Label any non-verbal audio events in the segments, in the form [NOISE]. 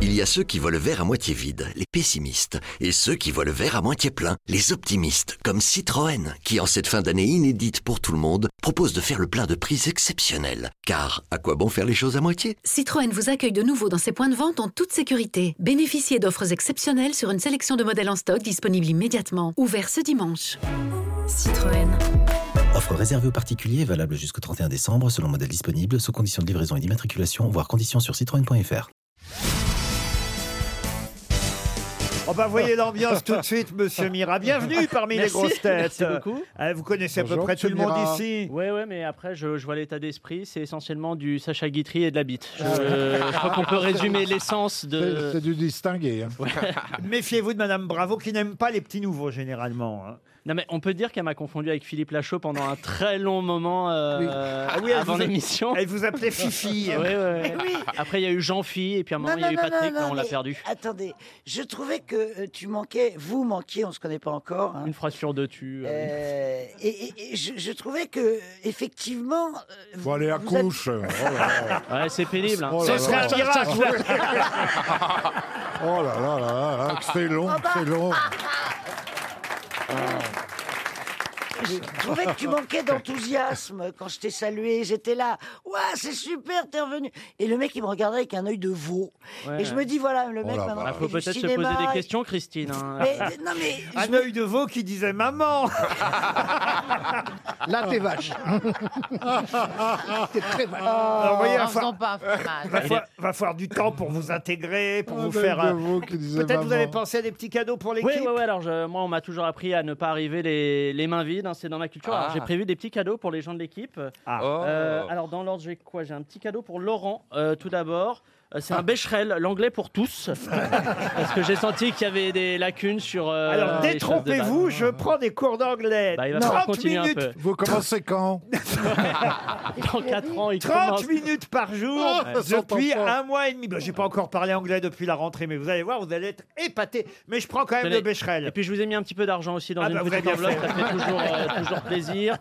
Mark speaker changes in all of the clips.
Speaker 1: Il y a ceux qui voient le verre à moitié vide, les pessimistes, et ceux qui voient le verre à moitié plein, les optimistes, comme Citroën, qui en cette fin d'année inédite pour tout le monde, propose de faire le plein de prix exceptionnel. Car à quoi bon faire les choses à moitié
Speaker 2: Citroën vous accueille de nouveau dans ses points de vente en toute sécurité. Bénéficiez d'offres exceptionnelles sur une sélection de modèles en stock disponibles immédiatement. Ouvert ce dimanche. Citroën.
Speaker 3: Offre réservée aux particuliers, valable jusqu'au 31 décembre, selon modèle disponible, sous conditions de livraison et d'immatriculation, voire conditions sur citroën.fr.
Speaker 4: Oh bah
Speaker 5: [LAUGHS]
Speaker 4: voyez l'ambiance tout de suite, Monsieur Mira. Bienvenue parmi les
Speaker 5: Merci,
Speaker 4: grosses têtes.
Speaker 5: merci beaucoup.
Speaker 4: Euh, Vous connaissez à peu
Speaker 6: Bonjour,
Speaker 4: près tout le
Speaker 6: Monsieur
Speaker 4: monde
Speaker 6: Mira.
Speaker 4: ici.
Speaker 5: Ouais, ouais, mais après, je, je vois l'état d'esprit, c'est essentiellement du Sacha Guitry et de la bite. Je,
Speaker 4: Ah.
Speaker 5: Euh, je crois qu'on peut résumer l'essence
Speaker 6: C'est
Speaker 5: de.
Speaker 6: c'est du distingué. hein.
Speaker 4: [LAUGHS] Méfiez-vous de Madame Bravo qui n'aime pas les petits nouveaux généralement. hein.
Speaker 5: Non, mais on peut dire qu'elle m'a confondu avec Philippe Lachaud pendant un très long moment euh,
Speaker 4: Oui. Ah oui, elle
Speaker 5: avant
Speaker 4: vous a-
Speaker 5: l'émission.
Speaker 4: Elle vous appelait Fifi.
Speaker 5: [LAUGHS] Ouais, ouais, ouais. Après, il y a eu Jean-Phi, et puis à un moment, il y a eu Patrick, là, on l'a
Speaker 7: mais
Speaker 5: perdu.
Speaker 7: Attendez, je trouvais que euh, tu manquais, vous manquiez, on se connaît pas encore. hein.
Speaker 5: Une phrase sur deux, tu. euh,
Speaker 7: Euh, et et- et je, je trouvais que euh, effectivement, euh, vous-
Speaker 6: Bon, allez, à
Speaker 7: vous êtes-
Speaker 6: couche. Oh là là.
Speaker 5: Ouais, c'est pénible. hein.
Speaker 6: Oh
Speaker 4: Ce
Speaker 6: là
Speaker 4: serait
Speaker 6: là.
Speaker 4: un miracle.
Speaker 6: [LAUGHS] Oh là là là là, c'est long,
Speaker 7: Ah,
Speaker 4: Ah
Speaker 7: bah.
Speaker 4: bah.
Speaker 6: c'est long.
Speaker 7: je trouvais que tu manquais d'enthousiasme quand je t'ai salué. J'étais là, ouais, c'est super, t'es revenu. Et le mec, il me regardait avec un œil de veau.
Speaker 5: Ouais.
Speaker 7: et je me dis, voilà, le mec,
Speaker 6: la
Speaker 7: maintenant,
Speaker 6: vache.
Speaker 5: Ah, faut
Speaker 7: il fait du
Speaker 5: peut-être se
Speaker 7: cinéma,
Speaker 5: poser des
Speaker 7: il-
Speaker 5: questions, Christine. hein.
Speaker 7: Mais non,
Speaker 4: [LAUGHS]
Speaker 7: mais je
Speaker 4: Un
Speaker 7: me-
Speaker 4: œil de veau qui disait maman.
Speaker 8: Là, t'es
Speaker 4: [LAUGHS]
Speaker 8: vache. t'es très vache.
Speaker 4: Alors, Ah, vous voyez,
Speaker 7: Ah,
Speaker 9: en
Speaker 4: va, fa-
Speaker 9: faisant pas un
Speaker 5: Ah,
Speaker 9: fromage.
Speaker 4: va fa- va falloir du temps pour vous intégrer, pour
Speaker 6: Un
Speaker 4: vous
Speaker 6: œil
Speaker 4: faire.
Speaker 6: de
Speaker 4: euh,
Speaker 6: veau qui disait
Speaker 4: Peut-être vous avez
Speaker 6: maman.
Speaker 4: pensé à des petits cadeaux pour l'équipe.
Speaker 5: Oui, oui, oui. Alors, je- moi, on m'a toujours appris à ne pas arriver les, les mains vides. hein, c'est dans ma culture. Alors,
Speaker 10: Ah.
Speaker 5: j'ai prévu des petits cadeaux pour les gens de l'équipe. Euh,
Speaker 11: Oh.
Speaker 12: [LAUGHS]
Speaker 5: alors, dans l'ordre, j'ai quoi J'ai un petit cadeau pour Laurent, euh, tout d'abord. Euh, C'est un Becherel, l'anglais pour tous. parce que j'ai senti qu'il y avait des lacunes sur. euh,
Speaker 4: Alors
Speaker 5: les choses de base.
Speaker 4: détrompez-vous, je prends des cours d'anglais.
Speaker 5: Bah, il va falloir
Speaker 4: 30
Speaker 5: continuer
Speaker 4: minutes,
Speaker 5: un peu.
Speaker 6: Vous commencez quand
Speaker 5: Dans 4 ans, il
Speaker 4: 30
Speaker 5: commence. Oh,
Speaker 4: minutes par jour
Speaker 6: Ah, ça s'entend
Speaker 4: depuis
Speaker 6: pas.
Speaker 4: un mois et demi. Bah, J'ai pas encore parlé anglais depuis la rentrée, mais vous allez voir, vous allez être épaté. Mais je prends quand même
Speaker 5: Tenez.
Speaker 4: le Becherel.
Speaker 5: Et puis je vous ai mis un petit peu d'argent aussi dans
Speaker 4: Ah
Speaker 5: une
Speaker 4: bah, vous
Speaker 5: petite
Speaker 4: avez bien Oh.
Speaker 5: enveloppe, ça fait toujours, euh,
Speaker 4: [LAUGHS]
Speaker 5: toujours plaisir.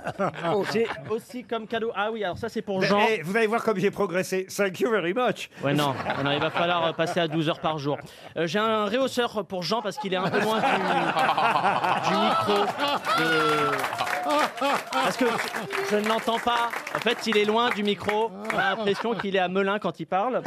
Speaker 5: J'ai aussi comme cadeau. Ah oui, alors ça c'est pour
Speaker 4: Mais,
Speaker 5: Jean.
Speaker 4: eh, vous allez voir comme j'ai progressé. Thank you very much.
Speaker 5: Ouais, non, non, non, il va falloir euh, passer à 12 heures par jour. Euh, J'ai un réhausseur pour Jean parce qu'il est un peu loin du, du micro. de- Parce que je ne l'entends pas. En fait, il est loin du micro. On a l'impression qu'il est à Melun quand il parle.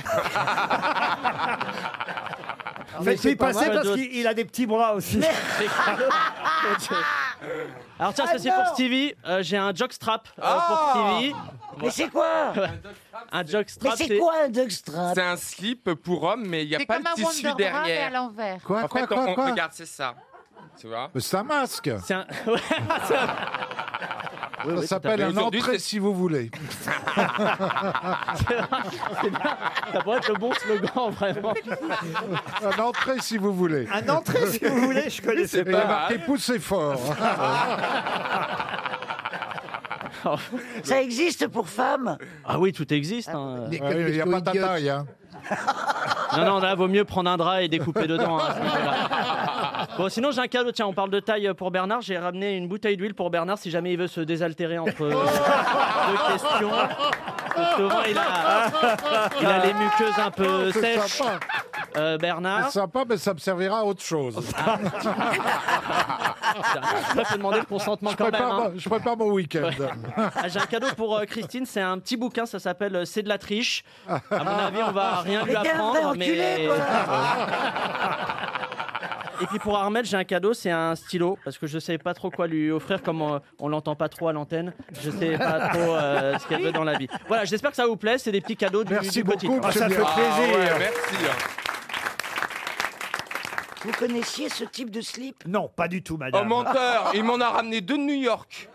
Speaker 4: Faites-lui
Speaker 5: pas
Speaker 4: passer
Speaker 5: mal.
Speaker 4: parce
Speaker 5: D'autres.
Speaker 4: qu'il il a des petits bras aussi.
Speaker 5: [LAUGHS] Alors tiens, ça c'est pour Stevie. Euh, J'ai un jockstrap euh, pour Stevie.
Speaker 7: Ah Mais c'est quoi
Speaker 5: [LAUGHS] Un
Speaker 7: Mais
Speaker 5: jockstrap,
Speaker 7: c'est quoi un duckstrap
Speaker 10: C'est un slip pour homme, mais il n'y a
Speaker 9: C'est
Speaker 10: pas
Speaker 9: comme un
Speaker 10: le tissu
Speaker 9: Wonderbra, mais à
Speaker 10: derrière.
Speaker 9: l'envers.
Speaker 6: Quoi,
Speaker 10: En
Speaker 6: quoi,
Speaker 10: fait,
Speaker 6: quoi,
Speaker 10: on
Speaker 6: quoi
Speaker 10: regarde, c'est ça. Tu vois
Speaker 6: Mais C'est un masque.
Speaker 5: c'est un... [LAUGHS] Ouais, c'est un-
Speaker 6: Ça s'appelle
Speaker 10: fait.
Speaker 6: un
Speaker 10: Aujourd'hui,
Speaker 6: entrée
Speaker 10: c'est-
Speaker 6: si vous
Speaker 5: [LAUGHS]
Speaker 6: voulez.
Speaker 5: Ça pourrait être le bon slogan, vraiment.
Speaker 6: Un entrée si vous voulez.
Speaker 4: Un entrée, si vous voulez, je connaissais
Speaker 6: Et il y a marqué poussez fort.
Speaker 7: [LAUGHS] Ça existe pour femmes
Speaker 5: Ah oui, tout existe. hein.
Speaker 6: Ouais, Il n'y a pas ta taille. hein.
Speaker 5: [LAUGHS] Non, non, là, vaut mieux prendre un drap et découper dedans. hein, à ce moment-là. bon, sinon, j'ai un cadeau. Tiens, on parle de taille euh, pour Bernard. J'ai ramené une bouteille d'huile pour Bernard si jamais il veut se désaltérer entre euh, deux questions. Parce que souvent, il a, il a les muqueuses un peu
Speaker 6: C'est
Speaker 5: sèches,
Speaker 6: sympa.
Speaker 5: euh,
Speaker 6: C'est
Speaker 5: Bernard.
Speaker 6: sympa, mais ça me servira à autre
Speaker 5: [LAUGHS]
Speaker 6: chose.
Speaker 5: Ça faut demander le consentement
Speaker 6: Je
Speaker 5: quand même.
Speaker 6: prépare,
Speaker 5: hein.
Speaker 6: mon- je prépare mon week-end. [LAUGHS]
Speaker 5: Ah, J'ai un cadeau pour euh, Christine. C'est un petit bouquin. Ça s'appelle euh, C'est de la triche. À mon avis, on va rien lui
Speaker 7: Mais t'es un vrai
Speaker 5: apprendre.
Speaker 7: enculé,
Speaker 5: mais...
Speaker 7: quoi.
Speaker 5: Et puis pour Armel, j'ai un cadeau, c'est un stylo, parce que je ne savais pas trop quoi lui offrir, comme euh, on l'entend pas trop à l'antenne, je ne sais pas trop euh, ce qu'elle veut dans la vie. Voilà, j'espère que ça vous plaît, c'est des petits cadeaux du,
Speaker 6: Merci
Speaker 5: du petit. [LAUGHS]
Speaker 6: beaucoup.
Speaker 4: Ah,
Speaker 6: monsieur
Speaker 4: ça fait
Speaker 6: Mira.
Speaker 10: Ah
Speaker 4: plaisir.
Speaker 10: ouais, merci.
Speaker 7: Vous connaissiez ce type de slip
Speaker 4: Non, pas du tout,
Speaker 10: Oh,
Speaker 4: madame.
Speaker 10: menteur Il m'en a ramené deux de New York.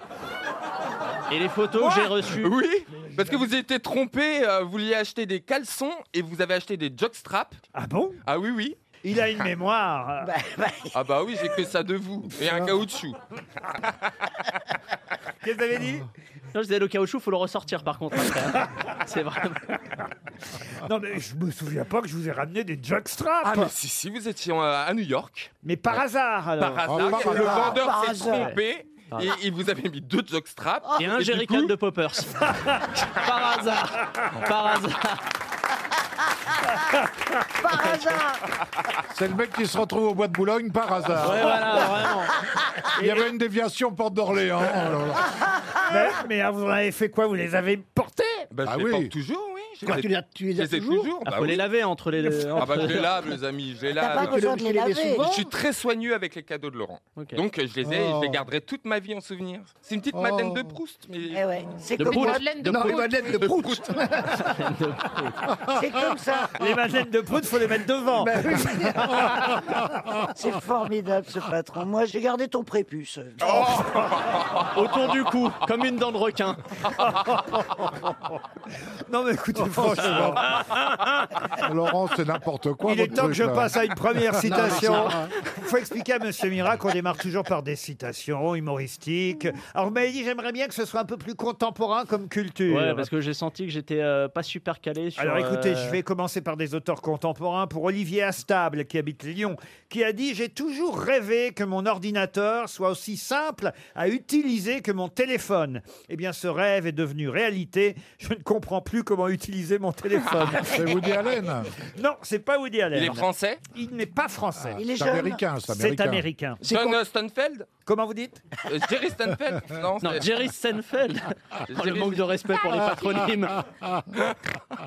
Speaker 5: Et les photos que j'ai reçues.
Speaker 10: Oui Parce que vous étiez trompé, euh, vous vouliez acheter des caleçons et vous avez acheté des jockstraps.
Speaker 4: Ah bon
Speaker 10: Ah oui, oui.
Speaker 4: Il a une mémoire.
Speaker 7: Bah, bah,
Speaker 10: Ah bah oui, j'ai que ça de vous. Et un caoutchouc.
Speaker 4: Qu'est-ce que vous avez dit
Speaker 5: Non, je disais, le caoutchouc, faut le ressortir par contre. après, hein. C'est
Speaker 7: [LAUGHS]
Speaker 5: vraiment...
Speaker 4: [LAUGHS] Non, mais je me souviens pas que je vous ai ramené des jockstraps.
Speaker 10: Ah
Speaker 4: mais...
Speaker 10: mais si, si, vous étiez en- à New York.
Speaker 4: par hasard, alors.
Speaker 10: Par hasard,
Speaker 6: par
Speaker 10: le
Speaker 6: hasard.
Speaker 10: vendeur
Speaker 7: Par
Speaker 10: s'est
Speaker 7: hasard.
Speaker 10: trompé. Et il vous avait mis deux jockstraps.
Speaker 5: Et un
Speaker 10: du
Speaker 5: jerrycan
Speaker 10: coup-
Speaker 5: de poppers. Par hasard. Par hasard.
Speaker 10: hein.
Speaker 7: Par hasard
Speaker 6: C'est le mec qui se retrouve au bois de Boulogne par hasard.
Speaker 5: Ouais, voilà, vraiment.
Speaker 6: Il y avait une déviation porte d'Orléans. oh là là.
Speaker 4: Mais, mais, ah, vous en avez fait quoi Vous les avez portés
Speaker 10: [LAUGHS] Bah, je
Speaker 6: Ah
Speaker 10: les
Speaker 6: oui.
Speaker 10: porte toujours, oui. Je
Speaker 8: Quoi, tu les as- tu les as
Speaker 10: je les ai
Speaker 8: toujours
Speaker 10: toujours.
Speaker 5: Ah,
Speaker 10: bah
Speaker 5: faut
Speaker 10: oui.
Speaker 5: les laver entre les deux.
Speaker 10: Ah bah
Speaker 5: entre-
Speaker 10: je les lave, les amis, je les
Speaker 7: Ah, T'as pas
Speaker 10: lave.
Speaker 7: besoin de les
Speaker 8: l'obligé de les
Speaker 7: laver.
Speaker 8: souvent
Speaker 10: Je suis très soigneux avec les cadeaux de Laurent.
Speaker 5: Ok.
Speaker 10: Donc euh, je les ai, et je les
Speaker 8: Oh.
Speaker 10: garderai toute ma vie en souvenir. C'est une petite
Speaker 8: Oh.
Speaker 10: Madeleine de Proust, mais
Speaker 7: Eh ouais, c'est
Speaker 5: De
Speaker 7: comme,
Speaker 5: Proust.
Speaker 10: de
Speaker 8: Non,
Speaker 10: Proust.
Speaker 8: les madeleines de Proust.
Speaker 7: [LAUGHS] c'est comme ça. Bah
Speaker 4: Les madeleines de Prout, faut les mettre devant.
Speaker 8: Ben oui.
Speaker 7: [LAUGHS] C'est formidable ce patron. Moi, j'ai gardé ton prépuce.
Speaker 5: Oh. Autour du cou, comme une dent de requin.
Speaker 4: [LAUGHS] Non, mais écoutez,
Speaker 5: [LAUGHS]
Speaker 4: franchement,
Speaker 6: Laurent, c'est n'importe quoi.
Speaker 4: il est
Speaker 6: votre
Speaker 4: temps que
Speaker 6: truc,
Speaker 4: je
Speaker 6: là.
Speaker 4: passe à une
Speaker 6: [LAUGHS]
Speaker 4: première citation.
Speaker 8: Non, mais
Speaker 4: Il faut expliquer à Monsieur Mira qu'on démarre toujours par des citations humoristiques. Alors, vous m'avez dit, j'aimerais bien que ce soit un peu plus contemporain comme culture.
Speaker 5: Ouais, parce que j'ai senti que j'étais euh, pas super calé sur.
Speaker 4: Euh, Alors écoutez,
Speaker 5: euh,
Speaker 4: je vais commencer par des auteurs contemporains pour Olivier Astable qui habite Lyon, qui a dit J'ai toujours rêvé que mon ordinateur soit aussi simple à utiliser que mon téléphone. Eh bien, ce rêve est devenu réalité. Je ne comprends plus comment utiliser
Speaker 6: [LAUGHS]
Speaker 4: mon téléphone.
Speaker 6: C'est Woody Allen.
Speaker 4: non, c'est pas Woody Allen.
Speaker 10: il est français.
Speaker 4: Il n'est pas français.
Speaker 7: Ah. Il est
Speaker 6: C'est
Speaker 7: jeune.
Speaker 6: américain, c'est américain.
Speaker 4: C'est américain.
Speaker 10: John euh, Stonefeld
Speaker 4: Comment vous dites
Speaker 10: Euh, Jerry
Speaker 4: [LAUGHS]
Speaker 10: Stonefeld Non,
Speaker 5: Non,
Speaker 10: c'est- [LAUGHS]
Speaker 5: Jerry Seinfeld. Oh, le
Speaker 10: Jerry-
Speaker 5: manque de respect pour les
Speaker 4: [LAUGHS]
Speaker 5: patronymes.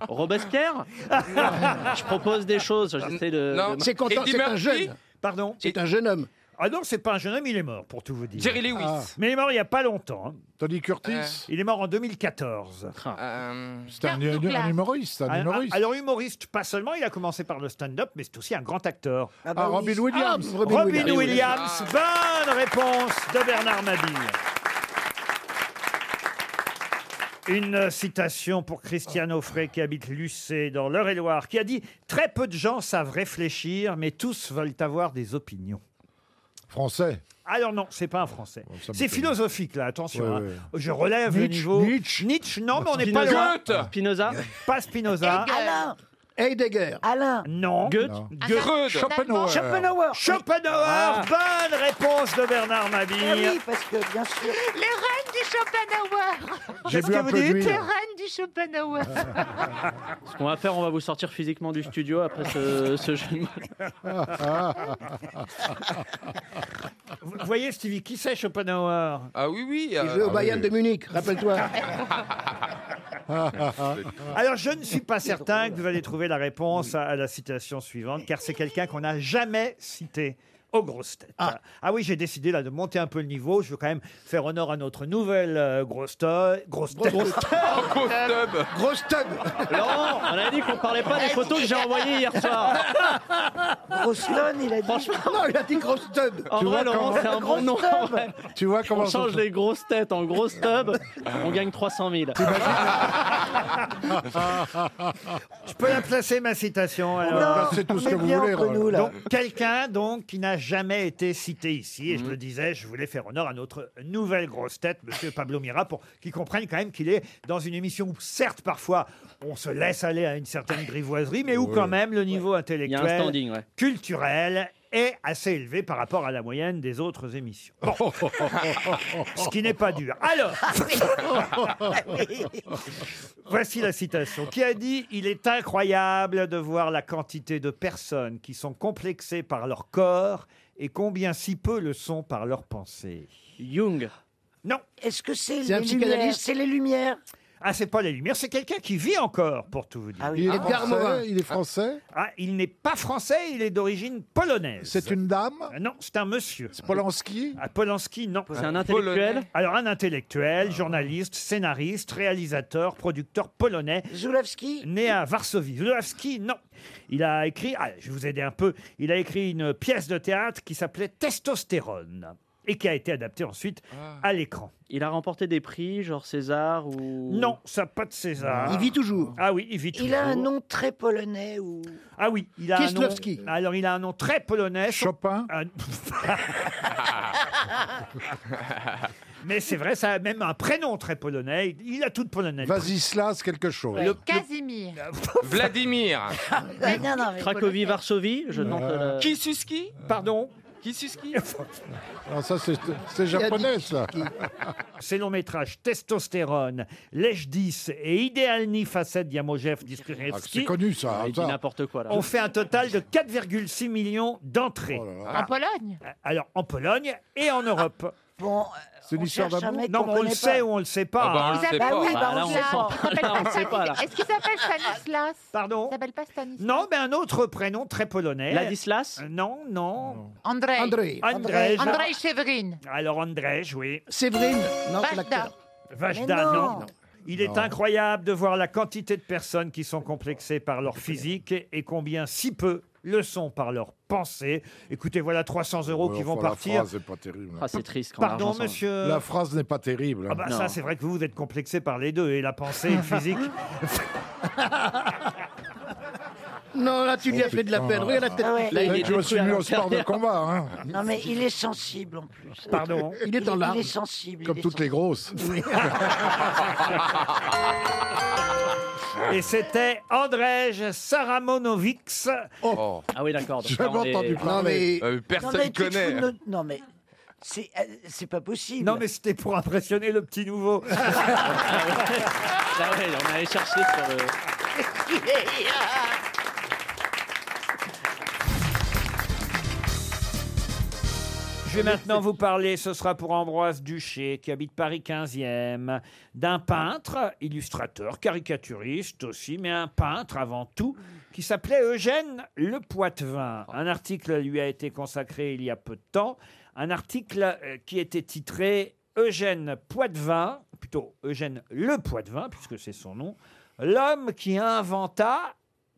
Speaker 5: Robespierre Je propose des choses, j'essaie de.
Speaker 10: Non.
Speaker 5: de-
Speaker 8: C'est quand
Speaker 10: Eddie
Speaker 8: c'est un
Speaker 10: Murphy
Speaker 8: jeune.
Speaker 4: Pardon
Speaker 8: C'est un jeune homme.
Speaker 4: Ah non, c'est pas un jeune homme, il est mort, pour tout vous dire. Ah.
Speaker 10: Jerry Lewis.
Speaker 4: Mais il est mort il n'y a pas longtemps. hein.
Speaker 6: Tony Curtis.
Speaker 10: Euh,
Speaker 4: Il est mort en 2014.
Speaker 10: Euh,
Speaker 6: C'est un, un, un humoriste. Un
Speaker 4: Ah,
Speaker 6: humoriste.
Speaker 4: ah, Alors humoriste, pas seulement, il a commencé par le stand-up, mais c'est aussi un grand acteur.
Speaker 7: Ah
Speaker 6: Ah,
Speaker 7: bah oui.
Speaker 6: Robin Williams.
Speaker 8: Robin
Speaker 4: Robin
Speaker 8: Williams.
Speaker 4: Williams, bonne réponse de Bernard Mabille. Une citation pour Christiane Offray qui habite Lucé dans l'Eure-et-Loire, qui a dit Très peu de gens savent réfléchir, mais tous veulent avoir des opinions.
Speaker 6: Français.
Speaker 4: Alors non, c'est pas un français.
Speaker 6: ça
Speaker 4: C'est
Speaker 6: m'étonne.
Speaker 4: philosophique là, attention.
Speaker 6: Ouais,
Speaker 4: hein.
Speaker 6: ouais.
Speaker 4: Je relève le
Speaker 6: Nietzsche,
Speaker 4: niveau.
Speaker 6: Nietzsche. Bah,
Speaker 4: non, mais on n'est pas loin.
Speaker 10: Goethe
Speaker 5: Spinoza
Speaker 4: Pas Spinoza.
Speaker 7: Alain,
Speaker 8: Heidegger.
Speaker 7: Alain,
Speaker 4: Non.
Speaker 5: Goethe
Speaker 6: Non.
Speaker 10: Freud.
Speaker 6: Schopenhauer.
Speaker 7: Schopenhauer.
Speaker 4: Schopenhauer, bonne réponse de Bernard Mabille.
Speaker 7: Ah oui, parce que bien sûr.
Speaker 9: Le run du Schopenhauer
Speaker 6: J'ai vu un peu de lui.
Speaker 9: Le run du Schopenhauer
Speaker 5: Ce qu'on va faire, on va vous sortir physiquement du studio après ce, ce jeu de mots.
Speaker 4: [LAUGHS] Vous voyez, Stevie, qui c'est Schopenhauer
Speaker 10: Ah oui, oui.
Speaker 8: Il
Speaker 10: euh,
Speaker 8: jouait au
Speaker 6: Ah
Speaker 8: Bayern
Speaker 6: oui.
Speaker 8: de Munich,
Speaker 10: [LAUGHS]
Speaker 8: rappelle-toi.
Speaker 4: Alors, je ne suis pas certain que vous allez trouver la réponse à à la citation suivante, car c'est quelqu'un qu'on n'a jamais cité aux grosses têtes. Ah, oui, j'ai décidé là de monter un peu le niveau. Je veux quand même faire honneur à notre nouvelle euh, grosse, te- grosse tête. [LAUGHS]
Speaker 10: Marco Stubb.
Speaker 8: Grosse tub.
Speaker 5: Laurent, on a dit qu'on parlait pas des photos que j'ai envoyées hier
Speaker 8: [LAUGHS]
Speaker 5: soir.
Speaker 7: Roslon, il a dit. [LAUGHS]
Speaker 8: Non, il a dit grosse
Speaker 4: [LAUGHS]
Speaker 8: tub.
Speaker 5: En
Speaker 6: Tu
Speaker 5: vrai,
Speaker 6: vois
Speaker 5: Oh, Laurent,
Speaker 6: comment-
Speaker 5: c'est un bon nom. en vrai.
Speaker 6: Tu vois comment
Speaker 5: On change les grosses têtes en grosses tubs, on gagne 300 000.
Speaker 4: Je peux la placer, ma citation alors
Speaker 7: Non,
Speaker 6: c'est tout ce
Speaker 7: on
Speaker 6: que
Speaker 7: est
Speaker 6: vous
Speaker 7: bien
Speaker 6: voulez,
Speaker 7: entre
Speaker 6: Roland.
Speaker 7: nous, là.
Speaker 4: Donc, quelqu'un donc qui n'a jamais été cité ici. Et je le disais, je voulais faire honneur à notre nouvelle grosse tête, Monsieur Pablo Mira, pour qu'il comprenne quand même qu'il est dans une émission où, certes, parfois, on se laisse aller à une certaine grivoiserie, mais où quand même le
Speaker 5: Il
Speaker 4: niveau
Speaker 5: y a un
Speaker 4: intellectuel,
Speaker 5: standing, ouais.
Speaker 4: culturel est assez élevé par rapport à la moyenne des autres émissions. Bon. Ce qui n'est pas dur. Alors, Voici la citation. Qui a dit Il est incroyable de voir la quantité de personnes qui sont complexées par leur corps et combien si peu le sont par leurs pensées.
Speaker 5: Jung.
Speaker 4: Non,
Speaker 7: Est-ce que c'est
Speaker 8: C'est un
Speaker 7: les lumières
Speaker 8: psychanalyste
Speaker 7: C'est les lumières.
Speaker 4: ah, c'est pas les Lumières, c'est quelqu'un qui vit encore, pour tout vous dire.
Speaker 7: Ah oui.
Speaker 6: Il est
Speaker 8: Edgar Morin.
Speaker 6: français. Il est français.
Speaker 4: Ah, il n'est pas français, il est d'origine polonaise.
Speaker 6: C'est une dame.
Speaker 5: Euh,
Speaker 4: Ah Non, c'est un monsieur.
Speaker 6: Polanski.
Speaker 4: Ah, Polanski, non.
Speaker 5: C'est un intellectuel.
Speaker 4: Alors, un intellectuel, journaliste, scénariste, réalisateur, producteur polonais,
Speaker 7: Zulawski.
Speaker 4: né à Varsovie. Zulawski, non. Il a écrit, ah, je vais vous aider un peu, il a écrit une pièce de théâtre qui s'appelait Testostérone et qui a été adaptée ensuite
Speaker 7: Ah.
Speaker 4: à l'écran.
Speaker 5: Il a remporté des prix, genre César ou.
Speaker 4: Non, ça pas de César.
Speaker 8: Il vit toujours.
Speaker 4: Ah oui, il vit toujours.
Speaker 7: Il a un nom très polonais ou.
Speaker 4: Ah oui, il a un nom.
Speaker 8: Kieslowski.
Speaker 4: Alors il a un nom très polonais.
Speaker 6: Chopin.
Speaker 4: [LAUGHS] Ah, Mais c'est vrai, ça a même un prénom très polonais. Il a tout de polonais.
Speaker 6: Vasislas quelque chose.
Speaker 9: Casimir
Speaker 10: Vladimir.
Speaker 4: [LAUGHS]
Speaker 7: Ah, non, non, mais-
Speaker 5: Cracovie, Varsovie, je tente. euh,
Speaker 10: Kisuski.
Speaker 4: Pardon
Speaker 10: Qui
Speaker 5: [LAUGHS]
Speaker 10: suski [LAUGHS]
Speaker 6: Non, ça, c'est c'est japonais, ça.
Speaker 4: Ces longs métrages Testostérone, Lèche 10 et Idéal Ni Facette Diamogef Diskrevski.
Speaker 6: c'est connu, ça, Il dit ça. n'importe
Speaker 5: quoi, là.
Speaker 4: On fait un total de 4,6 millions d'entrées.
Speaker 9: En Pologne
Speaker 4: Alors, en Pologne et en Europe.
Speaker 7: Bon,
Speaker 4: c'est
Speaker 7: une on histoire cherche un d'amour mec
Speaker 4: Non,
Speaker 7: qu'on
Speaker 4: mais on le
Speaker 7: connaît
Speaker 4: sait
Speaker 7: pas.
Speaker 4: ou on le sait pas.
Speaker 13: ben,
Speaker 10: Ah bah, on
Speaker 4: hein.
Speaker 10: le Vous sait avez- pas. bah oui, bah,
Speaker 4: là,
Speaker 9: on
Speaker 4: on
Speaker 9: le sait.
Speaker 4: sent. Là, [LAUGHS] on le sait pas, là.
Speaker 9: Est-ce qu'il s'appelle Stanislas
Speaker 4: Pardon
Speaker 9: Il s'appelle pas Stanislas.
Speaker 4: Non, mais un autre prénom très polonais. Euh,
Speaker 5: Ladislas
Speaker 4: Non, non.
Speaker 9: André.
Speaker 8: André.
Speaker 4: Andrzej.
Speaker 9: André Chevrine.
Speaker 4: Alors, Andrzej, oui.
Speaker 8: Séverine. Non, c'est
Speaker 9: Vajda.
Speaker 8: l'acteur.
Speaker 4: Vajda,
Speaker 9: Mais
Speaker 4: non.
Speaker 9: non.
Speaker 4: Il est incroyable de voir la quantité de personnes qui sont complexées par leur physique et combien si peu le sont par leur pensée. Écoutez, voilà 300 euros
Speaker 6: Ouais,
Speaker 4: qui vont
Speaker 6: enfin, La
Speaker 4: partir.
Speaker 6: phrase n'est pas terrible. hein.
Speaker 5: Ah, c'est triste quand
Speaker 4: Pardon,
Speaker 5: l'argent s'en-
Speaker 4: monsieur.
Speaker 6: La phrase hein. n'est pas terrible.
Speaker 4: Ah bah
Speaker 5: Non.
Speaker 4: ça, c'est vrai que vous, vous êtes complexé par les deux, et la
Speaker 6: [LAUGHS]
Speaker 4: pensée et le physique.
Speaker 8: Non, là, tu lui as fait de la peine. Regarde la tête.
Speaker 7: Ah ouais.
Speaker 5: Là, il est
Speaker 6: Hey, je me suis
Speaker 5: détruit
Speaker 6: mis
Speaker 5: à
Speaker 6: au sport de
Speaker 5: l'intérieur.
Speaker 6: combat, hein,
Speaker 7: Non, mais il est sensible en plus.
Speaker 4: Pardon.
Speaker 8: [LAUGHS] Il est en
Speaker 7: Il est
Speaker 8: larmes.
Speaker 7: sensible.
Speaker 6: comme
Speaker 7: il est
Speaker 6: toutes les grosses.
Speaker 7: [LAUGHS]
Speaker 4: Et c'était Andrzej Saramonovics.
Speaker 10: Oh,
Speaker 5: Ah oui, d'accord. donc
Speaker 6: J'avais
Speaker 5: là, on est-
Speaker 6: entendu parler.
Speaker 8: Non, mais
Speaker 10: euh,
Speaker 7: sensible. Non, mais
Speaker 10: personne
Speaker 7: tu te
Speaker 10: connaît.
Speaker 7: fous de notre- Non, mais c'est euh, c'est pas possible.
Speaker 4: Non, mais c'était pour
Speaker 7: [LAUGHS]
Speaker 4: impressionner le petit
Speaker 10: [LAUGHS]
Speaker 4: nouveau.
Speaker 5: Ah ouais, on allait chercher sur le.
Speaker 4: Je vais maintenant vous parler, ce sera pour Ambroise Duché, qui habite Paris 15e, d'un peintre, illustrateur, caricaturiste aussi, mais un peintre avant tout, qui s'appelait Eugène Le Poitevin. Un article lui a été consacré il y a peu de temps, un article euh, qui était titré Eugène Poitevin, plutôt Eugène Le Poitevin, puisque c'est son nom, l'homme qui inventa...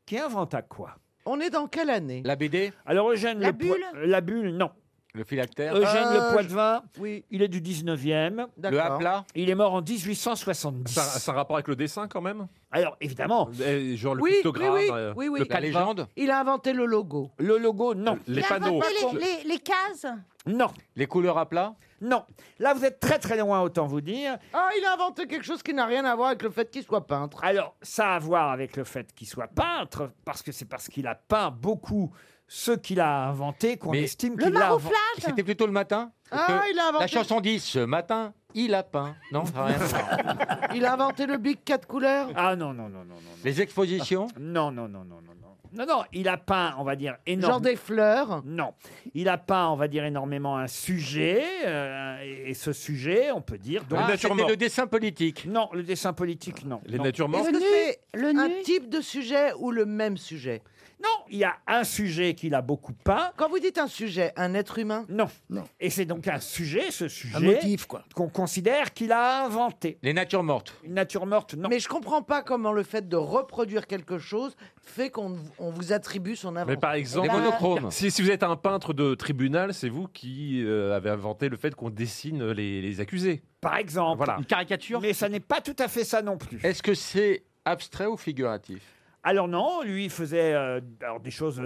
Speaker 4: Qui inventa quoi
Speaker 11: On est dans quelle année
Speaker 12: La BD,
Speaker 4: Alors Eugène
Speaker 9: La
Speaker 4: Le Poi- La bulle, non.
Speaker 12: le phylactère,
Speaker 4: Eugène
Speaker 11: Euh,
Speaker 4: Le Poitevin...
Speaker 11: Oui,
Speaker 4: Il est du 19e.
Speaker 12: le
Speaker 11: d'accord.
Speaker 12: hapla.
Speaker 4: Il est mort en 1870.
Speaker 14: Ça, ça a un rapport avec le dessin quand même
Speaker 4: Alors, évidemment,
Speaker 14: Eh, Genre le
Speaker 11: Oui, oui,
Speaker 14: pictogramme,
Speaker 11: oui,
Speaker 14: euh,
Speaker 11: oui, oui.
Speaker 14: le
Speaker 12: La
Speaker 14: calva,
Speaker 12: légende,
Speaker 11: Il a inventé le logo.
Speaker 4: le logo, non.
Speaker 14: les
Speaker 9: Il a
Speaker 14: panneaux.
Speaker 9: inventé les, les, les cases.
Speaker 4: Non,
Speaker 12: les couleurs à plat.
Speaker 4: non. Là, vous êtes très très loin, autant vous dire.
Speaker 11: Ah, il a inventé quelque chose qui n'a rien à voir avec le fait qu'il soit peintre.
Speaker 4: Alors, ça a à voir avec le fait qu'il soit peintre, parce que c'est parce qu'il a peint beaucoup ce qu'il a inventé qu'on
Speaker 12: Mais
Speaker 4: estime
Speaker 9: Le
Speaker 4: qu'il a inventé.
Speaker 9: marouflage.
Speaker 12: C'était plutôt le matin. parce
Speaker 11: Ah,
Speaker 12: que
Speaker 11: il a
Speaker 12: la
Speaker 11: inventé,
Speaker 12: chanson dit ce matin, il a peint. Non, ça n'a rien à
Speaker 4: [LAUGHS]
Speaker 12: voir.
Speaker 11: il a inventé le big quatre couleurs.
Speaker 4: Ah non, non, non, non, non.
Speaker 12: Les expositions.
Speaker 4: Non, non, non, non, non, non. Non, non, il a peint, on va dire,
Speaker 11: Genre
Speaker 4: énormément.
Speaker 11: des fleurs.
Speaker 4: Non. Il a peint, on va dire, énormément un sujet. euh, et et ce sujet, on peut dire.
Speaker 14: Les
Speaker 4: donc-
Speaker 12: Ah,
Speaker 14: natures
Speaker 12: c'était
Speaker 14: mortes.
Speaker 12: le dessin politique.
Speaker 4: Non, le dessin politique, non.
Speaker 14: Les
Speaker 4: non.
Speaker 14: natures mortes.
Speaker 11: Est-ce que c'est
Speaker 9: Le
Speaker 11: un
Speaker 9: nu.
Speaker 11: type de sujet ou le même sujet
Speaker 4: Non, il y a un sujet qu'il a beaucoup peint.
Speaker 11: Quand vous dites un sujet, un être humain
Speaker 4: Non.
Speaker 8: Non.
Speaker 4: Et c'est donc un sujet, ce sujet,
Speaker 8: Un motif, quoi.
Speaker 4: qu'on considère qu'il a inventé.
Speaker 12: Les natures mortes.
Speaker 4: Une nature morte, non.
Speaker 11: Mais je comprends pas comment le fait de reproduire quelque chose fait qu'on on vous attribue son
Speaker 14: Mais
Speaker 11: invention.
Speaker 14: par exemple,
Speaker 12: Des monochromes.
Speaker 14: si, si vous êtes un peintre de tribunal, c'est vous qui euh, avez inventé le fait qu'on dessine les, les accusés.
Speaker 4: Par exemple.
Speaker 14: Voilà.
Speaker 5: Une caricature
Speaker 4: Mais ça n'est pas tout à fait ça non plus.
Speaker 12: Est-ce que c'est abstrait ou figuratif
Speaker 4: Alors non, lui il faisait euh, alors des choses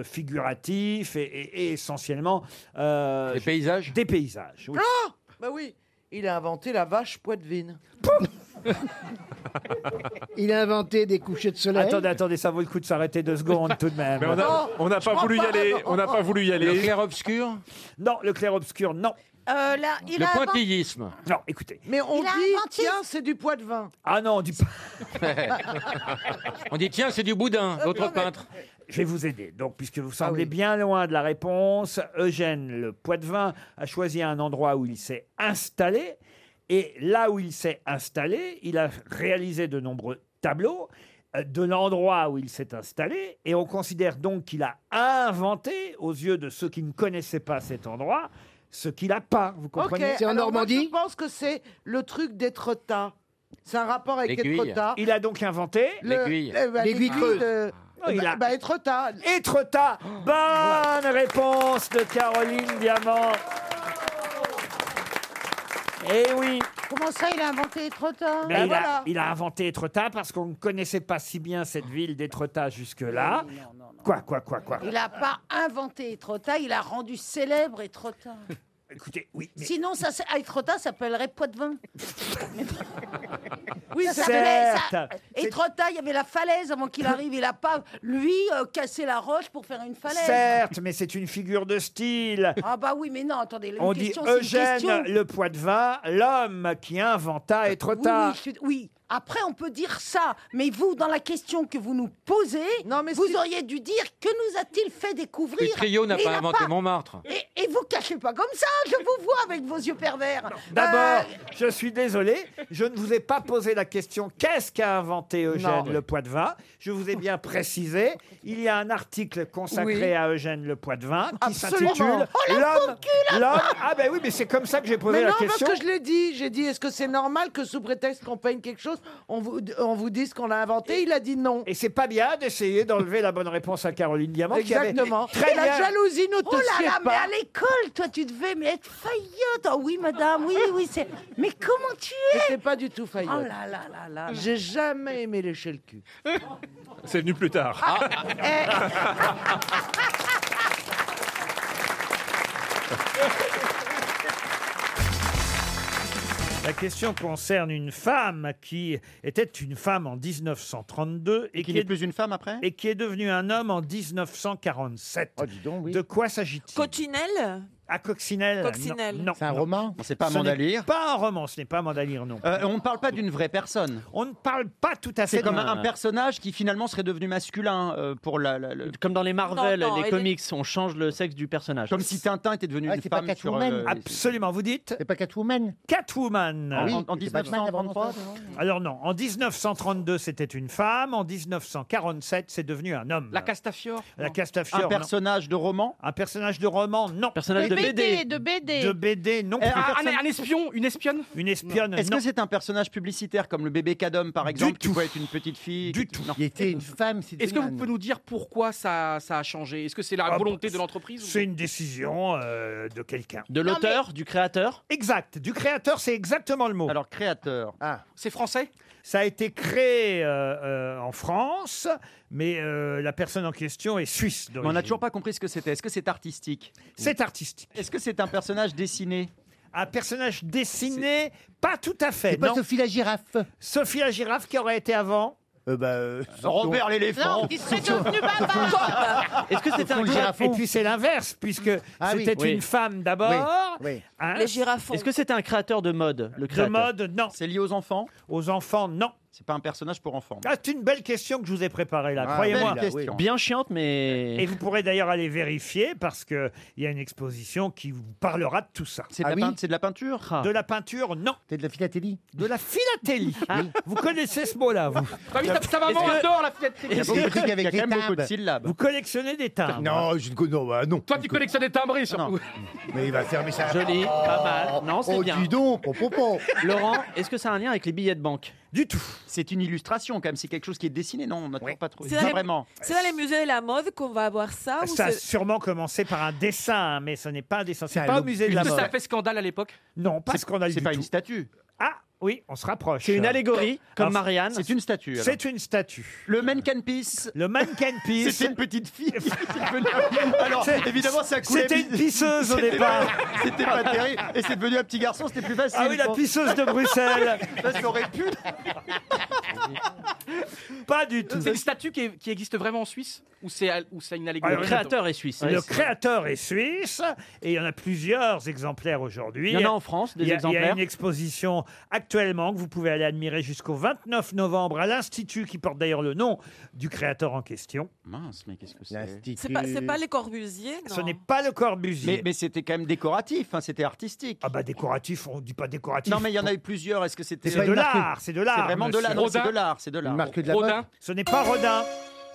Speaker 4: figuratives et, et- et essentiellement euh,
Speaker 12: Les paysages
Speaker 4: des paysages. oui.
Speaker 11: Bah oui, il a inventé la vache poitevine.
Speaker 8: Il a inventé des couchers de soleil.
Speaker 4: attendez, attendez, ça vaut le coup de s'arrêter deux secondes tout de même.
Speaker 14: Mais on
Speaker 15: Oh,
Speaker 14: a- on n'a pas voulu y aller. On n'a pas voulu y
Speaker 12: Le
Speaker 14: aller.
Speaker 12: clair-obscur
Speaker 4: Non, le clair-obscur, non.
Speaker 9: Euh, là, il
Speaker 12: Le
Speaker 9: a inventé-
Speaker 12: pointillisme
Speaker 4: Non, écoutez.
Speaker 11: Mais on
Speaker 9: Il a
Speaker 11: dit,
Speaker 9: inventé-
Speaker 11: tiens, c'est du
Speaker 12: [LAUGHS]
Speaker 11: Bah, poitevin.
Speaker 4: Ah non, du...
Speaker 11: [LAUGHS]
Speaker 12: On dit tiens, c'est du boudin, l'autre peintre. Ah
Speaker 4: Je vais vous aider. Donc, puisque vous semblez bien loin de la réponse, Eugène Le Poitevin a choisi un endroit où il s'est installé. Et là où il s'est installé, il a réalisé de nombreux tableaux euh, de l'endroit où il s'est installé. Et on considère donc qu'il a inventé, aux yeux de ceux qui ne connaissaient pas cet endroit, ce qu'il a peint. Vous
Speaker 11: Ok,
Speaker 4: comprenez
Speaker 8: C'est en
Speaker 11: alors moi,
Speaker 8: Normandie
Speaker 11: Je pense que c'est le truc d'Étretat. C'est un rapport avec
Speaker 12: L'aiguille.
Speaker 11: Étretat.
Speaker 4: Il a donc inventé
Speaker 11: Le-
Speaker 12: L'aiguille.
Speaker 11: le- bah,
Speaker 8: L'aiguille creuse.
Speaker 11: de-
Speaker 4: Oh, il
Speaker 11: bah,
Speaker 4: a-
Speaker 11: bah, Étretat.
Speaker 4: Étretat. Bonne réponse de Caroline Diamant. Eh oui
Speaker 9: Comment ça, il a inventé les trottoirs
Speaker 4: Mais
Speaker 11: Ben
Speaker 4: il, a-
Speaker 11: voilà.
Speaker 4: il a, inventé Étretat parce qu'on ne connaissait pas si bien cette ville d'Étretat jusque-là. Quoi, quoi, quoi, quoi
Speaker 9: Il n'a pas inventé Etrota, il a rendu célèbre Etrota.
Speaker 4: Écoutez,
Speaker 11: [LAUGHS]
Speaker 4: oui. mais-
Speaker 3: Sinon, ça, c'est- ah, Etretat s'appellerait poids de vin. oui, ça
Speaker 4: Certes.
Speaker 3: s'appelait. Ça... Etretat, il y avait la falaise avant qu'il arrive. Il a pas, lui, euh, cassé la roche pour faire une falaise.
Speaker 4: Certes, mais c'est une figure de style.
Speaker 3: Ah, bah oui, mais non, attendez. une
Speaker 4: On dit
Speaker 3: question, c'est une question.
Speaker 4: Eugène le poids de vin, l'homme qui inventa être
Speaker 3: Oui, oui, je suis- oui. Après, on peut dire ça, mais vous, dans la question que vous nous posez, vous auriez dû dire que nous a-t-il fait découvrir
Speaker 15: Trio n'a
Speaker 3: Mais il
Speaker 15: pas
Speaker 3: a
Speaker 15: inventé Montmartre.
Speaker 3: Et, et vous cachez pas comme ça, je vous vois avec vos yeux pervers.
Speaker 4: D'abord,
Speaker 11: Euh.
Speaker 4: je suis désolé, je ne vous ai pas posé la question qu'est-ce qu'a inventé Eugène
Speaker 15: Non.
Speaker 4: le Poitvin. Je vous ai bien précisé, il y a un article consacré
Speaker 15: Oui.
Speaker 4: à Eugène le Poitvin qui
Speaker 11: Absolument.
Speaker 4: s'intitule
Speaker 11: Oh, la
Speaker 4: L'homme.
Speaker 11: faucule
Speaker 4: L'homme. Ah ben oui, mais c'est comme ça que j'ai posé
Speaker 11: Mais
Speaker 4: la
Speaker 11: non, parce
Speaker 4: question.
Speaker 11: que je l'ai dit. J'ai dit, est-ce que c'est normal que sous prétexte qu'on peigne quelque chose, on vous, on vous dise qu'on l'a inventé Il a dit non.
Speaker 4: Et c'est pas bien d'essayer d'enlever la bonne réponse à Caroline Diamant. qui avait
Speaker 11: Exactement.
Speaker 4: Très
Speaker 11: la
Speaker 4: bien.
Speaker 11: jalousie ne te
Speaker 3: Oh là
Speaker 11: sied
Speaker 3: là, mais
Speaker 11: pas.
Speaker 3: à l'école, toi, tu devais mais être faillotte. Oh oui, madame, oui, oui, c'est. Mais comment tu es
Speaker 11: J'étais pas du tout faillotte.
Speaker 3: Oh là là là là. là.
Speaker 11: J'ai jamais aimé lécher le cul.
Speaker 14: C'est venu plus tard.
Speaker 4: La question concerne une femme qui était une femme en 1932 et,
Speaker 12: qui n'est plus
Speaker 4: une femme après et qui est devenue un homme en 1947.
Speaker 12: Oh,
Speaker 4: De quoi s'agit-il Coccinelle À Coccinelle. Euh, non,
Speaker 16: Coccinelle.
Speaker 4: Non.
Speaker 12: C'est un
Speaker 4: non.
Speaker 12: roman C'est pas
Speaker 4: Ce n'est
Speaker 12: Amanda Lear
Speaker 4: Pas un roman, ce n'est pas Mandalire, non.
Speaker 12: Euh, on ne parle pas d'une vraie personne.
Speaker 4: On ne parle pas tout à fait
Speaker 12: C'est comme
Speaker 4: d'un-
Speaker 12: un personnage qui finalement serait devenu masculin euh, pour la,
Speaker 5: Comme dans les Marvel,
Speaker 12: Non, non,
Speaker 5: les
Speaker 12: elle-
Speaker 5: comics, on change le sexe du personnage. Comme
Speaker 12: si Tintin était
Speaker 4: Ah,
Speaker 12: devenu
Speaker 5: une femme
Speaker 12: euh,
Speaker 4: Absolument, vous dites C'est pas Catwoman Catwoman
Speaker 12: Ah oui, En- en c'est Batman 1933, avant ça,
Speaker 4: Alors non, en 1932 c'était une femme, en 1947 c'est devenu un homme. La Castafiore La Castafiore.
Speaker 12: Un personnage
Speaker 4: de roman Un personnage de roman, non.
Speaker 12: Personnage De de BD, BD. de BD.
Speaker 4: De BD, non.
Speaker 12: Euh, un Ah, perso- un- un
Speaker 4: espion, une espionne Une espionne,
Speaker 12: Est-ce
Speaker 4: non.
Speaker 12: que c'est un personnage publicitaire comme le bébé Cadom par exemple qui peut être une petite fille Du tout. Il était une femme.
Speaker 15: Est-ce que vous pouvez nous dire pourquoi ça, ça a changé Est-ce que c'est la
Speaker 4: Ah,
Speaker 15: volonté
Speaker 4: bah,
Speaker 15: de l'entreprise ou-
Speaker 4: C'est une décision euh, de quelqu'un.
Speaker 5: De l'auteur,
Speaker 4: du créateur Exact, du créateur, c'est exactement le mot. Alors créateur. Ah, c'est français Ça a été créé euh, euh, en France, mais euh, la personne en question est suisse.
Speaker 12: on n'a
Speaker 4: d'origine.
Speaker 12: toujours pas compris ce que c'était. Est-ce que c'est artistique
Speaker 4: C'est artistique.
Speaker 12: Est-ce que c'est un personnage dessiné
Speaker 4: Un personnage dessiné Pas tout à fait. non.
Speaker 12: la girafe.
Speaker 4: Sophie la girafe qui aurait été avant bah, euh,
Speaker 12: Robert l'éléphant. Non, il serait devenu bavard.
Speaker 4: Est-ce que c'est
Speaker 12: Surtout
Speaker 4: un
Speaker 12: le girafon.
Speaker 4: Ah, Et puis c'est l'inverse, puisque
Speaker 5: Ah oui.
Speaker 4: c'était
Speaker 5: Oui.
Speaker 4: une femme d'abord.
Speaker 5: Oui, oui.
Speaker 4: hein.
Speaker 5: Les girafons. Est-ce que c'était un créateur de mode le
Speaker 4: De
Speaker 5: créateur
Speaker 4: mode, non.
Speaker 12: C'est lié aux enfants
Speaker 4: Aux enfants, non.
Speaker 12: C'est pas un personnage pour enfants.
Speaker 4: Ah, c'est une belle question que je vous ai préparée là,
Speaker 12: Ah,
Speaker 4: croyez-moi.
Speaker 12: belle question.
Speaker 4: Bien
Speaker 5: chiante, mais.
Speaker 4: Et vous pourrez d'ailleurs aller vérifier parce qu'il y a une exposition qui vous parlera de tout ça. Ah
Speaker 12: C'est de, la peint- c'est de la peinture
Speaker 4: De la peinture, non. C'est de la philatélie De la philatélie Vous connaissez ce mot-là, vous
Speaker 15: Bah oui, ta, ta maman
Speaker 4: Est-ce que-
Speaker 15: adore la philatélie.
Speaker 4: Est-ce que-
Speaker 12: syllabes.
Speaker 4: Vous collectionnez des timbres
Speaker 17: Non, je ne connais
Speaker 11: bah,
Speaker 17: pas. Non.
Speaker 15: Toi, tu collectionnes des timbrés
Speaker 11: Ah,
Speaker 15: surtout.
Speaker 17: Mais il va fermer ça.
Speaker 5: Joli, pas mal. Non, c'est
Speaker 17: oh,
Speaker 5: bien.
Speaker 17: dis donc, pom, pom,
Speaker 6: oh.
Speaker 17: pom.
Speaker 5: Laurent, est-ce que ça a un lien avec les billets de banque
Speaker 4: Du tout.
Speaker 12: C'est une illustration quand même, c'est quelque chose qui est dessiné, non On n'a toujours pas trouvé.
Speaker 16: C'est dans,
Speaker 12: Pas
Speaker 16: les-
Speaker 12: vraiment.
Speaker 16: c'est dans les musées de la mode qu'on va avoir ça. ou
Speaker 4: Ça a
Speaker 16: c'est-
Speaker 4: sûrement commencé par un dessin, hein, mais ce n'est pas un dessin. C'est
Speaker 12: un
Speaker 4: pas au
Speaker 12: logo.
Speaker 4: musée de la
Speaker 15: Est-ce que ça
Speaker 4: mode.
Speaker 15: a fait scandale à l'époque
Speaker 4: Non, pas scandale
Speaker 12: C'est
Speaker 4: du
Speaker 12: pas
Speaker 4: tout.
Speaker 12: une statue.
Speaker 4: Ah oui, on se rapproche.
Speaker 12: C'est une allégorie, comme
Speaker 4: Alors,
Speaker 12: Marianne. C'est une statue, alors.
Speaker 4: C'est une statue.
Speaker 12: Le mannequin Peace.
Speaker 4: Le
Speaker 12: [LAUGHS]
Speaker 4: mannequin Peace.
Speaker 12: C'était une petite
Speaker 4: [LAUGHS]
Speaker 12: fille. qui est devenue- Alors,
Speaker 4: C'est-
Speaker 12: évidemment, ça coulait.
Speaker 4: c'était une pisseuse au
Speaker 12: C'était
Speaker 4: départ.
Speaker 12: pas- C'était pas terrible. Et c'est devenu un petit garçon, c'était plus facile.
Speaker 4: Ah oui, la
Speaker 12: quoi.
Speaker 4: pisseuse de Bruxelles.
Speaker 12: Ça, ça aurait pu.
Speaker 4: [LAUGHS] Pas du tout.
Speaker 15: C'est une statue qui, est- qui existe vraiment en Suisse Ou c'est à- ou c'est une
Speaker 12: Ah,
Speaker 15: allégorie
Speaker 4: Alors, Le créateur est suisse et il y en a plusieurs exemplaires aujourd'hui.
Speaker 5: Il y en a en France, des
Speaker 4: Il y a- Il y a
Speaker 5: exemplaires.
Speaker 4: une exposition actuellement que vous pouvez aller admirer jusqu'au 29 novembre à l'Institut qui porte d'ailleurs le nom du créateur en question.
Speaker 12: Mince, mais qu'est-ce que c'est
Speaker 16: C'est pas, c'est pas les Corbusiers, non.
Speaker 4: Ce n'est pas le Corbusier.
Speaker 12: Mais, mais c'était quand même décoratif, hein, c'était artistique.
Speaker 4: Ah bah décoratif, on dit pas décoratif.
Speaker 12: Non mais il y en a eu plusieurs. Est-ce que c'était
Speaker 4: C'est de l'art, c'est de l'art.
Speaker 12: C'est vraiment de l'art.
Speaker 4: monsieur.
Speaker 12: non, C'est de l'art, c'est de l'art.
Speaker 4: Ce n'est pas Rodin.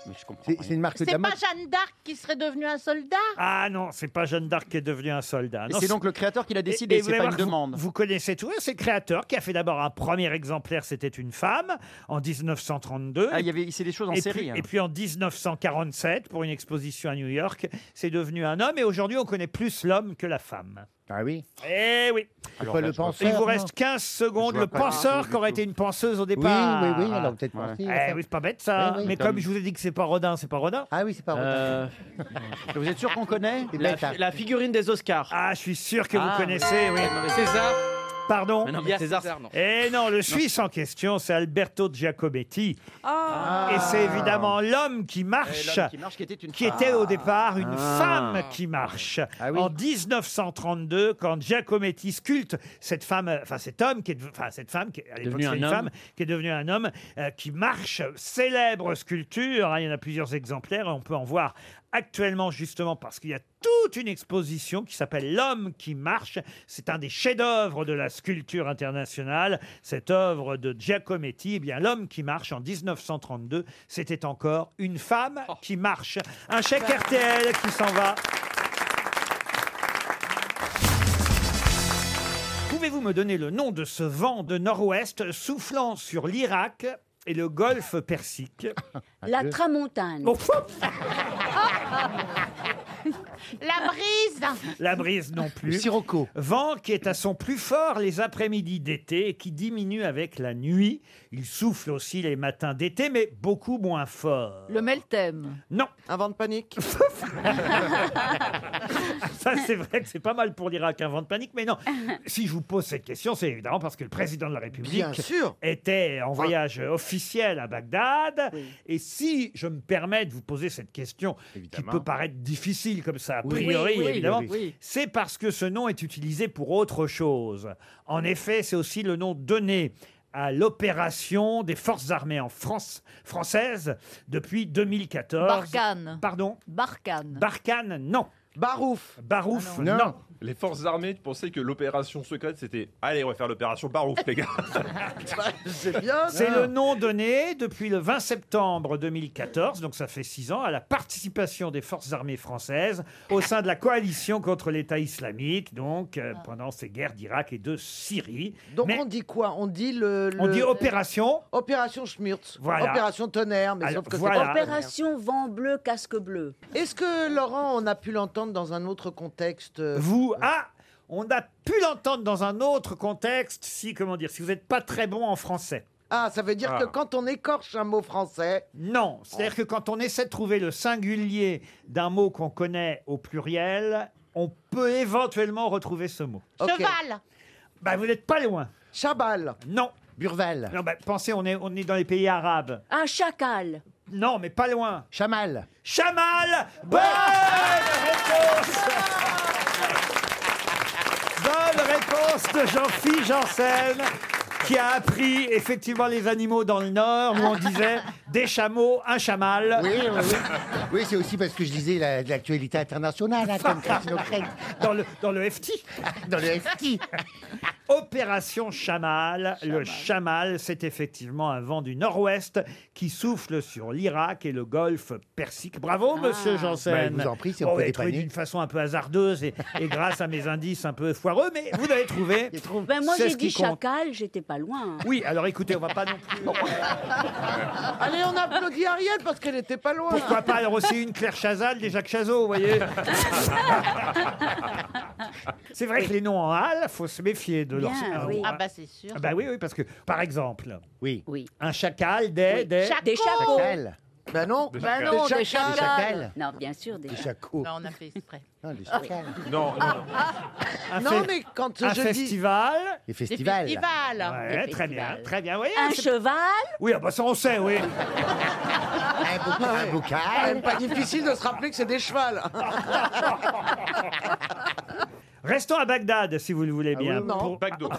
Speaker 12: C'est c'est une marque
Speaker 3: C'est pas Jeanne d'Arc qui serait devenue un soldat
Speaker 4: Ah non, c'est pas Jeanne d'Arc qui est devenue un soldat.
Speaker 12: Et
Speaker 4: Non,
Speaker 12: c'est donc le créateur qui l'a décidé,
Speaker 4: vous
Speaker 12: c'est
Speaker 4: allez
Speaker 12: pas
Speaker 4: voir
Speaker 12: une
Speaker 4: que vous-
Speaker 12: demande.
Speaker 4: Vous, connaissez tout, hein. c'est le créateur qui a fait d'abord un premier exemplaire, c'était une femme, en 1932.
Speaker 12: Ah, il y avait, c'est des choses en
Speaker 4: et
Speaker 12: série. hein.
Speaker 4: Puis,
Speaker 12: alors.
Speaker 4: et puis en 1947, pour une exposition à New York, c'est devenu un homme. Et aujourd'hui, on connaît plus l'homme que la femme.
Speaker 17: Ah oui
Speaker 4: Eh oui.
Speaker 17: Alors, pas le penseur,
Speaker 4: Il vous
Speaker 17: non
Speaker 4: reste 15 secondes.
Speaker 17: Je vois
Speaker 4: Le
Speaker 17: pas
Speaker 4: penseur
Speaker 17: du
Speaker 4: qui aurait été une penseuse au
Speaker 17: Oui,
Speaker 4: départ.
Speaker 17: oui, oui, alors peut-être pensée,
Speaker 4: Eh
Speaker 17: ça.
Speaker 4: oui, c'est pas bête ça.
Speaker 17: Oui, oui.
Speaker 4: Mais
Speaker 17: Tom.
Speaker 4: comme je vous ai dit que c'est pas Rodin, c'est pas Rodin.
Speaker 17: Ah oui, c'est pas Rodin.
Speaker 4: Euh,
Speaker 5: Vous êtes
Speaker 11: Ah,
Speaker 5: sûr qu'on connaît
Speaker 4: C'est
Speaker 5: la,
Speaker 4: bête, hein.
Speaker 5: fi- la figurine des Oscars.
Speaker 4: Ah, je suis sûr que
Speaker 5: Ah,
Speaker 4: vous connaissez, oui.
Speaker 5: oui. César.
Speaker 4: Pardon
Speaker 5: Mais non, mais Il y a César. César, non.
Speaker 4: Eh non, le Suisse en question, c'est Alberto Giacometti.
Speaker 18: Ah.
Speaker 4: Et c'est évidemment l'homme qui marche,
Speaker 19: Et l'homme qui marche, qui était une femme.
Speaker 4: était au départ une
Speaker 19: Ah.
Speaker 4: femme qui marche. En 1932, quand Giacometti sculpte cette femme, euh, enfin cet homme qui est, de- enfin cette femme qui est- à l'époque
Speaker 5: Devenu
Speaker 4: c'est
Speaker 5: un
Speaker 4: une
Speaker 5: homme.
Speaker 4: femme qui est devenue un homme euh, qui marche, célèbre sculpture. hein, il y en a plusieurs exemplaires, on peut en voir actuellement justement parce qu'il y a toute une exposition qui s'appelle L'homme qui marche. C'est un des chefs-d'œuvre de la sculpture internationale. Cette œuvre de Giacometti, eh bien L'homme qui marche en 1932, c'était encore une femme
Speaker 5: Oh.
Speaker 4: qui marche.
Speaker 5: Ah
Speaker 4: Un chèque
Speaker 5: bah.
Speaker 4: RTL qui s'en va. Pouvez-vous me donner le nom de ce vent de nord-ouest soufflant sur l'Irak et le golfe Persique
Speaker 20: [LAUGHS]
Speaker 4: Oh,
Speaker 20: La tramontane.
Speaker 4: Bon, hop,
Speaker 13: Ah,
Speaker 9: La brise
Speaker 4: La brise non plus.
Speaker 17: Sirocco.
Speaker 4: Vent qui est à son plus fort les après-midi d'été et qui diminue avec la nuit. Il souffle aussi les matins d'été, mais beaucoup moins fort.
Speaker 21: Le Meltem.
Speaker 4: Non.
Speaker 11: Un vent de panique.
Speaker 4: [LAUGHS] Ça, c'est vrai que c'est pas mal pour l'Irak, un vent de panique, mais non. Si je vous pose cette question, c'est évidemment parce que le président de la République
Speaker 11: Bien sûr. Ah.
Speaker 4: était en voyage officiel à Bagdad. Et si je me permets de vous poser cette question, qui peut paraître difficile comme ça, a
Speaker 11: Oui,
Speaker 4: priori,
Speaker 11: oui, oui.
Speaker 4: évidemment,
Speaker 11: Oui.
Speaker 4: c'est parce que ce nom est utilisé pour autre chose. En effet, c'est aussi le nom donné à l'opération des forces armées en France françaises depuis
Speaker 17: Euh,
Speaker 4: 2014.
Speaker 21: Barkhane.
Speaker 4: Pardon
Speaker 21: Barkhane.
Speaker 4: Barkhane, non.
Speaker 11: Barouf. Ah
Speaker 4: Barouf, Eh. non.
Speaker 14: Les forces armées pensaient que l'opération secrète, c'était allez, on va faire l'opération Barouf, les gars.
Speaker 11: C'est bien.
Speaker 4: C'est Ah. le nom donné depuis le 20 septembre 2014, donc ça fait six ans, à la participation des forces armées françaises au sein de la coalition contre l'État islamique, donc euh, pendant ces guerres d'Irak et de Syrie.
Speaker 11: Ah. Donc on dit quoi On dit le,
Speaker 4: On
Speaker 11: le-
Speaker 4: dit opération.
Speaker 11: Opération Schmurz.
Speaker 4: Voilà.
Speaker 11: Opération Tonnerre. Mais
Speaker 4: Alors,
Speaker 11: sauf que c'est
Speaker 4: voilà.
Speaker 11: pas
Speaker 20: Opération vent bleu, casque bleu.
Speaker 11: Tonnerre. Est-ce que Laurent, on a pu l'entendre dans un autre contexte euh,
Speaker 4: Vous, ah, on a pu l'entendre dans un autre contexte, si, comment dire, si vous n'êtes pas très bon en français.
Speaker 11: Ah, ça veut dire
Speaker 4: Ah.
Speaker 11: que quand on écorche un mot français.
Speaker 4: Non, c'est-à-dire que quand on essaie de trouver le singulier d'un mot qu'on connaît au pluriel, on peut éventuellement retrouver ce mot.
Speaker 11: Cheval.
Speaker 4: Bah, vous n'êtes pas loin.
Speaker 11: Chabal.
Speaker 4: Non.
Speaker 17: Burval.
Speaker 4: Non, bah, pensez, on est, on est dans les pays arabes.
Speaker 20: Un chacal.
Speaker 4: Non, mais pas loin.
Speaker 17: Chamal.
Speaker 4: Chamal Bonne réponse Bonne réponse de Jean-Philippe Janssen qui a appris effectivement les animaux dans le Nord où on disait des chameaux, un chamal.
Speaker 17: Oui, oui, oui. Oui, c'est aussi parce que je disais la- l'actualité internationale, hein,
Speaker 4: [LAUGHS]
Speaker 17: comme Christine O'Crane.
Speaker 4: Dans le, dans le FT.
Speaker 17: Dans le FT.
Speaker 4: Opération Chamal. Le Chamal, c'est effectivement un vent du nord-ouest qui souffle sur l'Irak et le golfe Persique. Bravo, monsieur Janssen.
Speaker 17: Bah, Ah. je vous en prie, si on
Speaker 4: Bon,
Speaker 17: peut
Speaker 4: vous avez trouvé
Speaker 17: dépanner.
Speaker 4: d'une façon un peu hasardeuse et, et grâce à mes indices un peu foireux, mais vous l'avez trouvé.
Speaker 20: Ben moi
Speaker 4: C'est
Speaker 20: j'ai
Speaker 4: ce qui
Speaker 20: dit
Speaker 4: compte.
Speaker 20: chacal, j'étais pas loin. hein.
Speaker 4: Oui, alors écoutez, on va pas non plus.
Speaker 11: Ah, Allez, on applaudit Ariel parce qu'elle était pas loin.
Speaker 4: Pourquoi pas alors aussi une Claire Chazal, des Jacques Chazot,
Speaker 21: [LAUGHS]
Speaker 4: vous voyez C'est vrai que les noms en hal, faut se méfier de leur.
Speaker 21: Bien,
Speaker 4: Ah,
Speaker 21: oui.
Speaker 4: ah,
Speaker 21: Ah bah c'est sûr.
Speaker 4: Ah bah oui, oui, parce que, par exemple,
Speaker 17: oui.
Speaker 4: un chacal, des...
Speaker 21: Oui.
Speaker 4: des...
Speaker 21: Chacal. Des chapeaux.
Speaker 17: Chacal.
Speaker 11: Ben non.
Speaker 17: Des
Speaker 21: Bah
Speaker 17: chacals.
Speaker 21: non, des
Speaker 17: Des
Speaker 21: chacals.
Speaker 17: chacals.
Speaker 20: Non, bien sûr, des,
Speaker 17: Des chacaux.
Speaker 21: Non, on a fait exprès.
Speaker 17: Non, des chacals.
Speaker 14: Non, non.
Speaker 4: Un
Speaker 11: Non,
Speaker 4: fe-
Speaker 11: mais quand
Speaker 4: un
Speaker 11: je
Speaker 4: festival.
Speaker 17: Des
Speaker 21: festivals. Des festivals.
Speaker 4: Ouais,
Speaker 21: Des
Speaker 4: très bien, très bien. Oui,
Speaker 20: Un
Speaker 4: c'est-
Speaker 20: cheval.
Speaker 4: Oui, ah bah ça on sait, oui.
Speaker 17: Un, bouc-
Speaker 4: Ah,
Speaker 17: un
Speaker 11: dis.
Speaker 17: bocal.
Speaker 11: Pas difficile de se rappeler que c'est des chevals.
Speaker 4: Restons à Bagdad, si vous le
Speaker 17: Ah
Speaker 4: voulez Eh bien.
Speaker 11: oui, non.
Speaker 4: Pour-
Speaker 14: Bagdo.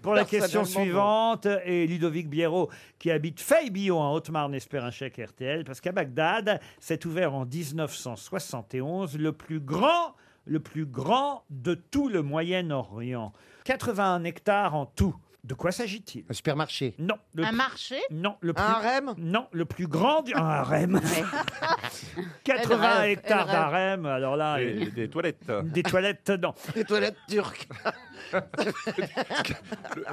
Speaker 4: Pour la question
Speaker 11: Personnellement,
Speaker 4: suivante, et Ludovic Biérot, qui habite Fay-Billon en Haute-Marne, espère un chèque RTL, parce qu'à Bagdad, s'est ouvert en 1971 le plus grand, le plus grand de tout le Moyen-Orient. 81 hectares en tout. De quoi s'agit-il
Speaker 17: Un supermarché
Speaker 4: Non. le
Speaker 21: Un
Speaker 4: plus-
Speaker 21: marché
Speaker 4: Non. Le plus...
Speaker 21: Un
Speaker 4: harem Non, le plus grand... du- Un harem
Speaker 20: [LAUGHS]
Speaker 4: 80
Speaker 21: Elle rêve,
Speaker 4: hectares
Speaker 21: elle rêve.
Speaker 4: d'harem, alors là...
Speaker 14: Des-
Speaker 4: euh,
Speaker 14: des toilettes.
Speaker 4: Des toilettes, non.
Speaker 11: Des toilettes
Speaker 14: [LAUGHS]
Speaker 11: turques.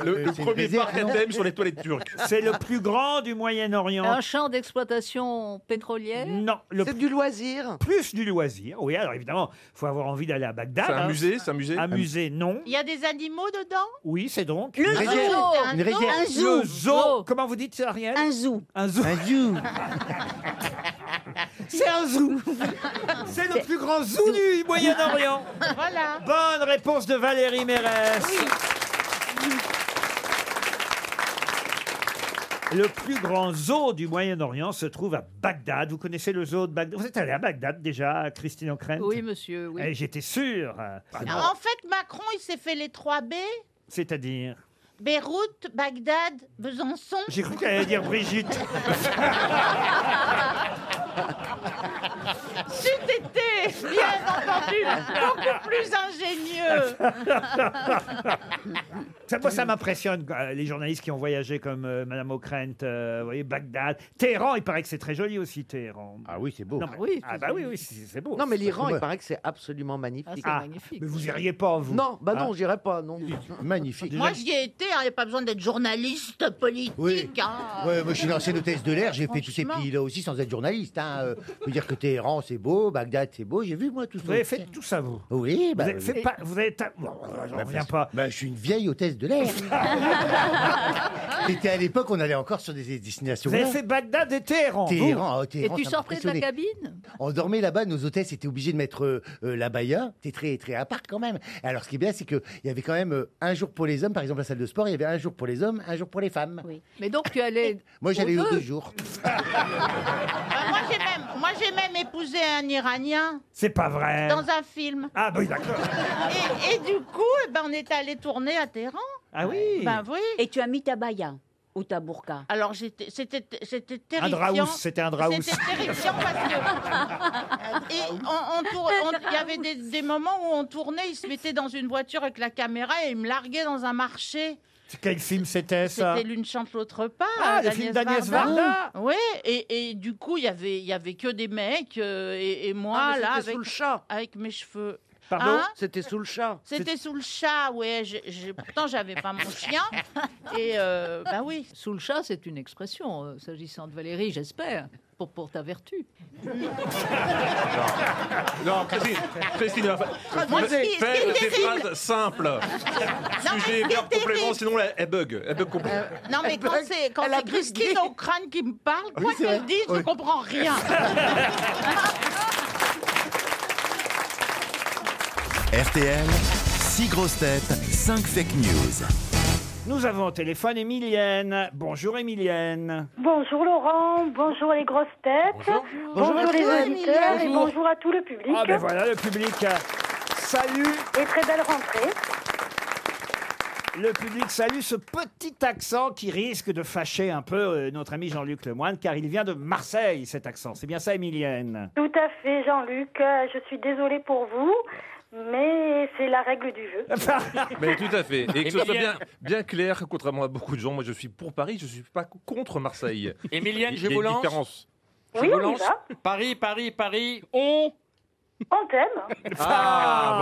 Speaker 14: Le, le premier parc ATM sur les toilettes turques.
Speaker 4: C'est le plus grand du Moyen-Orient.
Speaker 21: Un champ d'exploitation pétrolière
Speaker 4: Non. C'est
Speaker 11: du loisir
Speaker 4: Plus du loisir, oui. Alors évidemment, il faut avoir envie d'aller à Bagdad.
Speaker 14: C'est un
Speaker 4: hein.
Speaker 14: musée, c'est un musée
Speaker 4: Un musée, non.
Speaker 21: Il y a des animaux dedans
Speaker 4: Oui, c'est donc...
Speaker 21: Le Une zoo. rivière.
Speaker 4: Un
Speaker 21: Une rivière.
Speaker 4: Le
Speaker 21: Un zoo.
Speaker 4: zoo. Comment vous dites, Ariel Un zoo. Un zoo. C'est un zoo. [LAUGHS] C'est le plus grand zoo du Moyen-Orient.
Speaker 21: Voilà.
Speaker 4: Bonne réponse de Valérie Mérès. Le plus grand zoo du Moyen-Orient se trouve à Bagdad. Vous connaissez le zoo de Bagdad Vous êtes allé à Bagdad déjà, Christine O'Krent
Speaker 21: Oui, monsieur, oui.
Speaker 4: Eh, J'étais sûr. Ah, non.
Speaker 21: En fait, Macron, il s'est fait les 3 B.
Speaker 4: C'est-à-dire
Speaker 21: Beyrouth, Bagdad, Besançon.
Speaker 4: J'ai cru qu'elle allait
Speaker 13: [LAUGHS]
Speaker 4: dire Brigitte.
Speaker 21: C'eût été, bien entendu, beaucoup plus
Speaker 4: [LAUGHS]
Speaker 21: ingénieux.
Speaker 4: Ça, moi, ça m'impressionne, euh, les journalistes qui ont voyagé comme euh, Madame O'Krent, euh, vous voyez, Bagdad, Téhéran, il paraît que c'est très joli aussi, Téhéran.
Speaker 17: Ah oui, c'est beau.
Speaker 4: Non, mais-
Speaker 11: oui,
Speaker 4: ah
Speaker 11: c'est
Speaker 4: bah
Speaker 11: joli.
Speaker 4: oui, oui, c'est c'est beau.
Speaker 11: Non, mais l'Iran, il paraît que c'est absolument magnifique.
Speaker 4: Ah, Mais vous iriez pas, vous
Speaker 11: Non, bah non,
Speaker 4: Ah.
Speaker 11: j'irai pas, non.
Speaker 17: Magnifique.
Speaker 13: Moi, j'y ai été, il n'y a pas besoin d'être journaliste politique.
Speaker 17: Oui.
Speaker 13: hein.
Speaker 17: Ouais, moi, je suis l'ancienne hôtesse de l'air, j'ai fait tous ces
Speaker 13: Franchement.
Speaker 17: pays-là aussi sans être journaliste. Hein. Euh, faut dire que Téhéran, c'est beau, Bagdad, c'est beau, j'ai vu moi tout ça.
Speaker 4: Vous avez fait tout ça, vous
Speaker 17: Oui, bah,
Speaker 4: vous avez,
Speaker 17: oui.
Speaker 4: fait pas, vous avez ta- Bon, j'en
Speaker 17: Bah,
Speaker 4: reviens
Speaker 17: parce-
Speaker 4: pas.
Speaker 17: bah, je suis une vieille hôtesse de l'air. C'était à l'époque, on allait encore sur des destinations.
Speaker 4: Ah. Vous avez
Speaker 17: loin.
Speaker 4: fait Bagdad et Téhéran. vous
Speaker 17: Téhéran, ah,
Speaker 21: Et
Speaker 17: Téhéran,
Speaker 21: tu
Speaker 17: ça
Speaker 21: sortais de la
Speaker 17: m'impressionnait.
Speaker 21: cabine
Speaker 17: On dormait là-bas, nos hôtesses étaient obligées de mettre euh, euh, la baya. C'était très, très à part quand même. Alors, ce qui est bien, c'est qu'il y avait quand même euh, un jour pour les hommes, par exemple, la salle de sport, il y avait un jour pour les hommes, un jour pour les femmes.
Speaker 21: Mais donc, tu allais.
Speaker 17: Moi, j'allais
Speaker 21: aux
Speaker 17: aux
Speaker 21: deux.
Speaker 17: deux jours.
Speaker 13: Bah, Moi, j'ai même, moi, j'ai même épousé un Iranien
Speaker 4: C'est pas vrai.
Speaker 13: dans un film.
Speaker 4: Ah, bah oui, d'accord.
Speaker 13: Et, et du coup, eh ben, on est allé tourner à Téhéran.
Speaker 4: Ah oui
Speaker 13: Ben oui.
Speaker 20: Et tu as mis ta baya ou ta burqa
Speaker 13: Alors, j'étais- c'était c'était
Speaker 4: Un
Speaker 13: terrifiant.
Speaker 4: draous, c'était un draous.
Speaker 13: C'était terrifiant parce que.
Speaker 4: [LAUGHS]
Speaker 13: Et on, on tour- on- il y avait des, des moments où on tournait, il se mettait dans une voiture avec la caméra et il me larguait dans un marché.
Speaker 4: Quel film c'était, ça
Speaker 13: C'était L'une chante l'autre pas.
Speaker 4: Ah,
Speaker 13: euh,
Speaker 4: le film d'Agnès Varda.
Speaker 13: Oui, et, et du coup, il y avait- il y avait que des mecs euh, et, et moi,
Speaker 11: Ah, mais
Speaker 13: là,
Speaker 11: c'était
Speaker 13: avec,
Speaker 11: sous le chat.
Speaker 13: avec mes cheveux.
Speaker 11: Pardon
Speaker 13: Hein
Speaker 11: C'était sous le chat.
Speaker 13: c'était sous le chat, ouais. j'ai- j'ai- pourtant, j'avais pas mon chien. Et
Speaker 17: [LAUGHS]
Speaker 13: euh, bah oui.
Speaker 21: ben Sous le chat, c'est une expression, euh, s'agissant de Valérie, j'espère, pour, pour ta vertu.
Speaker 14: Non, Christine, Christine, va fa-
Speaker 13: Moi,
Speaker 14: faites
Speaker 13: ce qui- ce qui est
Speaker 14: des
Speaker 13: terrible-
Speaker 14: phrases simples. Sujet, verbe, complément, sinon elle, elle bug. Elle bug complètement.
Speaker 13: Non, mais quand c'est quand c'est Christine au crâne qui me parle, quoi qu'elle dise, je comprends rien.
Speaker 16: RTL, 6 grosses têtes, 5 fake news.
Speaker 4: Nous avons au téléphone Émilienne. Bonjour, Émilienne.
Speaker 22: [LAUGHS] Bonjour Laurent, bonjour les grosses têtes, bonjour,
Speaker 4: Bonjour à
Speaker 22: les
Speaker 4: toi,
Speaker 22: auditeurs
Speaker 4: Émilie.
Speaker 22: et
Speaker 4: Bonjour.
Speaker 22: bonjour à tout le public.
Speaker 4: Ah, ben voilà, le public. euh, Salut
Speaker 22: Et très belle rentrée.
Speaker 4: Le public salue ce petit accent qui risque de fâcher un peu euh, notre ami Jean-Luc Lemoyne, car il vient de Marseille, cet accent. C'est bien ça, Émilienne
Speaker 22: Tout à fait Jean-Luc, Euh, je suis désolée pour vous, mais c'est la règle du
Speaker 4: [LAUGHS]
Speaker 22: jeu.
Speaker 14: Mais tout à fait. Et que ce soit
Speaker 12: Émilienne.
Speaker 14: bien, bien clair, contrairement à beaucoup de gens, moi je suis pour Paris, je suis pas contre Marseille.
Speaker 12: Émilienne,
Speaker 14: Il y
Speaker 12: je
Speaker 14: a
Speaker 12: vous
Speaker 14: une
Speaker 12: lance.
Speaker 14: différence.
Speaker 12: Je
Speaker 14: Oui,
Speaker 12: vous
Speaker 14: on y
Speaker 12: lance.
Speaker 14: va.
Speaker 12: Paris, Paris, Paris. On.
Speaker 22: On t'aime
Speaker 14: Ah,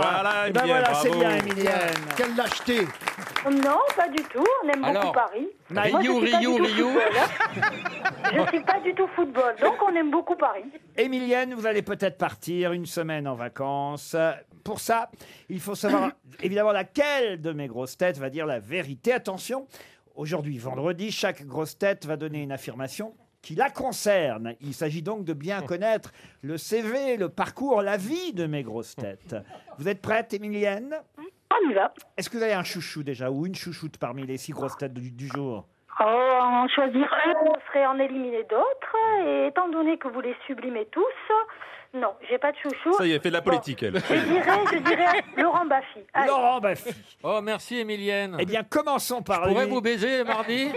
Speaker 11: Eh
Speaker 14: voilà,
Speaker 4: ben
Speaker 14: Émilienne,
Speaker 4: voilà, c'est
Speaker 14: bravo.
Speaker 4: bien, Émilienne.
Speaker 17: Quelle lâcheté
Speaker 22: Non, pas du tout, on aime
Speaker 12: Alors,
Speaker 22: beaucoup Paris.
Speaker 12: Rio,
Speaker 22: Moi, je suis pas
Speaker 12: Rio,
Speaker 22: du tout
Speaker 12: Rio.
Speaker 22: football,
Speaker 4: [LAUGHS]
Speaker 22: hein. Je suis pas du tout football, donc on aime beaucoup Paris.
Speaker 4: Émilienne, vous allez peut-être partir une semaine en vacances. Euh, Pour ça, il
Speaker 22: [COUGHS]
Speaker 4: faut savoir évidemment laquelle de mes grosses têtes va dire la vérité. Attention, aujourd'hui, vendredi, chaque grosse tête va donner une affirmation qui la concerne. Il s'agit donc de bien
Speaker 22: Oh.
Speaker 4: connaître le CV, le parcours, la vie de mes grosses têtes. Vous êtes prête, Émilienne
Speaker 22: On y va.
Speaker 4: Est-ce que vous avez un chouchou déjà ou une chouchoute parmi les six grosses têtes du, du jour
Speaker 22: Oh, en choisir un, on serait en éliminer d'autres, et étant donné que vous les sublimez tous, non, j'ai pas de chouchou.
Speaker 14: Ça y est, elle fait de la politique, elle.
Speaker 22: Je dirais, je dirais Laurent
Speaker 14: [LAUGHS]
Speaker 22: Baffy. Allez.
Speaker 4: Laurent Baffy.
Speaker 12: Oh, merci, Émilienne.
Speaker 4: Eh bien, commençons par
Speaker 12: Je pourrais
Speaker 4: [LAUGHS] lui.
Speaker 12: vous baiser mardi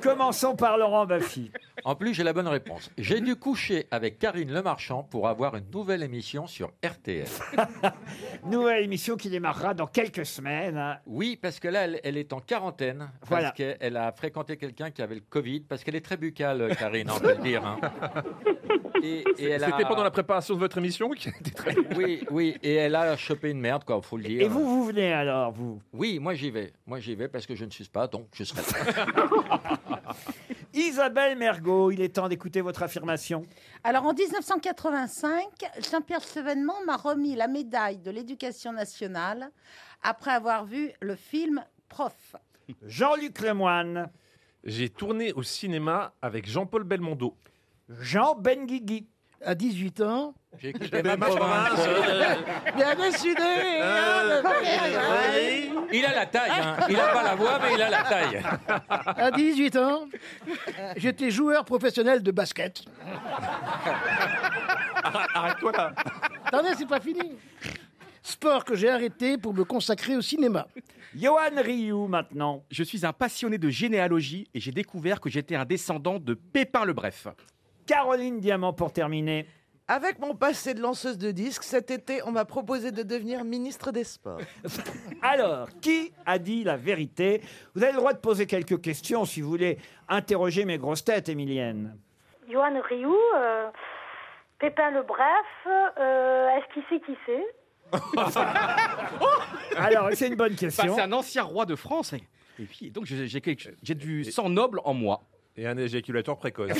Speaker 4: Commençons par Laurent Baffy.
Speaker 12: En plus, j'ai la bonne réponse. J'ai dû coucher avec Karine Lemarchand pour avoir une nouvelle émission sur RTL.
Speaker 4: [LAUGHS] Nouvelle émission qui démarrera dans quelques semaines. hein.
Speaker 12: Oui, parce que là, elle, elle est en quarantaine. Parce
Speaker 4: Voilà.
Speaker 12: qu'elle elle a fréquenté quelqu'un qui avait le Covid. Parce qu'elle est très buccale, euh, Karine, on peut le dire. hein. Et, et elle a-
Speaker 14: C'était pendant la préparation de votre émission qui était très
Speaker 12: Oui, oui, et elle a chopé une merde, quoi, faut le dire.
Speaker 14: Et vous,
Speaker 4: vous venez alors, vous
Speaker 12: Oui, moi j'y vais. Moi j'y vais parce que je ne suis pas, donc je serai
Speaker 4: Isabelle Mergot, il est temps d'écouter votre affirmation.
Speaker 9: Alors en 1985, Jean-Pierre Chevènement m'a remis la médaille de l'éducation nationale après avoir vu le film Prof.
Speaker 4: Jean-Luc Lemoine.
Speaker 14: J'ai tourné au cinéma avec Jean-Paul Belmondo.
Speaker 4: Jean Benguigui.
Speaker 14: À 18 ans. J'ai
Speaker 12: écouté ma province.
Speaker 11: Bien décidé hein,
Speaker 4: Euh.
Speaker 11: le-
Speaker 12: Il a la taille, hein. il a pas la voix, mais il a la taille.
Speaker 8: À 18 ans, j'étais joueur professionnel de basket.
Speaker 12: Arrête-toi là.
Speaker 8: Attendez, c'est pas fini. Sport que j'ai arrêté pour me consacrer au cinéma.
Speaker 4: Johan Rioux maintenant.
Speaker 1: Je suis un passionné de généalogie et j'ai découvert que j'étais un descendant de Pépin le Bref.
Speaker 4: Caroline Diamant pour terminer.
Speaker 11: Avec mon passé de lanceuse de disques, cet été, on m'a proposé de devenir ministre des Sports.
Speaker 4: [LAUGHS] Alors, qui a dit la vérité Vous avez le droit de poser quelques questions si vous voulez interroger mes grosses
Speaker 22: [LAUGHS]
Speaker 4: têtes, Émilienne.
Speaker 22: Johan Rioux, euh, Pépin le Bref, euh, est-ce qu'il sait qui c'est
Speaker 1: [LAUGHS]
Speaker 4: [LAUGHS] Alors, c'est une bonne question.
Speaker 1: Bah, c'est un ancien roi de France. Et et puis, donc, j'ai j'ai quelque- j'ai du sang noble en moi.
Speaker 14: Et un éjaculateur
Speaker 4: [LAUGHS]
Speaker 14: précoce.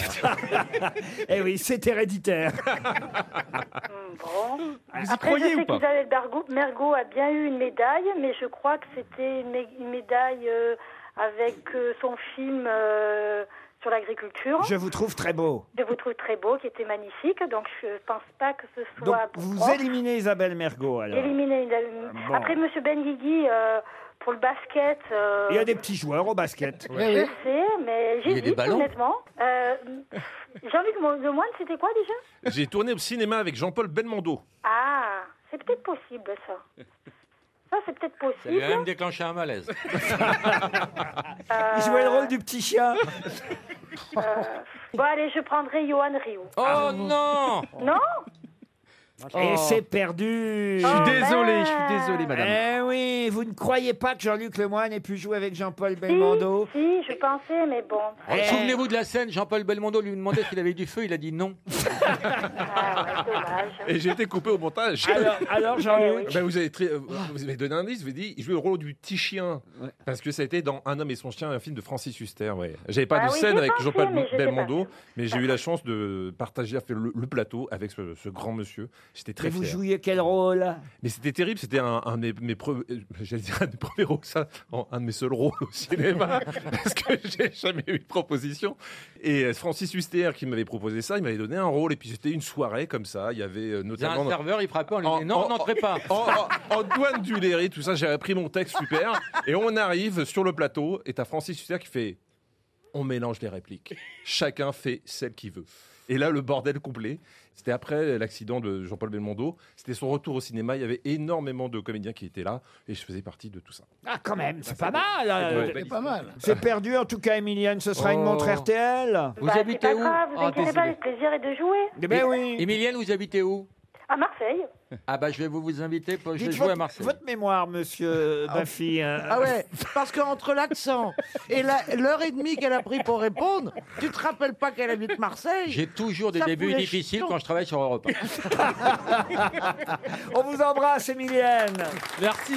Speaker 4: Eh oui, c'est héréditaire.
Speaker 22: Bon.
Speaker 14: Vous y
Speaker 22: Après,
Speaker 14: croyez
Speaker 22: je
Speaker 14: ou
Speaker 22: sais
Speaker 14: pas
Speaker 22: qu'Isabelle Bergo- Mergo a bien eu une médaille, mais je crois que c'était une, mé- une médaille euh, avec euh, son film euh, sur l'agriculture.
Speaker 4: Je vous trouve très beau.
Speaker 22: Je vous trouve très beau, qui était magnifique, donc je pense pas que ce
Speaker 4: Donc,
Speaker 22: soit.
Speaker 4: vous
Speaker 22: propre.
Speaker 4: éliminez Isabelle Mergot alors.
Speaker 22: Éliminer une-
Speaker 4: bon.
Speaker 22: Après, Monsieur Benguigui, euh, pour le basket. euh,
Speaker 4: Il y a des petits joueurs au basket.
Speaker 22: Je sais, mais
Speaker 14: Il y a des
Speaker 22: j'hésite
Speaker 14: ballons.
Speaker 22: honnêtement. Euh, Jean-Luc Mo- Lemoine, c'était quoi déjà
Speaker 14: J'ai tourné au cinéma avec Jean-Paul Belmondo.
Speaker 22: Ah, c'est peut-être possible ça. Ça, c'est peut-être
Speaker 12: Ça lui
Speaker 22: possible.
Speaker 12: a même déclenché un malaise.
Speaker 4: [LAUGHS] Il jouait le rôle du
Speaker 12: [LAUGHS]
Speaker 4: petit chien.
Speaker 22: Euh, bon, allez, je prendrai Johan Rio.
Speaker 12: Oh non
Speaker 22: Non
Speaker 4: Ah. Et c'est perdu.
Speaker 1: Oh. Je suis Oh, désolé, je suis désolé, madame.
Speaker 4: Eh oui, vous ne croyez pas que Jean-Luc Lemoyne ait pu jouer avec Jean-Paul Belmondo
Speaker 22: Si, je pensais, mais bon.
Speaker 12: Oh, Souvenez-vous de la scène, Jean-Paul Belmondo lui demandait s'il avait du feu, il a dit non.
Speaker 14: Et j'ai été coupé au montage.
Speaker 4: Alors-
Speaker 14: [LAUGHS]
Speaker 4: alors, Jean-Luc
Speaker 14: Ben, vous, avez très- euh, vous avez donné un indice, vous avez dit, il jouait le rôle du petit chien. Parce que ça a été dans Un homme et son chien, un film de Francis Huster. Ouais. J'avais pas
Speaker 22: Ah
Speaker 14: de
Speaker 22: oui,
Speaker 14: scène
Speaker 22: j'ai
Speaker 14: avec
Speaker 22: pensé,
Speaker 14: Jean-Paul
Speaker 22: mais j'étais
Speaker 14: Belmondo, mais j'ai eu la chance de partager le, le plateau avec ce, ce grand monsieur. J'étais très
Speaker 4: Mais vous
Speaker 14: fier.
Speaker 4: jouiez quel rôle
Speaker 14: Mais c'était terrible, c'était un, un de mes, mes pre- euh, j'allais dire un des premiers rôles, ça, en- un de mes seuls rôles au
Speaker 4: [LAUGHS]
Speaker 14: cinéma, parce que [LAUGHS] j'ai jamais eu de proposition. Et euh, Francis Huster qui m'avait proposé ça, il m'avait donné un rôle, et puis c'était une soirée comme ça, il y avait euh,
Speaker 12: Il y a
Speaker 14: notamment... Oh,
Speaker 12: un serveur, il frappait, on lui dit
Speaker 14: En-
Speaker 12: non,
Speaker 14: en-
Speaker 12: n'entrez pas.
Speaker 14: En, en- en douane du Léry, oh, tout ça, j'ai appris mon texte super, et on arrive sur le plateau, et t'as Francis Huster qui fait on mélange les répliques. Chacun fait celle qu'il veut. Et là, le bordel complet. C'était après l'accident de Jean-Paul Belmondo. C'était son retour au cinéma. Il y avait énormément de comédiens qui étaient là. Et je faisais partie de tout ça.
Speaker 4: Ah, quand même, c'est pas mal. euh,
Speaker 14: c'est
Speaker 8: pas mal.
Speaker 4: C'est perdu en tout cas, Émilienne. Ce sera une
Speaker 12: Oh.
Speaker 4: montre [LAUGHS] RTL.
Speaker 12: Vous habitez
Speaker 22: Bah, pas
Speaker 12: où
Speaker 22: grave, vous
Speaker 12: Ah,
Speaker 22: inquiétez
Speaker 12: désolé.
Speaker 22: pas, le plaisir est de jouer.
Speaker 4: Eh ben oui.
Speaker 12: Emilienne, vous habitez où
Speaker 22: À Marseille.
Speaker 12: Ah bah je vais vous, vous inviter, pour, je
Speaker 4: Dites
Speaker 12: vais jouer
Speaker 4: votre,
Speaker 12: à Marseille.
Speaker 4: votre mémoire, monsieur Baffy. euh,
Speaker 11: Ah ouais, parce qu'entre l'accent et la- l'heure et demie qu'elle a pris pour répondre, tu te rappelles pas qu'elle habite Marseille
Speaker 12: J'ai toujours des
Speaker 11: Ça
Speaker 12: débuts
Speaker 11: voulait
Speaker 12: difficiles
Speaker 11: chiant. [LAUGHS]
Speaker 12: quand je travaille sur Europe.
Speaker 4: [LAUGHS]
Speaker 12: un.
Speaker 4: On vous embrasse, Émilienne.
Speaker 12: Merci.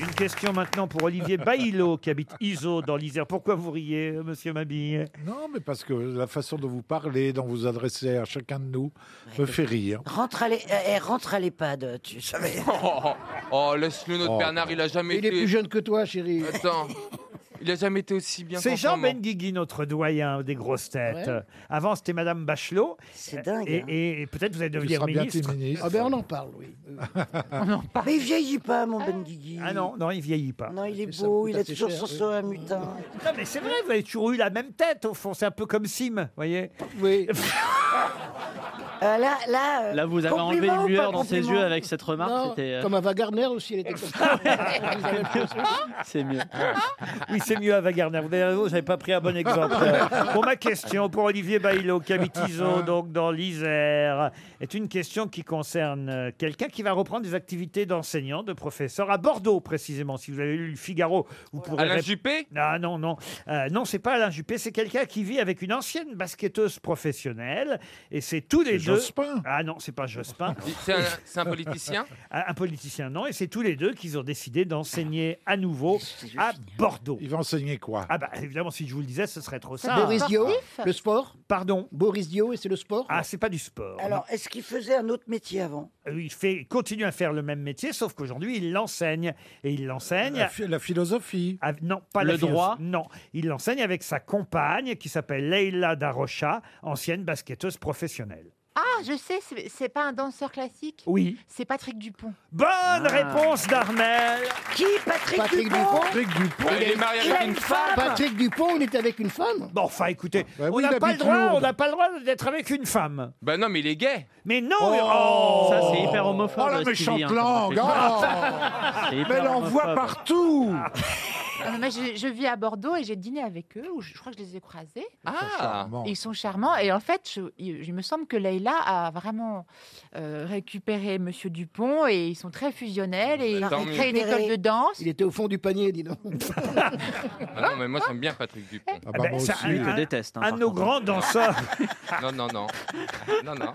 Speaker 4: Une question maintenant pour Olivier Baillot, qui habite Iso dans l'Isère. Pourquoi vous riez, euh, monsieur Mabille
Speaker 6: Non, [LAUGHS] mais parce que la façon dont vous parlez, dont vous adressez à chacun de nous, me fait rire.
Speaker 7: Rentre à l'é- euh, eh, rentre à l'EHPAD, tu savais.
Speaker 10: Oh, oh, laisse-le, notre
Speaker 6: Oh.
Speaker 10: Bernard, il a jamais
Speaker 6: Il
Speaker 10: été.
Speaker 6: est plus jeune
Speaker 8: que toi, chérie.
Speaker 10: Attends, il a jamais été aussi bien
Speaker 4: C'est
Speaker 10: qu'en ce
Speaker 4: Jean
Speaker 10: moment.
Speaker 4: Benguigui, notre doyen des grosses têtes.
Speaker 10: Ouais.
Speaker 4: Avant, c'était Madame Bachelot.
Speaker 7: C'est dingue,
Speaker 4: Et,
Speaker 7: hein.
Speaker 4: et- et peut-être vous allez devenir
Speaker 6: seras bientôt
Speaker 4: ministre.
Speaker 6: ministre.
Speaker 8: Ah ben on en parle, oui.
Speaker 7: Mais il vieillit pas, mon Ben Guigui.
Speaker 4: Ah non, non, il vieillit pas.
Speaker 7: Non, il est
Speaker 4: ça
Speaker 7: beau,
Speaker 4: coûte
Speaker 7: il a
Speaker 4: assez
Speaker 7: toujours
Speaker 4: cher,
Speaker 7: son
Speaker 4: oui.
Speaker 7: soin mutin.
Speaker 4: Non, mais c'est vrai, [LAUGHS] vous avez toujours eu la même tête, au fond. C'est un peu comme Sim, vous voyez
Speaker 8: Oui.
Speaker 7: Euh, là, là, euh,
Speaker 5: Là, vous avez
Speaker 7: compliment
Speaker 5: enlevé
Speaker 7: ou
Speaker 5: une lueur
Speaker 7: pas
Speaker 5: dans ses
Speaker 7: compliment
Speaker 5: yeux avec cette remarque.
Speaker 8: Non,
Speaker 5: C'était. euh,
Speaker 8: Comme à Wagner aussi, elle était comme ça.
Speaker 5: C'est mieux.
Speaker 4: Oui, c'est mieux à Wagner. Vous avez vous n'avez pas pris un bon exemple. pour ma question, pour Olivier Baillot, qui habite Iso, donc dans l'Isère, est une question qui concerne euh, quelqu'un qui va reprendre des activités d'enseignant, de professeur, à Bordeaux précisément. Si vous avez lu le Figaro, vous pourrez...
Speaker 10: Alain
Speaker 4: rép-
Speaker 10: Juppé
Speaker 4: Ah non, non. Euh, non, c'est pas Alain Juppé, c'est quelqu'un qui vit avec une ancienne basketteuse professionnelle. Et c'est tous les deux... Jospin Ah non, c'est pas Jospin.
Speaker 10: C'est un- c'est un politicien
Speaker 4: [LAUGHS] Un un politicien, non. Et c'est tous les deux qu'ils ont décidé d'enseigner à nouveau à Bordeaux. Ils vont enseigner quoi Ah bah évidemment, si je vous le disais, ce serait trop simple. Ah.
Speaker 8: Boris Dio, le sport.
Speaker 4: Pardon
Speaker 8: Boris Dio, et c'est le sport.
Speaker 4: Ah, c'est pas du sport.
Speaker 7: Alors, est-ce qu'il faisait un autre métier avant
Speaker 4: Euh, Il, fait, il continue à faire le même métier, sauf qu'aujourd'hui, il l'enseigne. Et il l'enseigne.
Speaker 6: La phi-
Speaker 4: philosophie. non, pas la
Speaker 6: Le
Speaker 4: philosophie.
Speaker 6: droit
Speaker 4: Non, il l'enseigne avec sa compagne qui s'appelle Leila Darocha, ancienne basketteuse professionnelle.
Speaker 2: Ah, je sais, c'est- c'est pas un danseur classique
Speaker 4: Oui.
Speaker 2: C'est Patrick Dupont.
Speaker 4: Bonne réponse d'Armel.
Speaker 7: Qui Patrick,
Speaker 8: Ah. Patrick Dupont
Speaker 4: Patrick Dupont.
Speaker 8: Il est marié avec une femme. Patrick Dupont, il était avec une femme.
Speaker 4: Bon, enfin, écoutez, on
Speaker 8: oui,
Speaker 4: n'a
Speaker 8: il
Speaker 4: pas le
Speaker 8: habite
Speaker 4: droit, on
Speaker 8: Lourdes.
Speaker 4: n'a pas le droit d'être avec une femme.
Speaker 10: Bah non, mais il est gay.
Speaker 4: Mais non
Speaker 10: Oh.
Speaker 4: mais- oh.
Speaker 10: Ça, c'est hyper homophobe,
Speaker 6: Oh, la
Speaker 10: Stevie,
Speaker 6: méchante
Speaker 10: hein, comme
Speaker 6: langue
Speaker 10: réflexion.
Speaker 6: oh.
Speaker 10: C'est
Speaker 6: Mais
Speaker 10: hyper
Speaker 6: elle en voit
Speaker 10: homophobe.
Speaker 5: [LAUGHS]
Speaker 6: partout
Speaker 2: Ah, mais je, je vis à Bordeaux et j'ai dîné avec eux, ou je, je crois que je les ai croisés.
Speaker 6: Ah.
Speaker 2: Ils sont charmants. Et en fait, je- il, il me semble que Leïla a vraiment euh, récupéré Monsieur Dupont et ils sont très fusionnels et ils ont créé une école de danse.
Speaker 8: Il était au fond du panier, dis donc.
Speaker 10: Ah non, mais moi j'aime bien Patrick Dupont.
Speaker 4: Ah bah, ça, un- un-
Speaker 5: hein,
Speaker 4: un de nos grands danseurs.
Speaker 10: [LAUGHS] Non, non, non. Non, non.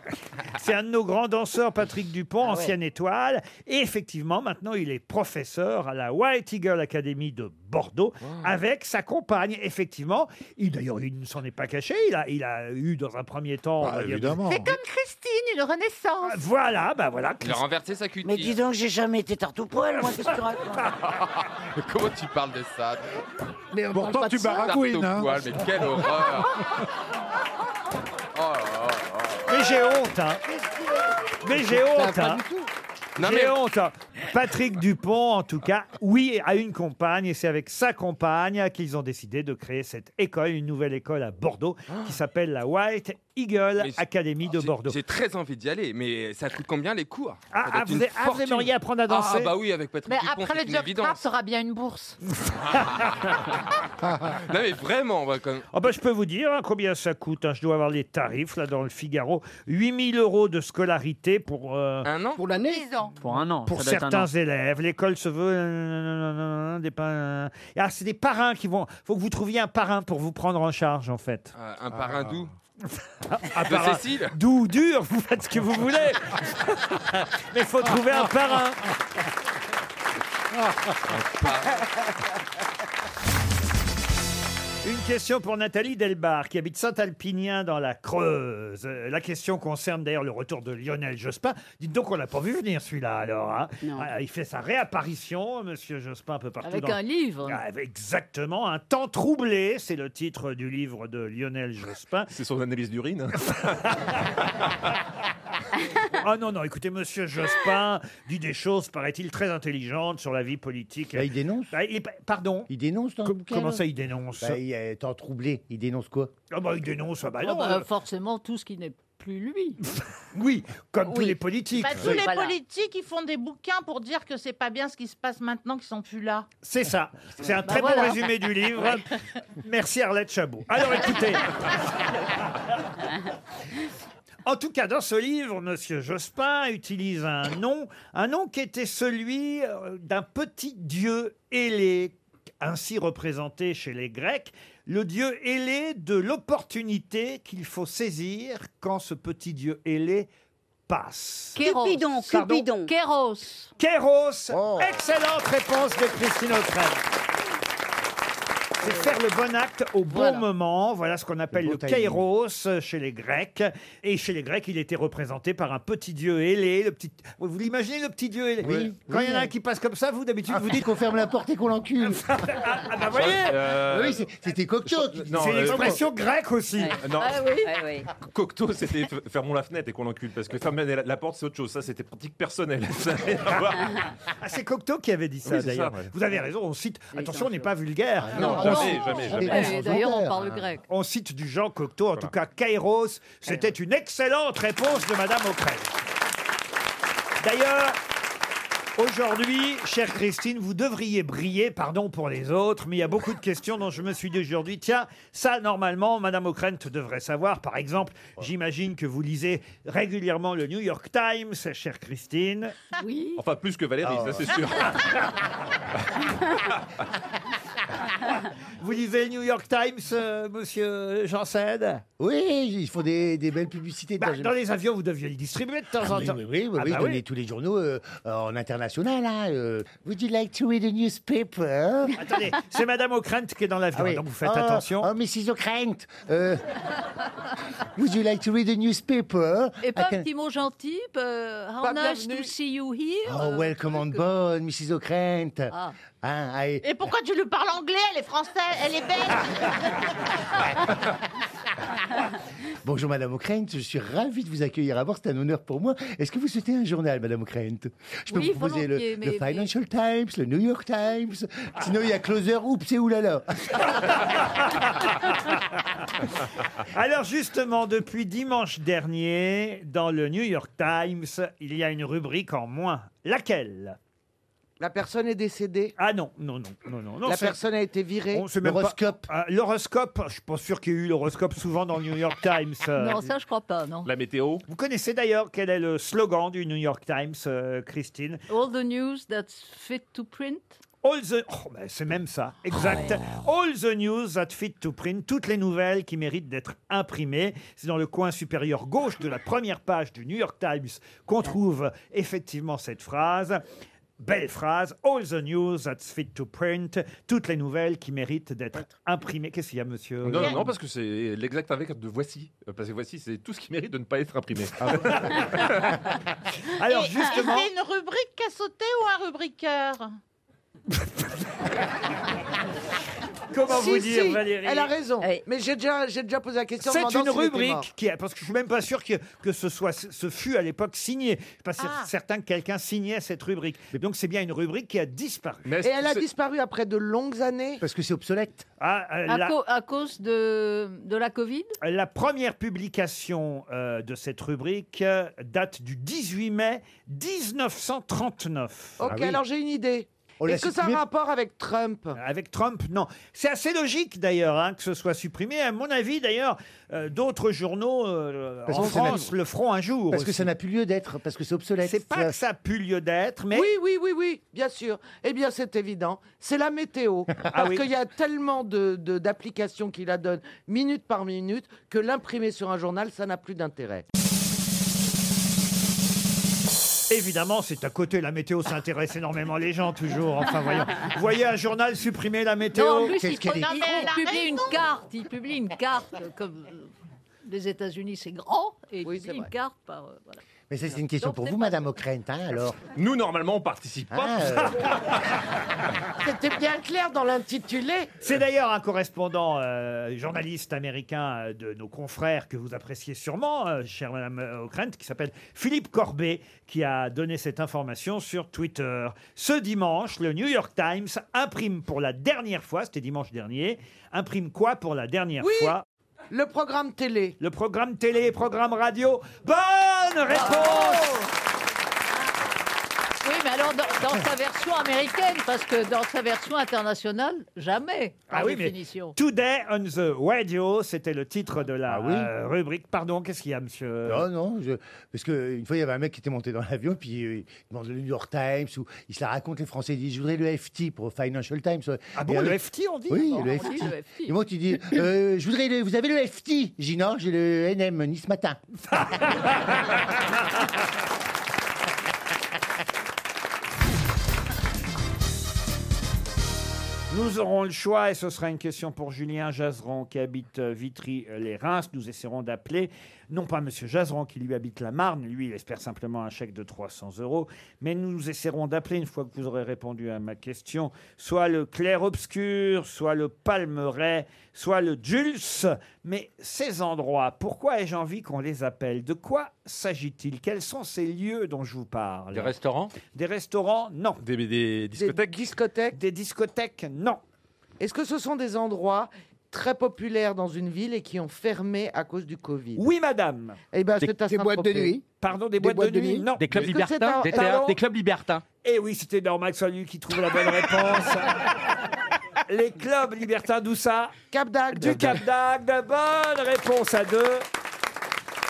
Speaker 4: C'est un de nos grands danseurs, Patrick Dupont,
Speaker 10: Ah ouais.
Speaker 4: ancienne étoile. Et effectivement, maintenant, il est professeur à la White Eagle Academy de Bordeaux avec sa compagne. Effectivement, il d'ailleurs, il ne s'en est pas caché. Il a, il a eu dans un premier temps.
Speaker 8: Bah,
Speaker 4: on va dire-
Speaker 2: C'est comme Christine, une renaissance.
Speaker 4: Voilà, bah voilà.
Speaker 10: Il a renversé sa cutie.
Speaker 7: Mais dis donc, j'ai jamais été tarte au poil, moi, qu'est-ce que tu racontes
Speaker 10: [LAUGHS] Comment tu parles de ça
Speaker 8: Mais on
Speaker 7: Pourtant, parle pas de tu ça. baragouines,
Speaker 10: Tarte au
Speaker 7: hein.
Speaker 10: poil, Mais quelle horreur Oh là là là.
Speaker 4: Mais j'ai honte, hein. Mais j'ai
Speaker 10: Ça,
Speaker 4: honte,
Speaker 10: pas
Speaker 4: hein.
Speaker 10: du tout. Non,
Speaker 4: J'ai
Speaker 10: mais-
Speaker 4: honte. hein. Patrick Dupont, en tout cas, oui, a une compagne et c'est avec sa compagne qu'ils ont décidé de créer cette école, une nouvelle école à Bordeaux qui s'appelle la White Eagle Academy de Bordeaux.
Speaker 10: J'ai très envie d'y aller, mais ça coûte combien les cours Ça
Speaker 4: Ah,
Speaker 10: doit
Speaker 4: ah,
Speaker 10: être
Speaker 4: vous
Speaker 10: une
Speaker 4: avez- ah, vous
Speaker 10: fortune.
Speaker 4: aimeriez apprendre à danser
Speaker 10: Ah bah oui, avec Patrick
Speaker 2: Mais
Speaker 10: Dupont,
Speaker 2: après
Speaker 10: c'est
Speaker 2: le
Speaker 10: une
Speaker 2: job
Speaker 7: [LAUGHS]
Speaker 2: trap,
Speaker 10: évidence.
Speaker 2: t'auras bien une
Speaker 4: [LAUGHS]
Speaker 2: bourse.
Speaker 7: Ah.
Speaker 10: non mais vraiment, bah, comme...
Speaker 4: Ah bah, je peux vous dire hein, combien ça coûte. hein. Je dois avoir les tarifs là dans le Figaro. 8000 euros de scolarité pour euh,
Speaker 10: un an
Speaker 4: pour l'année.
Speaker 5: Pour un an.
Speaker 4: Pour
Speaker 5: ça doit être un
Speaker 4: certains
Speaker 5: an.
Speaker 4: élèves, l'école se veut euh, nanana, des pa- ah, c'est des parrains qui vont. Faut que vous trouviez un parrain pour vous prendre en charge en fait.
Speaker 10: Euh,
Speaker 7: Ah.
Speaker 10: un parrain doux.
Speaker 4: [LAUGHS] Ah, Un
Speaker 10: De
Speaker 4: parrain
Speaker 10: Cécile
Speaker 4: Doux, ou dur, vous faites ce que vous voulez. Mais faut trouver un parrain.
Speaker 10: Ah,
Speaker 4: Une question pour Nathalie Delbar, qui habite Saint-Alpinien dans la Creuse. Euh, La question concerne d'ailleurs le retour de Lionel Jospin. Dites donc, on l'a pas vu venir celui-là alors. hein. Ah, il fait sa réapparition, monsieur Jospin, un peu partout.
Speaker 21: Avec
Speaker 4: dans-
Speaker 21: un livre.
Speaker 4: Ah, avec- exactement, Un temps troublé, c'est le titre du livre de Lionel Jospin.
Speaker 14: [LAUGHS] C'est son analyse d'urine. hein.
Speaker 4: [LAUGHS] Ah non, non, écoutez, monsieur Jospin dit des choses, paraît-il, très intelligentes sur la vie politique.
Speaker 17: Bah, il dénonce.
Speaker 4: Bah, il est pas- Pardon
Speaker 17: Il dénonce dans le bouquin,
Speaker 4: comment
Speaker 17: là
Speaker 4: ça, il dénonce
Speaker 17: Bah, Il est en troublé. Il dénonce quoi
Speaker 4: Ah bah, il dénonce, ah bah
Speaker 21: Ah
Speaker 4: non,
Speaker 21: bah,
Speaker 4: euh,
Speaker 21: forcément, tout ce qui n'est plus
Speaker 17: [LAUGHS]
Speaker 21: lui.
Speaker 4: Oui, comme tous
Speaker 21: Oui.
Speaker 4: les politiques.
Speaker 13: Bah, tous les politiques, ils font des bouquins pour dire que c'est pas bien ce qui se passe maintenant qu'ils sont plus là.
Speaker 4: C'est ça. C'est un
Speaker 13: Bah
Speaker 4: très
Speaker 13: voilà.
Speaker 4: bon résumé
Speaker 13: [LAUGHS]
Speaker 4: du livre. Merci Arlette Chabot. Alors
Speaker 20: [LAUGHS]
Speaker 4: écoutez. En tout cas, dans ce livre, Monsieur Jospin utilise un nom, un nom qui était celui euh, d'un petit dieu ailé, ainsi représenté chez les Grecs, le dieu ailé de l'opportunité qu'il faut saisir quand ce petit dieu ailé passe.
Speaker 20: Cupidon,
Speaker 4: Pardon
Speaker 20: Cupidon.
Speaker 21: Kéros.
Speaker 4: Kéros.
Speaker 11: Oh.
Speaker 4: Excellente réponse de Christine O'Krent. C'est faire le bon acte au bon moment. Voilà ce qu'on appelle
Speaker 17: Euh, Le
Speaker 4: le,
Speaker 17: bon timing.
Speaker 4: kairos euh, chez les Grecs. Et chez les Grecs, il était représenté par un petit dieu ailé. Le petit... Vous vous l'imaginez, le petit dieu ailé
Speaker 17: Oui.
Speaker 4: Quand il y en a
Speaker 17: Oui. Ah.
Speaker 4: un qui passe comme ça, vous, d'habitude, vous dites...
Speaker 17: [LAUGHS] qu'on ferme la porte et qu'on l'encule.
Speaker 4: Ah bah voyez
Speaker 6: Euh,
Speaker 17: Ah Oui, c'est- c'était Cocteau. qui-
Speaker 14: Non,
Speaker 4: C'est
Speaker 14: euh,
Speaker 4: l'expression grecque aussi.
Speaker 14: Non. Ah
Speaker 20: oui.
Speaker 14: Cocteau, c'était f- fermons la fenêtre et qu'on l'encule. Parce que fermer la, la porte, c'est autre chose. Ça, c'était pratique personnelle. [LAUGHS] Ça n'a rien à
Speaker 20: [LAUGHS]
Speaker 14: voir.
Speaker 4: [LAUGHS] Ah, c'est Cocteau qui avait dit
Speaker 14: Oui,
Speaker 4: ça,
Speaker 14: c'est ça,
Speaker 4: d'ailleurs.
Speaker 14: ouais.
Speaker 4: Vous avez raison, on cite... Attention, on n'est pas vulgaire.
Speaker 21: Ah,
Speaker 14: non, non, jamais, jamais, jamais.
Speaker 21: Et Eh, D'ailleurs, on parle grec.
Speaker 4: On cite du Jean Cocteau, en tout cas Kairos. C'était une excellente réponse de Madame O'Crell. D'ailleurs, aujourd'hui, chère Christine, vous devriez briller, pardon pour les autres, mais il y a beaucoup de questions dont je me suis dit aujourd'hui, tiens, ça, normalement, Madame O'Krent devrait savoir. Par exemple, j'imagine que vous lisez régulièrement le New York Times, chère Christine.
Speaker 20: Oui.
Speaker 14: Enfin, plus que Valérie,
Speaker 4: Ah,
Speaker 14: ça c'est sûr.
Speaker 4: [LAUGHS] Vous lisez le New York Times, euh, monsieur Janssen
Speaker 17: Oui, ils font des, des belles publicités.
Speaker 4: Bah, dans les avions, vous deviez le distribuer de temps
Speaker 17: Ah
Speaker 4: en
Speaker 17: oui,
Speaker 4: temps.
Speaker 17: Oui, oui, oui,
Speaker 4: Ah
Speaker 17: oui,
Speaker 4: bah
Speaker 17: dans les- tous les journaux euh, en international. hein, euh, Would you like to read a newspaper hein Ah
Speaker 4: Attendez, c'est Madame O'Krent qui est dans l'avion, donc vous faites attention.
Speaker 17: Oh, Mrs. O'Krent, euh, [LAUGHS] would you like to read a newspaper hein
Speaker 21: Et pas
Speaker 17: I
Speaker 21: un
Speaker 17: can-
Speaker 21: petit mot gentil euh, How
Speaker 17: Pas
Speaker 21: nice to
Speaker 17: bienvenue.
Speaker 21: see you here
Speaker 17: Oh, welcome on board, Mrs. O'Krent.
Speaker 21: Ah.
Speaker 17: Hein, I-
Speaker 13: Et pourquoi tu lui parles anglais Elle est française, elle est belge.
Speaker 17: Bonjour Madame O'Krent, je suis ravi de vous accueillir à bord, c'est un honneur pour moi. Est-ce que vous souhaitez un journal, Madame O'Krent Je peux
Speaker 21: Oui,
Speaker 17: vous proposer le,
Speaker 21: volontiers,
Speaker 17: le
Speaker 21: mais-
Speaker 17: Financial Times, le New York Times, sinon il y a Closer, oups et oulala.
Speaker 4: Alors justement, depuis dimanche dernier, dans le New York Times, il y a une rubrique en moins. Laquelle
Speaker 11: La personne est décédée
Speaker 4: Ah non, non, non, non, non. non,
Speaker 11: La
Speaker 4: c'est-
Speaker 11: personne a été virée
Speaker 4: on sait même pas- Ah, L'horoscope, je suis pas sûr qu'il y ait eu l'horoscope souvent dans le New York Times. euh.
Speaker 21: Non, ça, je crois pas, non.
Speaker 14: La météo
Speaker 4: Vous connaissez d'ailleurs quel est le slogan du New York Times, euh, Christine
Speaker 21: All the news that's fit to print.
Speaker 4: All the... oh, ben, c'est même ça, exact. All the news that fit to print, toutes les nouvelles qui méritent d'être imprimées. C'est dans le coin supérieur gauche de la première page du New York Times qu'on trouve effectivement cette phrase. Belle phrase, all the news that fit to print, toutes les nouvelles qui méritent d'être imprimées. Qu'est-ce qu'il y a, monsieur
Speaker 14: Non, non, non, parce que c'est l'exact avec de voici. Euh, Parce que voici, c'est tout ce qui mérite de ne pas être imprimé.
Speaker 4: [LAUGHS]
Speaker 14: [LAUGHS]
Speaker 4: Alors,
Speaker 13: Et-
Speaker 4: justement-
Speaker 13: et C'est une rubrique à sauter ou un rubriqueur
Speaker 4: Comment
Speaker 11: Si,
Speaker 4: vous dire,
Speaker 11: si,
Speaker 4: Valérie
Speaker 11: Elle a raison. Mais j'ai déjà, j'ai déjà posé la question. en
Speaker 4: C'est
Speaker 11: demandant
Speaker 4: une
Speaker 11: s'il était mort.
Speaker 4: rubrique qui a, parce que je suis même pas sûr que, que ce soit ce fut à l'époque signé. Je suis pas cer-
Speaker 11: Ah.
Speaker 4: certain que quelqu'un signait cette rubrique. Donc c'est bien une rubrique qui a disparu.
Speaker 11: Et elle a disparu après de longues années.
Speaker 17: Parce que c'est obsolète.
Speaker 4: Ah, euh,
Speaker 21: À,
Speaker 4: la,
Speaker 21: co- à cause de, de la Covid
Speaker 4: la première publication euh, de cette rubrique euh, date du 18 mai 1939.
Speaker 17: Ah
Speaker 11: Ok, alors j'ai une idée.
Speaker 4: On l'a
Speaker 11: Est-ce que ça a
Speaker 4: supprimé
Speaker 11: un rapport avec Trump
Speaker 4: Avec Trump, non. C'est assez logique d'ailleurs hein, que ce soit supprimé. À mon avis, d'ailleurs, euh, d'autres journaux euh,
Speaker 17: Parce
Speaker 4: en
Speaker 17: que ça n'a-
Speaker 4: France le feront un jour.
Speaker 17: Parce que ça
Speaker 4: aussi.
Speaker 17: n'a plus lieu d'être, parce que c'est obsolète.
Speaker 4: C'est pas que ça a plus lieu d'être, mais
Speaker 11: Oui, oui, oui, oui, bien sûr. Eh bien, c'est évident. C'est la météo. Parce
Speaker 4: oui.
Speaker 11: qu'il y a tellement de- de- d'applications qui la donnent minute par minute que l'imprimer sur un journal, ça n'a plus d'intérêt.
Speaker 4: Évidemment, c'est à côté. La météo, ça intéresse énormément les gens, toujours. Enfin, voyons. Vous voyez un journal supprimer la météo
Speaker 21: Non, en plus, il,
Speaker 4: dit
Speaker 21: il- il
Speaker 13: elle a
Speaker 21: publie une
Speaker 13: raison.
Speaker 21: carte. Il publie une carte euh, comme euh, les États-Unis, c'est grand. Et il publie une carte par. euh, voilà.
Speaker 17: Mais ça, c'est une question pour vous, Madame O'Krent, hein, alors.
Speaker 14: Nous, normalement, on participe pas.
Speaker 17: Ah, euh,
Speaker 11: C'était bien clair dans l'intitulé.
Speaker 4: C'est d'ailleurs un correspondant euh, journaliste américain euh, de nos confrères que vous appréciez sûrement, euh, chère Madame euh, O'Krent, qui s'appelle Philippe Corbet, qui a donné cette information sur Twitter. Ce dimanche, le New York Times imprime pour la dernière fois, c'était dimanche dernier, imprime quoi pour la dernière
Speaker 11: Oui.
Speaker 4: fois
Speaker 11: Le programme télé.
Speaker 4: Le programme télé, programme radio. Bonne réponse
Speaker 21: Oui, mais alors dans, dans sa version américaine, parce que dans sa version internationale, jamais, par
Speaker 14: Ah
Speaker 21: définition.
Speaker 4: Ah Today on the Radio, c'était le titre de la euh, rubrique. Pardon, qu'est-ce qu'il y a, monsieur
Speaker 17: Non, non, je- parce qu'une fois, il y avait un mec qui était monté dans l'avion, puis euh, il demande le New York Times, ou il se la raconte, les Français, il dit, je voudrais le FT pour Financial Times.
Speaker 4: Ah
Speaker 17: Et
Speaker 4: bon, le
Speaker 17: avec-
Speaker 4: FT, on dit
Speaker 17: Oui,
Speaker 4: Oh,
Speaker 17: le
Speaker 4: on
Speaker 17: FT.
Speaker 4: dit le FT.
Speaker 17: Et moi, tu
Speaker 4: [LAUGHS]
Speaker 17: dis, euh, je voudrais le- vous avez le FT J'ai dit, non, j'ai le NM, ni ce
Speaker 4: [LAUGHS]
Speaker 17: matin.
Speaker 4: Nous aurons le choix, et ce sera une question pour Julien Jazeron qui habite euh, Vitry-les-Reims. Nous essaierons d'appeler, non pas Monsieur Jazeron qui lui habite la Marne, lui il espère simplement un chèque de 300 euros, mais nous essaierons d'appeler, une fois que vous aurez répondu à ma question, soit le clair-obscur, soit le palmeret, soit le Jules. Mais ces endroits, pourquoi ai-je envie qu'on les appelle De quoi s'agit-il Quels sont ces lieux dont je vous parle
Speaker 12: Des restaurants
Speaker 4: Des restaurants, non.
Speaker 14: Des, des discothèques
Speaker 11: Discothèque
Speaker 4: Des discothèques, non.
Speaker 11: Est-ce que ce sont des endroits très populaires dans une ville et qui ont fermé à cause du Covid
Speaker 4: Oui, madame.
Speaker 11: Eh ben,
Speaker 4: Des-
Speaker 11: c'est à
Speaker 4: des boîtes de
Speaker 11: Saint-Tropez.
Speaker 4: nuit Pardon, des, boîtes, de, nuit, Non.
Speaker 11: Des clubs Est-ce que c'est libertins un-
Speaker 23: Des théâtres-
Speaker 11: [LAUGHS]
Speaker 4: Pardon
Speaker 23: des clubs libertins.
Speaker 4: Eh oui, c'était normal que ce soit lui qui trouve la
Speaker 11: [LAUGHS]
Speaker 4: bonne réponse. Les clubs libertins, d'où ça
Speaker 11: Cap d'Agde.
Speaker 4: Du Cap d'Agde. Bonne réponse à deux.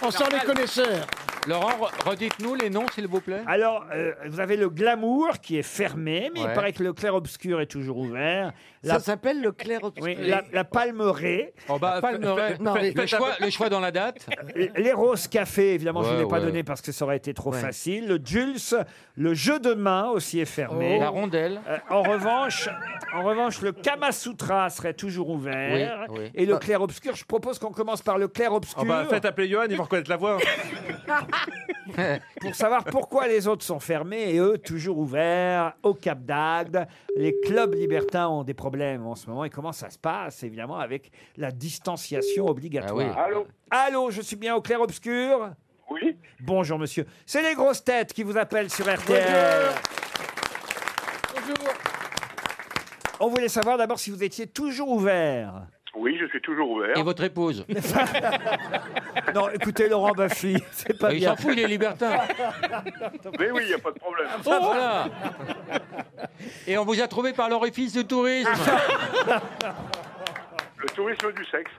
Speaker 8: On sent les
Speaker 4: connaisseurs.
Speaker 12: Laurent, re- redites-nous les noms, s'il vous plaît.
Speaker 4: Alors, euh, vous avez le glamour qui est fermé, Eh, mais il
Speaker 12: Ouais.
Speaker 4: paraît que le clair-obscur est toujours ouvert.
Speaker 11: Ça s'appelle le clair-obscur.
Speaker 4: Oui, la, la palmeraie.
Speaker 12: En bas, Palmeraie.
Speaker 4: Non.
Speaker 12: le, choix, le choix dans la date.
Speaker 4: [LAUGHS] Euh, Les roses café, évidemment, je ne
Speaker 12: Ouais,
Speaker 4: vous l'ai pas
Speaker 12: ouais.
Speaker 4: donné parce que ça aurait été trop
Speaker 12: Ouais.
Speaker 4: facile. Le Jules, le jeu de main aussi est fermé.
Speaker 12: Oh. La rondelle.
Speaker 4: Euh, en revanche, en revanche, le Kama Sutra serait toujours ouvert.
Speaker 14: Oui, oui.
Speaker 4: Et le clair obscur, je propose qu'on commence par le clair obscur.
Speaker 14: Ah bah, faites appeler Johan, il va reconnaître la voix. hein.
Speaker 4: [LAUGHS] pour savoir pourquoi les autres sont fermés et eux toujours ouverts au Cap d'Agde. Les clubs libertins ont des problèmes en ce moment et comment ça se passe évidemment avec la distanciation obligatoire.
Speaker 6: Ah oui. Allô
Speaker 4: Allô, je suis bien au clair obscur Oui. Bonjour monsieur. C'est les grosses têtes qui vous appellent sur RTL.
Speaker 6: Bonjour.
Speaker 4: On voulait savoir d'abord si vous étiez toujours ouvert.
Speaker 6: Oui, je suis toujours ouvert.
Speaker 12: Et votre épouse.
Speaker 4: [LAUGHS] Non, écoutez Laurent Baffy, [LAUGHS] c'est pas
Speaker 12: Il s'en
Speaker 4: bien.
Speaker 12: fout, il est [LAUGHS]
Speaker 4: [LAUGHS]
Speaker 12: libertin.
Speaker 6: Mais oui, il n'y a pas de problème.
Speaker 4: Ah,
Speaker 12: Oh, voilà. Et on vous a trouvé par l'orifice du
Speaker 4: [LAUGHS]
Speaker 12: tourisme.
Speaker 6: Le tourisme du sexe.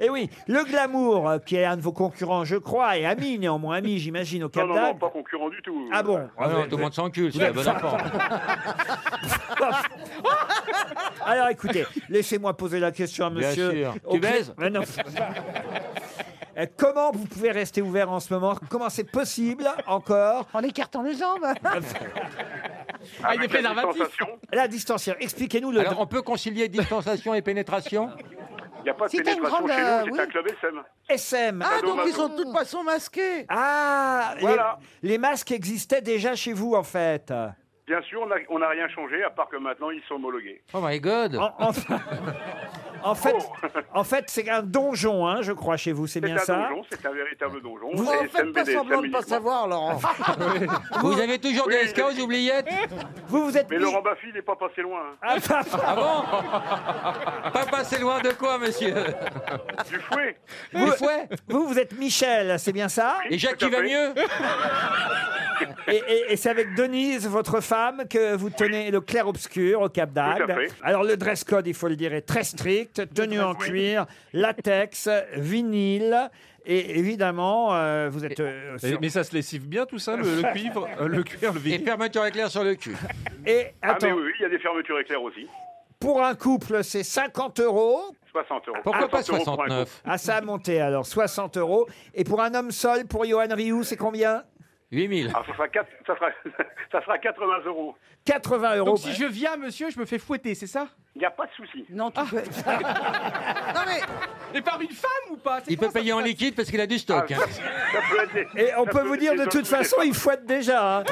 Speaker 4: Et Eh oui, le glamour, euh, qui est un de vos concurrents, je crois, et ami néanmoins, ami, j'imagine, au Cap
Speaker 6: Non, non, non,
Speaker 4: d'Agde.
Speaker 6: pas concurrent du tout.
Speaker 4: Ah bon
Speaker 12: Ah non, tout le monde s'encule, c'est la bonne enfant.
Speaker 4: [LAUGHS]
Speaker 11: Oh
Speaker 4: Alors écoutez, laissez-moi poser la question à
Speaker 12: Bien
Speaker 4: monsieur.
Speaker 12: sûr.
Speaker 4: Au
Speaker 12: Tu
Speaker 4: clé-
Speaker 12: baises
Speaker 4: Mais non. [LAUGHS] Euh, Comment vous pouvez rester ouvert en ce moment Comment c'est possible encore
Speaker 11: En écartant les
Speaker 4: [LAUGHS]
Speaker 11: jambes.
Speaker 12: Ah, il est
Speaker 4: Avec la
Speaker 12: préservatif.
Speaker 4: distanciation. La distanciation. Expliquez-nous le.
Speaker 12: Alors, on peut concilier distanciation et
Speaker 6: [LAUGHS]
Speaker 12: pénétration
Speaker 6: Il n'y a pas de
Speaker 12: Si t'as une
Speaker 6: pénétration
Speaker 12: grande,
Speaker 6: chez
Speaker 12: euh,
Speaker 4: Ah
Speaker 6: nous, c'est
Speaker 12: oui.
Speaker 6: un club SM.
Speaker 4: SM.
Speaker 11: Ah, donc ils sont
Speaker 6: sont
Speaker 11: de toute façon masqués.
Speaker 4: Ah,
Speaker 6: Voilà.
Speaker 4: les, les masques existaient déjà chez vous en fait.
Speaker 6: Bien sûr, on n'a- on n'a rien changé, à part que maintenant, ils sont homologués.
Speaker 12: Oh my god
Speaker 4: En, en- [LAUGHS] en fait, en fait c'est un donjon, hein, je crois, chez vous,
Speaker 6: Oh.
Speaker 4: c'est
Speaker 6: C'est
Speaker 4: bien
Speaker 6: un
Speaker 4: ça
Speaker 6: donjon, c'est un véritable donjon.
Speaker 4: Vous
Speaker 6: C'est
Speaker 4: en faites pas
Speaker 6: SMBD,
Speaker 4: semblant de pas
Speaker 6: uniquement.
Speaker 4: savoir,
Speaker 6: [LAUGHS]
Speaker 4: Laurent.
Speaker 12: Vous avez toujours des SK aux oubliettes
Speaker 4: Vous, vous êtes. bah,
Speaker 6: Mais Laurent Baffy, il n'est pas passé loin. hein.
Speaker 12: Ah bon [LAUGHS] Pas passé loin de quoi, monsieur
Speaker 6: [LAUGHS] Du fouet
Speaker 12: Du fouet
Speaker 4: Vous, vous êtes Michel, c'est bien ça
Speaker 12: Et Jacques qui va mieux
Speaker 4: [LAUGHS] Et, et- et c'est avec Denise, votre femme, que vous tenez le clair-obscur au Cap
Speaker 6: Tout à
Speaker 4: d'Agde.
Speaker 6: fait.
Speaker 4: Alors, le dress code, il faut le dire, est très strict. Tenue en cuir, latex, vinyle. Et évidemment, euh, vous êtes... euh,
Speaker 14: Et-
Speaker 4: sur-
Speaker 14: mais ça se lessive bien tout ça, le, le cuivre, euh, le cuir, le vinyle.
Speaker 12: Et fermeture éclair sur le cul.
Speaker 4: Et
Speaker 6: Ah, mais
Speaker 4: attends,
Speaker 6: oui, oui, il y a des fermetures éclairs aussi.
Speaker 4: pour un couple, c'est 50 euros.
Speaker 6: 60 euros.
Speaker 12: Pourquoi pas
Speaker 6: euros pour un couple.
Speaker 12: 69
Speaker 4: Ah, ça a monté alors, 60 euros. Et pour un homme seul, pour Johan Rioux, c'est combien
Speaker 12: 8000.
Speaker 6: Ah, ça sera, quatre- ça sera- [LAUGHS] ça sera 80 euros.
Speaker 4: 80 euros.
Speaker 23: Donc si je viens, monsieur, je me fais fouetter, c'est ça
Speaker 6: Il n'y a pas de souci.
Speaker 11: Non,
Speaker 12: Ah.
Speaker 11: tu peux.
Speaker 23: Non mais. Mais par une femme ou pas C'est
Speaker 12: Il
Speaker 23: comment
Speaker 12: peut
Speaker 23: ça
Speaker 12: payer en liquide parce qu'il a du stock. hein.
Speaker 6: Ah, Ça peut être des-
Speaker 4: Et on
Speaker 6: ça
Speaker 4: peut
Speaker 6: peut
Speaker 4: vous
Speaker 6: être
Speaker 4: dire,
Speaker 6: des
Speaker 4: de
Speaker 6: hommes
Speaker 4: toute
Speaker 6: ou des
Speaker 4: façon, il fouette déjà. hein.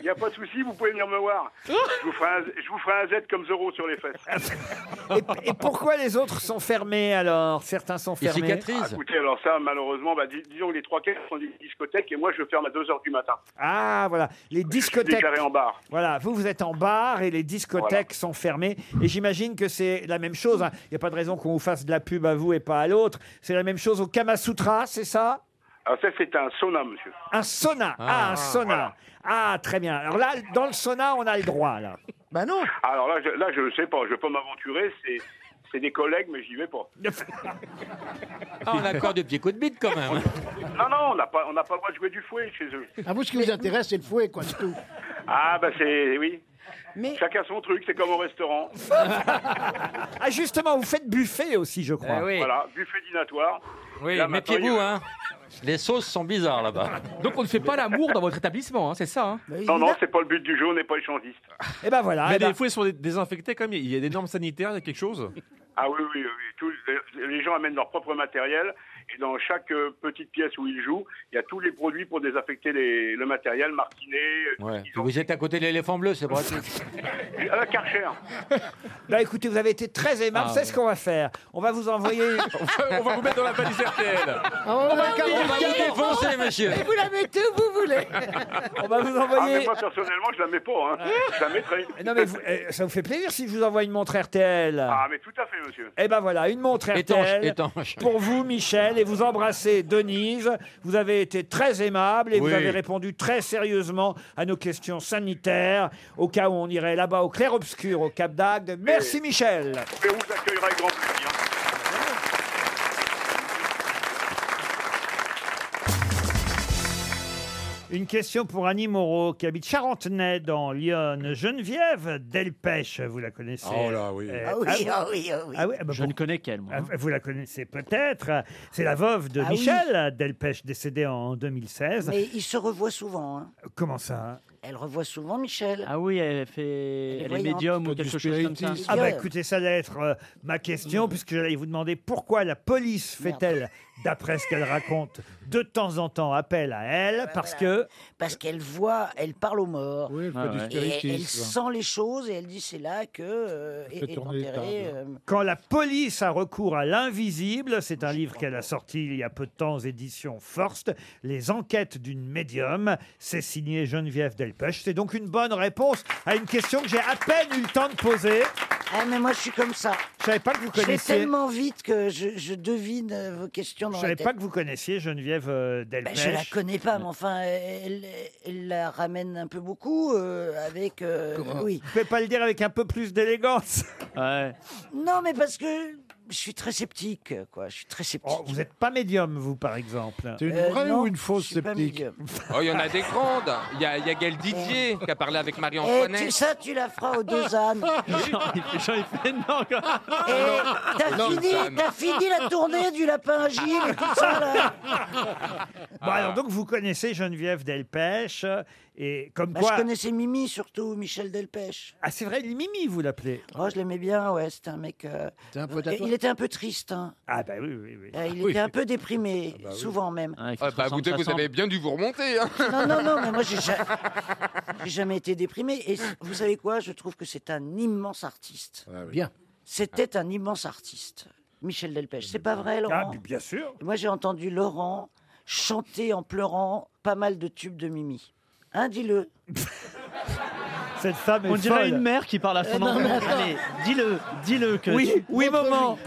Speaker 6: Il n'y a pas de souci, vous pouvez venir me voir. Je
Speaker 4: Oh.
Speaker 6: vous ferai un, je vous ferai un Z comme Zorro sur les fesses.
Speaker 4: [LAUGHS] Et, et pourquoi les autres sont fermés alors Certains sont fermés.
Speaker 6: Ah, écoutez, alors ça, malheureusement, bah, dis- disons que les trois quarts sont des discothèques et moi, je ferme à 2h du matin.
Speaker 4: Ah, voilà, les discothèques.
Speaker 6: déclaré en bar.
Speaker 4: Voilà, vous, vous êtes en bar et les discothèques
Speaker 6: Voilà.
Speaker 4: sont fermées. Et j'imagine que c'est la même chose. hein. Il n'y a pas de raison qu'on vous fasse de la pub à vous et pas à l'autre. C'est la même chose au Kama Sutra, c'est ça
Speaker 6: Alors ça, c'est un sauna, monsieur.
Speaker 4: Un sauna. Ah, un sauna. Ah, très bien. Alors là, dans le sauna, on a le droit, là.
Speaker 11: Bah non.
Speaker 6: Alors là, je, là, je ne sais pas, je ne vais pas m'aventurer, c'est... C'est des collègues, mais j'y vais
Speaker 4: [LAUGHS]
Speaker 6: pas.
Speaker 12: Ah, on accorde des petits coups de bite quand même.
Speaker 6: Non, non, on n'a pas, on n'a pas le droit de jouer du fouet chez eux.
Speaker 8: À vous, ce qui vous intéresse, c'est le fouet, quoi, c'est tout.
Speaker 6: Ah, bah c'est. Oui.
Speaker 11: Mais-
Speaker 6: Chacun son truc, c'est comme au restaurant.
Speaker 4: Ah, justement, vous faites buffet aussi, je
Speaker 14: Eh
Speaker 4: crois.
Speaker 6: Voilà, buffet dînatoire.
Speaker 12: Oui,
Speaker 6: Là, maintenant, il y
Speaker 12: méfiez-vous,
Speaker 6: a-
Speaker 12: hein. Les sauces sont bizarres
Speaker 6: [LAUGHS]
Speaker 12: là-bas.
Speaker 23: Donc on ne fait pas l'amour dans votre établissement, hein, c'est ça hein
Speaker 4: Bah,
Speaker 6: Non, non, c'est pas le but du jeu, on n'est pas échangiste.
Speaker 4: Et ben voilà.
Speaker 14: Mais
Speaker 4: eh ben-
Speaker 14: les fouets sont dé- désinfectés quand même. Il y a des normes sanitaires, il y a quelque chose.
Speaker 6: Ah oui, oui, oui. tous les, les gens amènent leur propre matériel
Speaker 3: Et dans chaque euh, petite pièce où il joue, il y a tous les produits pour désaffecter les- le matériel, martinet, euh,
Speaker 12: Ouais. Vous êtes à côté de l'éléphant bleu, c'est vrai.
Speaker 4: [LAUGHS]
Speaker 3: à la Karcher.
Speaker 4: Bah écoutez, vous avez été très aimable.
Speaker 12: Ah,
Speaker 4: c'est
Speaker 12: ouais.
Speaker 4: ce qu'on va faire. On va vous envoyer.
Speaker 14: [LAUGHS] on va vous mettre dans la valise RTL.
Speaker 11: Ah,
Speaker 4: Ah,
Speaker 11: On va
Speaker 12: défoncer, monsieur.
Speaker 11: Et vous la mettez où vous voulez.
Speaker 4: On va vous
Speaker 3: Ah,
Speaker 4: envoyer.
Speaker 3: mais moi, personnellement, je la mets pas. Hein. Je la mettrai.
Speaker 4: Non mais vous- euh, ça vous fait plaisir si je vous envoie une montre RTL.
Speaker 3: Ah, mais tout à fait, monsieur.
Speaker 4: Eh ben voilà, une montre
Speaker 3: Étanche,
Speaker 4: RTL
Speaker 3: étanche.
Speaker 4: pour vous, Michel, et vous embrassez Denise. Vous avez été très aimable et
Speaker 12: Oui.
Speaker 4: vous avez répondu très sérieusement à nos questions sanitaires, au cas où on irait là-bas au clair-obscur, au Cap d'Agde. Merci Michel.
Speaker 3: Et on vous accueillera avec grand plaisir.
Speaker 4: Une question pour Annie Moreau qui habite Charentenay dans Lyon. Geneviève Delpech, vous la connaissez
Speaker 6: Oh là, oui.
Speaker 4: Euh,
Speaker 6: Ah oui,
Speaker 4: ah
Speaker 6: ah oui, ah oui.
Speaker 4: Ah bah
Speaker 6: Je ne
Speaker 4: connais qu'elle,
Speaker 5: hein.
Speaker 4: Vous la connaissez peut-être. C'est la veuve de
Speaker 7: Ah oui.
Speaker 4: Michel Delpech, décédée en 2016.
Speaker 7: Mais il se revoit souvent. hein.
Speaker 4: Comment ça
Speaker 7: Elle revoit souvent Michel.
Speaker 5: Ah oui, elle fait. Elle est
Speaker 7: voyante.
Speaker 5: médium ou quelque chose comme ça.
Speaker 4: Ah bah écoutez, ça allait être euh, ma question, puisque j'allais vous demander pourquoi la police fait-elle, d'après ce qu'elle raconte, de temps en temps appel à elle, parce que...
Speaker 7: Ah bah Parce qu'elle voit, Ah, elle parle aux morts.
Speaker 4: fait Ah du ouais.
Speaker 7: Et elle,
Speaker 4: spiritisme.
Speaker 7: elle sent les choses et elle dit c'est là que euh, est,
Speaker 6: fait
Speaker 7: est
Speaker 6: tourner les
Speaker 7: enterré.
Speaker 6: tables.
Speaker 7: euh,
Speaker 4: Quand la police a recours à l'invisible, c'est un livre qu'elle a sorti il y a peu de temps, aux éditions Forst, Les enquêtes d'une médium, c'est signé Geneviève Delpech. C'est donc une bonne réponse à une question que j'ai à peine eu le temps de poser.
Speaker 7: Ah mais moi je suis comme ça.
Speaker 4: Je savais pas que vous
Speaker 7: Je vais
Speaker 4: connaissiez...
Speaker 7: tellement vite que je, je devine euh, vos questions
Speaker 4: Je
Speaker 7: dans
Speaker 4: savais
Speaker 7: la
Speaker 4: pas
Speaker 7: tête.
Speaker 4: que vous connaissiez Geneviève euh,
Speaker 7: Ben,
Speaker 4: Delpech.
Speaker 7: je la connais pas, mais enfin, elle, elle la ramène un peu beaucoup euh, avec. euh, oui.
Speaker 4: Vous pouvez pas le dire avec un peu plus d'élégance
Speaker 7: Non, mais parce que je suis très sceptique, quoi. Je suis très sceptique.
Speaker 4: Oh, Vous n'êtes pas médium, vous, par exemple.
Speaker 6: T'es une
Speaker 7: Euh,
Speaker 6: vraie
Speaker 7: non,
Speaker 6: ou une fausse
Speaker 7: je suis pas
Speaker 6: sceptique
Speaker 7: médium.
Speaker 10: Oh, il y en a des grandes. Il y a, il y a Gaël Didier qui a parlé avec
Speaker 7: Et Eh, tu,
Speaker 10: Marie-Antoinette.
Speaker 7: ça, tu la feras aux
Speaker 5: [LAUGHS]
Speaker 7: deux ânes. Et t'as
Speaker 10: Non,
Speaker 7: fini,
Speaker 10: Jeanne.
Speaker 7: t'as fini la tournée du lapin à Gilles et tout ça, [LAUGHS] là.
Speaker 4: Bon,
Speaker 6: Ah.
Speaker 4: alors donc, vous connaissez Geneviève Delpech, euh, et comme
Speaker 7: Bah,
Speaker 4: quoi...
Speaker 7: je connaissais Mimi surtout, Michel Delpech.
Speaker 4: Ah, c'est vrai, Mimi, vous l'appelez
Speaker 7: Oh, je l'aimais bien, ouais, c'était un mec. euh,
Speaker 4: un pote à
Speaker 7: et
Speaker 4: toi
Speaker 7: il était un peu triste, hein.
Speaker 4: Ah, bah oui, oui, oui.
Speaker 7: Euh, il
Speaker 4: Oui.
Speaker 7: était un peu déprimé,
Speaker 4: oui.
Speaker 7: souvent même.
Speaker 10: bah Ah, bah, vous deux, vous avez bien dû vous remonter. hein.
Speaker 7: Non, non, non, mais moi, j'ai ja- j'ai jamais été déprimé. Et c- vous savez quoi Je trouve que c'est un immense artiste.
Speaker 6: Bien.
Speaker 7: C'était un immense artiste, Michel Delpech. C'est pas vrai,
Speaker 4: Ah,
Speaker 7: Laurent
Speaker 4: mais bien sûr.
Speaker 7: Moi, j'ai entendu Laurent chanter en pleurant pas mal de tubes de Mimi. Hein, dis-le.
Speaker 4: [LAUGHS] Cette femme est
Speaker 5: On dirait
Speaker 4: folle.
Speaker 5: une mère qui parle à son
Speaker 7: Eh non,
Speaker 5: enfant.
Speaker 7: mais attends.
Speaker 5: Allez, dis-le, dis-le que.
Speaker 4: Oui, oui, maman.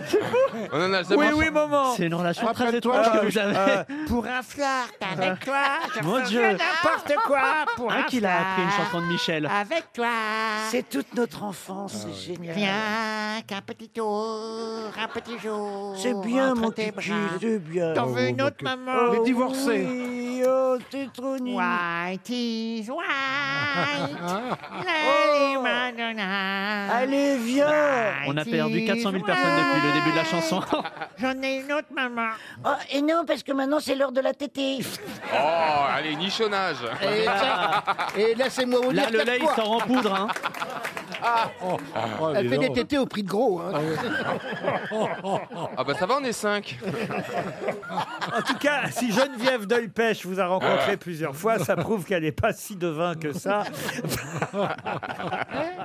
Speaker 10: On en a
Speaker 4: Oui,
Speaker 10: jamais-
Speaker 4: oui, maman.
Speaker 5: C'est une relation très
Speaker 4: Rappelle-toi,
Speaker 5: étrange que
Speaker 4: euh,
Speaker 5: vous avez.
Speaker 4: euh, pour un flirt avec toi, je
Speaker 5: Mon
Speaker 4: ferai
Speaker 5: Dieu.
Speaker 4: n'importe quoi pour
Speaker 5: Hein,
Speaker 4: un
Speaker 5: qu'il a appris une
Speaker 4: flirt
Speaker 5: chanson de Michel.
Speaker 4: Avec toi, Ah,
Speaker 7: C'est toute notre enfance,
Speaker 8: Ah
Speaker 7: c'est génial.
Speaker 18: Viens qu'un petit tour, un petit jour.
Speaker 7: C'est bien,
Speaker 18: entre
Speaker 7: mon
Speaker 18: tes
Speaker 7: kiki,
Speaker 18: bras.
Speaker 7: c'est bien.
Speaker 18: T'en veux une autre, maman
Speaker 7: Oh Oui, oh, t'es trop nul.
Speaker 18: White is white.
Speaker 8: Ah.
Speaker 7: Oh. Allez, viens
Speaker 5: Ah, On a perdu 400 000 personnes depuis le début de la chanson.
Speaker 18: Ah, J'en ai une autre, maman.
Speaker 7: Oh, et non, parce que maintenant, c'est l'heure de la tétée.
Speaker 10: Oh, allez, nichonnage.
Speaker 8: Et, ça- et laissez-moi vous
Speaker 5: Là,
Speaker 8: dire
Speaker 5: le
Speaker 8: quatre
Speaker 5: lait, il
Speaker 8: fois. Ah.
Speaker 5: sort en poudre. hein.
Speaker 10: Oh,
Speaker 8: Elle fait des tétés au prix de gros. hein.
Speaker 10: Ah, bah, ça va, on est 5.
Speaker 4: En tout cas, si Geneviève Delpech vous a rencontré plusieurs fois, ça prouve qu'elle n'est pas si devin
Speaker 8: [LAUGHS]
Speaker 4: que
Speaker 7: [LAUGHS]
Speaker 4: ça.
Speaker 6: Oh,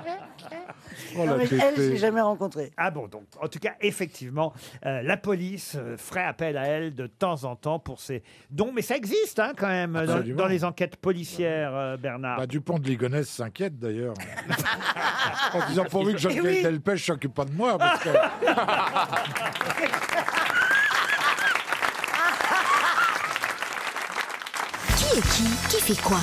Speaker 7: Non,
Speaker 6: la
Speaker 7: mais elle, je l'ai
Speaker 6: tétée.
Speaker 7: jamais rencontrée.
Speaker 4: Ah bon, donc, en tout cas, effectivement, euh, la police euh, ferait appel à elle de temps en temps pour ses dons. Mais ça existe hein, quand même euh, dans,
Speaker 6: Absolument.
Speaker 4: dans les enquêtes policières, euh, Bernard.
Speaker 6: Bah, Dupont de Ligonnès s'inquiète d'ailleurs.
Speaker 12: Ah,
Speaker 6: en disant pourvu que Jean-Pierre Delpech s'occupe pas de moi. Parce que...
Speaker 4: Ah,
Speaker 24: Qui est qui Qui fait quoi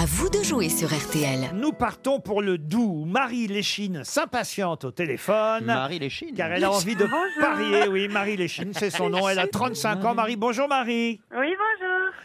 Speaker 24: À vous de jouer sur RTL.
Speaker 4: Nous partons pour le Doubs. où Marie Léchine s'impatiente au téléphone.
Speaker 5: Marie Léchine
Speaker 4: Car elle a envie de parier. Oui, Marie Léchine, c'est son nom. Elle a 35 ans. Marie, bonjour Marie.
Speaker 18: Oui,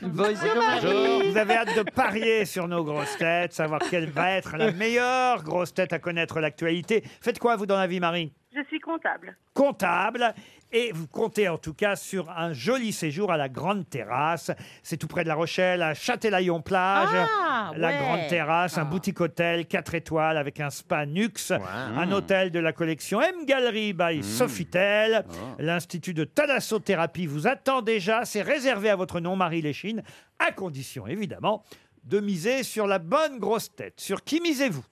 Speaker 18: bonjour.
Speaker 4: Vous avez hâte de parier sur nos grosses têtes, savoir quelle va être la meilleure grosse tête à connaître l'actualité. Faites quoi, vous, dans la vie, Marie
Speaker 18: Je suis con-
Speaker 22: comptable.
Speaker 4: comptable. Et vous comptez en tout cas sur un joli séjour à la Grande Terrasse. C'est tout près de La Rochelle, à Châtelaillon-Plage.
Speaker 19: Ah,
Speaker 4: la
Speaker 19: ouais. Ah.
Speaker 4: Grande Terrasse, un boutique hôtel 4 étoiles avec un spa Nux, un
Speaker 19: Mm.
Speaker 4: hôtel de la collection M Gallery by Sofitel.
Speaker 19: Oh.
Speaker 4: L'Institut de Thalassothérapie vous attend déjà. C'est réservé à votre nom, Marie Léchine, à condition évidemment de miser sur la bonne grosse tête. Sur qui misez-vous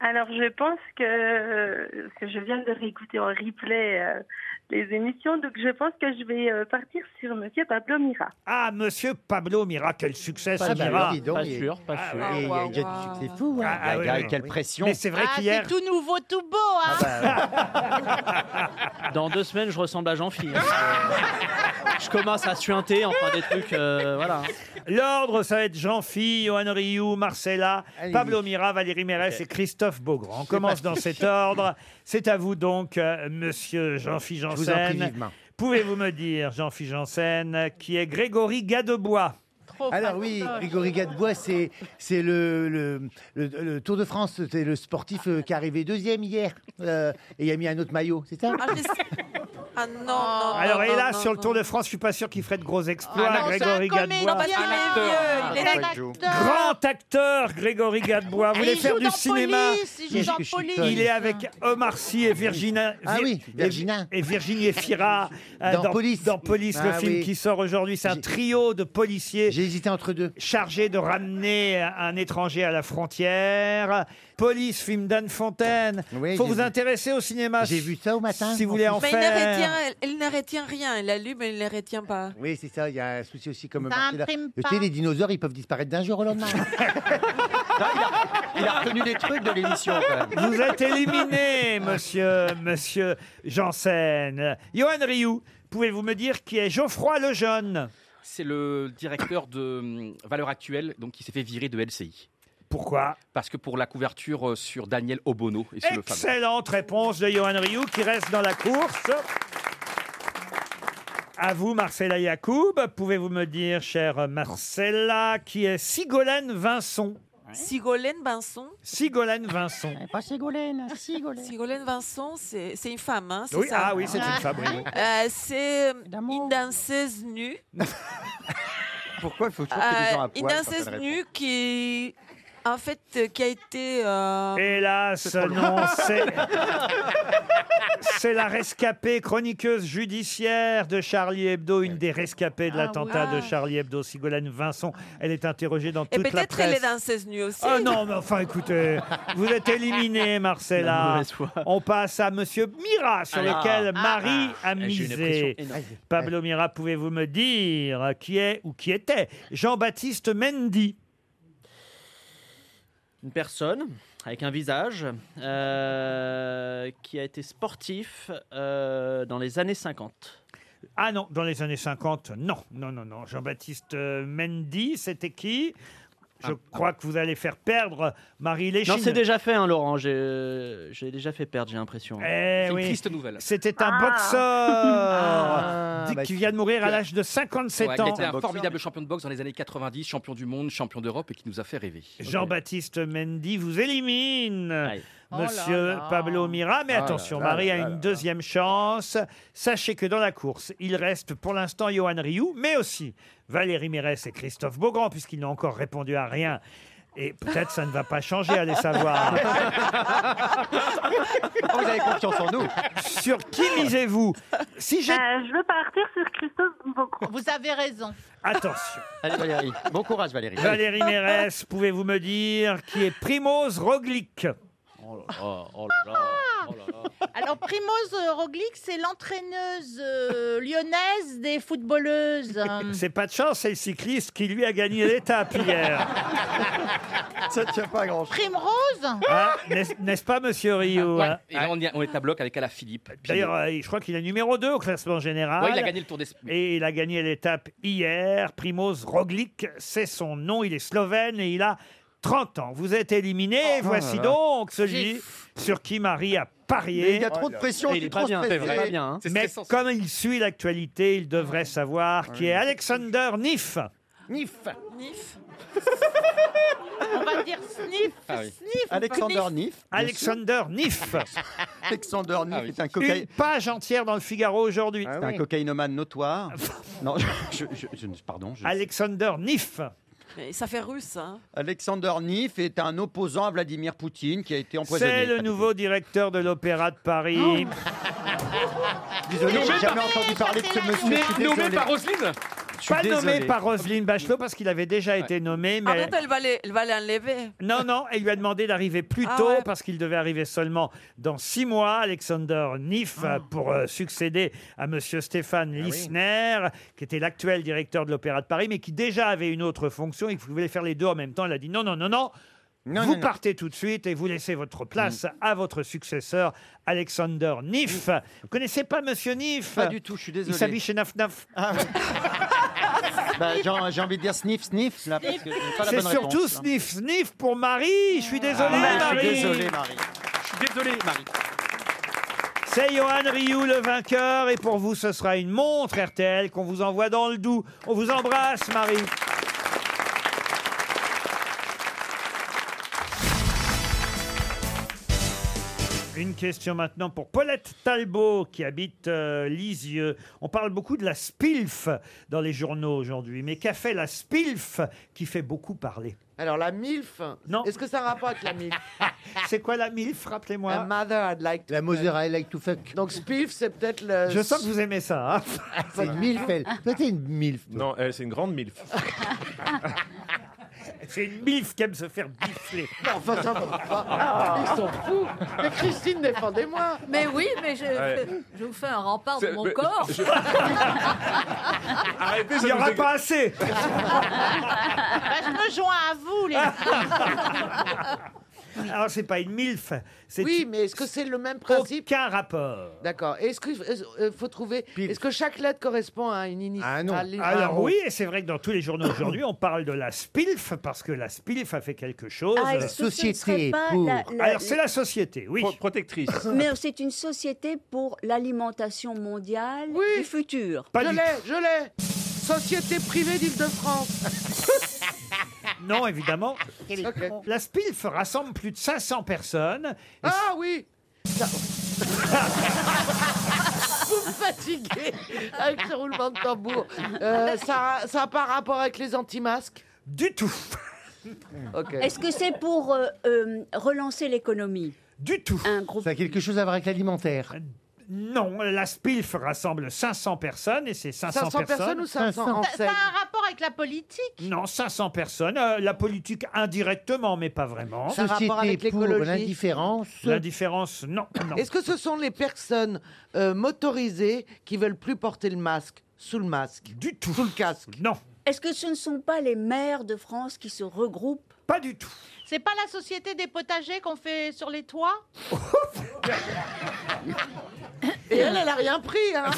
Speaker 19: Alors, je pense que, euh, que je viens de réécouter en replay euh, les émissions, donc je pense que je vais euh, partir sur Monsieur Pablo
Speaker 20: [LAUGHS]
Speaker 19: Mira.
Speaker 4: Ah, monsieur Pablo Mira, quel succès
Speaker 19: Pas
Speaker 4: ça,
Speaker 19: sûr,
Speaker 4: Mira.
Speaker 19: dis donc, Pas il- sûr, pas
Speaker 4: Ah,
Speaker 19: sûr.
Speaker 4: ouais.
Speaker 19: Il y a- il y a du succès
Speaker 17: fou, hein.
Speaker 4: Ah,
Speaker 17: Il y a-
Speaker 4: oui, oui,
Speaker 17: quelle
Speaker 4: oui.
Speaker 17: pression.
Speaker 4: Mais c'est vrai
Speaker 13: Ah,
Speaker 4: qu'hier... Ah, bah,
Speaker 13: C'est tout nouveau, tout beau, hein [LAUGHS]
Speaker 5: Dans deux semaines, je ressemble à Jean-Philippe. je commence à suinter, enfin des trucs. euh, voilà.
Speaker 4: L'ordre, ça va être Jean-Phi, Johan Rioux, Marcella, Pablo Mira, Valérie Mérès et Christophe Beaugrand. On commence dans cet ordre. C'est à vous donc, euh, monsieur Jean-Phi
Speaker 17: vous en
Speaker 4: Janssen.
Speaker 17: prie vivement.
Speaker 4: Pouvez-vous me dire, Jean-Phi Janssen, qui est Grégory Gadebois
Speaker 17: Alors oui, Grégory Gadebois, c'est c'est le, le, le- le Tour de France, c'est le sportif euh, qui est arrivé deuxième hier euh, et il a mis un autre maillot, c'est ça
Speaker 16: Ah non, non.
Speaker 4: Alors
Speaker 16: non, non,
Speaker 4: hélas,
Speaker 16: non,
Speaker 4: sur le Tour de France, je suis pas sûr qu'il ferait de gros exploits,
Speaker 16: Ah non, c'est
Speaker 4: Grégory
Speaker 16: un comédien,
Speaker 4: Gadebois.
Speaker 16: parce qu'il est vieux, il est acteur.
Speaker 4: Grand acteur, Grégory Gadebois. Vous
Speaker 16: Et
Speaker 4: voulez
Speaker 16: il
Speaker 4: faire
Speaker 16: joue
Speaker 4: du
Speaker 16: dans
Speaker 4: cinéma
Speaker 16: Police, il joue dans Police. Ah
Speaker 4: Il est avec Omar Sy et Virginia.
Speaker 17: Ah
Speaker 4: Vir-
Speaker 17: oui, Virginia.
Speaker 4: Et, et Virginie Efira euh,
Speaker 17: Dans Police.
Speaker 4: Dans Police, le
Speaker 17: Ah
Speaker 4: film
Speaker 17: oui.
Speaker 4: qui sort aujourd'hui. C'est un trio de policiers. J'ai hésité entre deux. Chargés de ramener un étranger à la frontière. Police, film d'Anne Fontaine. Faut
Speaker 17: j'ai
Speaker 4: vous
Speaker 17: vu.
Speaker 4: intéresser au cinéma.
Speaker 17: J'ai vu ça au matin.
Speaker 4: Si vous voulez en
Speaker 16: mais il ne,
Speaker 4: faire.
Speaker 16: retient, il ne retient rien. Il a lu, mais il ne retient pas.
Speaker 17: Oui, c'est ça, il y a un souci aussi comme
Speaker 16: Ça
Speaker 17: Marcella.
Speaker 16: imprime
Speaker 17: Tu
Speaker 16: pas.
Speaker 17: sais, les dinosaures, ils peuvent disparaître d'un jour
Speaker 16: [LAUGHS]
Speaker 17: au lendemain.
Speaker 12: Il a retenu des trucs de l'émission, quand même.
Speaker 4: Vous êtes éliminé, monsieur, monsieur Janssen. Johan Rioux, pouvez-vous me dire qui est Geoffroy Lejeune
Speaker 1: C'est le directeur de hum, Valeurs Actuelles, donc qui s'est fait virer de LCI.
Speaker 4: Pourquoi
Speaker 1: Parce que pour la couverture euh, sur Daniel Obono. Et c'est le fameux.
Speaker 4: Excellente réponse de Johan Rioux qui reste dans la course. À vous, Marcella Yacoub. Pouvez-vous me dire, chère Marcella, qui est Sigolène Vincent
Speaker 16: Sigolène Vincent.
Speaker 4: Sigolène Vincent.
Speaker 16: Pas Sigolène, Sigolène. Sigolène Vincent, c'est c'est une femme, hein, c'est
Speaker 4: Oui,
Speaker 16: ça
Speaker 4: ah oui, c'est une femme. oui, oui.
Speaker 16: Euh, c'est une danseuse nue.
Speaker 12: Pourquoi il faut toujours qu'il y ait des gens
Speaker 16: Euh,
Speaker 12: à poil
Speaker 16: une
Speaker 12: quand elle
Speaker 16: danseuse
Speaker 12: répond
Speaker 16: nue qui, en fait, euh, qui a été. euh,
Speaker 4: Hélas, non, c'est. C'est la rescapée chroniqueuse judiciaire de Charlie Hebdo, une des rescapées de
Speaker 16: Ah
Speaker 4: l'attentat
Speaker 16: oui.
Speaker 4: de Charlie Hebdo, Sigolène Vincent. Elle est interrogée dans
Speaker 16: Et
Speaker 4: toute la
Speaker 16: Eh, peut-être elle est
Speaker 4: presse.
Speaker 16: danseuse nue aussi.
Speaker 4: Oh non, mais enfin, écoutez, vous êtes éliminé,
Speaker 5: La
Speaker 4: Marcella.
Speaker 5: mauvaise foi.
Speaker 4: On passe à Monsieur Mira, sur
Speaker 5: Ah.
Speaker 4: lequel
Speaker 5: Ah.
Speaker 4: Marie a
Speaker 5: J'ai une pression
Speaker 4: misé.
Speaker 5: énorme.
Speaker 4: Pablo Mira, pouvez-vous me dire qui est ou qui était Jean-Baptiste Mendy
Speaker 5: Une personne avec un visage euh, qui a été sportif euh, dans les années 50.
Speaker 4: Ah non, dans les années 50, non, non, non, non. Jean-Baptiste euh, Mendy, c'était qui
Speaker 1: Ah.
Speaker 4: Je crois que vous allez faire perdre Marie Léchine.
Speaker 5: Non, c'est déjà fait, hein, Laurent. J'ai euh, j'ai déjà fait perdre, j'ai l'impression.
Speaker 4: Eh oui. C'était un
Speaker 1: Ah.
Speaker 4: boxeur
Speaker 1: Ah.
Speaker 4: dit- qui vient de mourir à l'âge de 57
Speaker 1: Ouais,
Speaker 4: ans.
Speaker 1: Il était un formidable champion de boxe dans les années 90, champion du monde, champion d'Europe et qui nous a fait rêver.
Speaker 4: Jean-Baptiste Mendy vous élimine,
Speaker 1: Oh
Speaker 4: monsieur
Speaker 1: là là.
Speaker 4: Pablo Mira. Mais
Speaker 12: Ah
Speaker 1: Oh là
Speaker 4: attention,
Speaker 1: là
Speaker 4: Marie
Speaker 1: là
Speaker 4: a
Speaker 1: là
Speaker 4: une deuxième chance. Sachez que dans la course, il reste pour l'instant Johan Rioux, mais aussi Valérie Mérès et Christophe Beaugrand, puisqu'ils n'ont encore répondu à rien. Et peut-être ça ne va pas changer,
Speaker 12: [LAUGHS]
Speaker 4: allez savoir.
Speaker 12: Oh, Vous avez confiance en nous.
Speaker 4: Sur qui misez-vous Si j'ai.
Speaker 13: Euh, je veux partir sur Christophe Beaugrand. Vous avez raison.
Speaker 4: Attention.
Speaker 12: Allez, Valérie. Bon courage, Valérie.
Speaker 4: Valérie Mérès, pouvez-vous me dire qui est Primoz Roglic
Speaker 12: Oh
Speaker 13: Ah. Alors, Primoz euh, Roglic, c'est l'entraîneuse euh, lyonnaise des footballeuses.
Speaker 4: Mmh.
Speaker 13: Euh,
Speaker 4: C'est pas de chance, c'est le cycliste qui lui a gagné l'étape
Speaker 5: [LAUGHS]
Speaker 4: hier.
Speaker 12: Ça tient pas grand
Speaker 13: Primrose Ah.
Speaker 4: Hein, n'est-ce- N'est-ce pas, monsieur Rio hein
Speaker 1: Et là, on, y- on est à bloc avec Alaphilippe. Puis-
Speaker 4: D'ailleurs, euh, je crois qu'il est numéro 2 au classement général.
Speaker 1: Ouais, il a gagné le Tour d'Espagne.
Speaker 4: Et il a gagné l'étape hier. Primoz Roglic, c'est son nom. Il est slovène et il a 30 ans. Vous êtes éliminé. Voici
Speaker 5: Oh, là là.
Speaker 4: donc celui sur qui Marie a parié.
Speaker 5: Mais il y a trop de pression, il est pas bien, c'est vrai. bien, hein.
Speaker 4: Mais comme il suit l'actualité, il devrait savoir qui est Alexander Nif.
Speaker 17: Nif.
Speaker 16: Nif.
Speaker 13: On va dire sniff,
Speaker 2: Ah oui.
Speaker 13: sniff. ou pas
Speaker 2: Alexander Nif.
Speaker 4: Alexander Nif.
Speaker 2: [LAUGHS] Alexander Nif est un
Speaker 4: Une
Speaker 2: cocaïne.
Speaker 4: page entière dans le Figaro aujourd'hui.
Speaker 2: C'est un cocaïnomane notoire. Ah [LAUGHS] non, je, je- je ne- pardon. je-
Speaker 4: Alexander Nif.
Speaker 16: Mais Ça fait russe, hein.
Speaker 2: Alexander Nif est un opposant à Vladimir Poutine qui a été empoisonné.
Speaker 4: C'est le nouveau directeur de l'Opéra de Paris.
Speaker 2: Désolé, j'ai jamais entendu parler de ce monsieur. je suis désolé.
Speaker 14: Roselyne
Speaker 2: Je suis
Speaker 4: Pas nommé
Speaker 2: désolé.
Speaker 4: par Roselyne Bachelot parce qu'il avait déjà été nommé, Eh, mais.
Speaker 16: Arrête, Ah, elle va les- elle va l'enlever.
Speaker 4: Non, non, elle lui a demandé d'arriver plus
Speaker 16: Ah
Speaker 4: tôt
Speaker 16: ouais.
Speaker 4: parce qu'il devait arriver seulement dans six mois. Alexander Nif
Speaker 2: Ah.
Speaker 4: euh, pour euh, succéder à Monsieur Stéphane Lissner, qui était l'actuel directeur de l'Opéra de Paris, mais qui déjà avait une autre fonction et qui voulait faire les deux en même temps. Elle a dit non, non, non, non. vous partez tout de suite et vous laissez votre place
Speaker 2: Mm.
Speaker 4: à votre successeur, Alexander Nif. Vous connaissez pas Monsieur Nif
Speaker 2: Pas du tout, je suis désolé. Ah
Speaker 4: Il s'habille chez Naf Naf.
Speaker 2: Bah, J'ai j'ai envie de dire sniff, sniff, là, parce que j'ai pas la
Speaker 4: C'est
Speaker 2: bonne réponse. hein.
Speaker 4: surtout sniff sniff pour Marie. Je suis désolé,
Speaker 2: Ah,
Speaker 4: Marie.
Speaker 2: Je suis désolé, Marie. Je suis désolé, Marie.
Speaker 4: C'est Johan Rioux le vainqueur et pour vous ce sera une montre RTL qu'on vous envoie dans le doux. On vous embrasse Marie. Une question maintenant pour Paulette Talbot qui habite euh, Lisieux. On parle beaucoup de la SPILF dans les journaux aujourd'hui, mais qu'a fait la SPILF qui fait beaucoup parler
Speaker 11: Alors la MILF,
Speaker 4: non.
Speaker 11: est-ce que ça a un rapport avec la MILF
Speaker 4: [LAUGHS] C'est quoi la MILF Rappelez-moi.
Speaker 11: La mother I'd like to
Speaker 17: La Moser, I like to fuck.
Speaker 11: Donc SPILF, c'est peut-être le...
Speaker 4: Je sens que vous aimez ça. hein.
Speaker 14: Ah,
Speaker 17: C'est une milf, elle. Toi, t'es une milf.
Speaker 14: Non, elle, c'est une grande milf.
Speaker 4: C'est une MILF qui aime se faire bifler.
Speaker 11: Enfin, ça va pas. Ah, Ils sont fous. Mais Christine, défendez-moi.
Speaker 21: Mais oui, mais je,
Speaker 14: Ouais.
Speaker 21: je vous fais un rempart de
Speaker 14: C'est-
Speaker 21: mon
Speaker 14: mais-
Speaker 21: corps.
Speaker 14: je- Arrêtez,
Speaker 4: Il n'y
Speaker 14: ça nous
Speaker 4: aura
Speaker 14: éga-
Speaker 4: pas assez.
Speaker 13: Bah, je me joins à vous, les
Speaker 4: Alors c'est pas une MILF. c'est
Speaker 11: Oui,
Speaker 4: une-
Speaker 11: mais est-ce que c'est le même principe
Speaker 4: Aucun rapport.
Speaker 11: D'accord. Est-ce qu'il faut trouver... Est-ce que chaque lettre correspond à une initiale
Speaker 17: Ah
Speaker 11: Ah,
Speaker 4: Alors Ah oui, et c'est vrai que dans tous les journaux aujourd'hui, on parle de la SPILF parce que la SPILF a fait quelque chose.
Speaker 20: Ah, est-ce La que ce ne société serait pas pour- la- la-
Speaker 4: Alors c'est la société, oui.
Speaker 14: protectrice.
Speaker 20: [LAUGHS] Mais c'est une société pour l'alimentation mondiale du futur.
Speaker 4: Pas
Speaker 11: je
Speaker 4: du
Speaker 11: l'ai, je l'ai. Société privée d'Île-de-France.
Speaker 4: [LAUGHS] Non, évidemment.
Speaker 11: Quel est con.
Speaker 4: La SPILF rassemble plus de 500 personnes.
Speaker 11: ah oui [LAUGHS] Vous me fatiguez avec ce roulement de tambour. Euh, ça n'a pas rapport avec les anti-masques
Speaker 4: Du tout.
Speaker 11: Ok.
Speaker 20: Est-ce que c'est pour euh, euh, relancer l'économie
Speaker 4: Du tout.
Speaker 20: Un groupe.
Speaker 17: Ça a quelque chose à voir avec l'alimentaire.
Speaker 4: Euh, Non, la SPILF rassemble 500 personnes et c'est 500,
Speaker 11: 500 Ah, personnes ou 500 en
Speaker 13: Ça
Speaker 11: scène
Speaker 13: ça a un rapport avec la politique
Speaker 4: Non, 500 personnes. Euh, la politique indirectement, mais pas vraiment.
Speaker 11: Ça a rapport Société avec
Speaker 17: pour
Speaker 11: l'écologie.
Speaker 17: l'indifférence.
Speaker 4: L'indifférence, non. non.
Speaker 11: Est-ce que ce sont les personnes euh, motorisées qui veulent plus porter le masque sous le masque
Speaker 4: Du tout.
Speaker 11: Sous le casque
Speaker 4: Non.
Speaker 20: Est-ce que ce ne sont pas les maires de France qui se regroupent
Speaker 4: Pas du tout.
Speaker 13: C'est pas la société des potagers qu'on fait sur les toits
Speaker 11: Et elle, elle a rien pris. Hein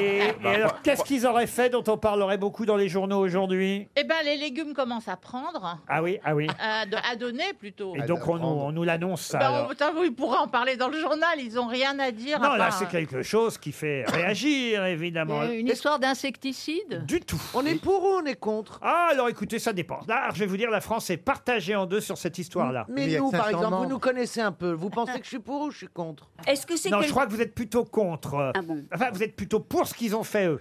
Speaker 4: Et, et
Speaker 11: Bah,
Speaker 4: alors, qu'est-ce qu'ils auraient fait dont on parlerait beaucoup dans les journaux aujourd'hui
Speaker 13: Eh ben, les légumes commencent à prendre,
Speaker 4: Ah oui, ah oui.
Speaker 13: à, de- à donner plutôt.
Speaker 11: bah,
Speaker 4: Et donc, on nous, on nous l'annonce, ça.
Speaker 13: Ben, on-
Speaker 4: alors.
Speaker 13: putain, vous, ils pourraient en parler dans le journal, ils ont rien à dire. à
Speaker 4: Non, là,
Speaker 13: part-
Speaker 11: hein.
Speaker 13: euh,
Speaker 4: c'est quelque chose qui
Speaker 11: [COUGHS]
Speaker 4: fait réagir, évidemment.
Speaker 21: Une histoire d'insecticide
Speaker 4: Du tout.
Speaker 11: On est pour ou on est contre
Speaker 4: Ah, alors écoutez, ça dépend. Là, je vais vous dire, la France est partagée en deux sur cette histoire-là.
Speaker 11: Mais, nous, par exemple, vous nous connaissez un peu. Vous pensez que je suis pour ou je suis contre
Speaker 20: Est-ce que c'est
Speaker 4: Non,
Speaker 20: quel- Ah
Speaker 4: je crois que vous êtes plutôt contre. euh, Enfin, vous êtes plutôt pour ce qu'ils ont fait, eux.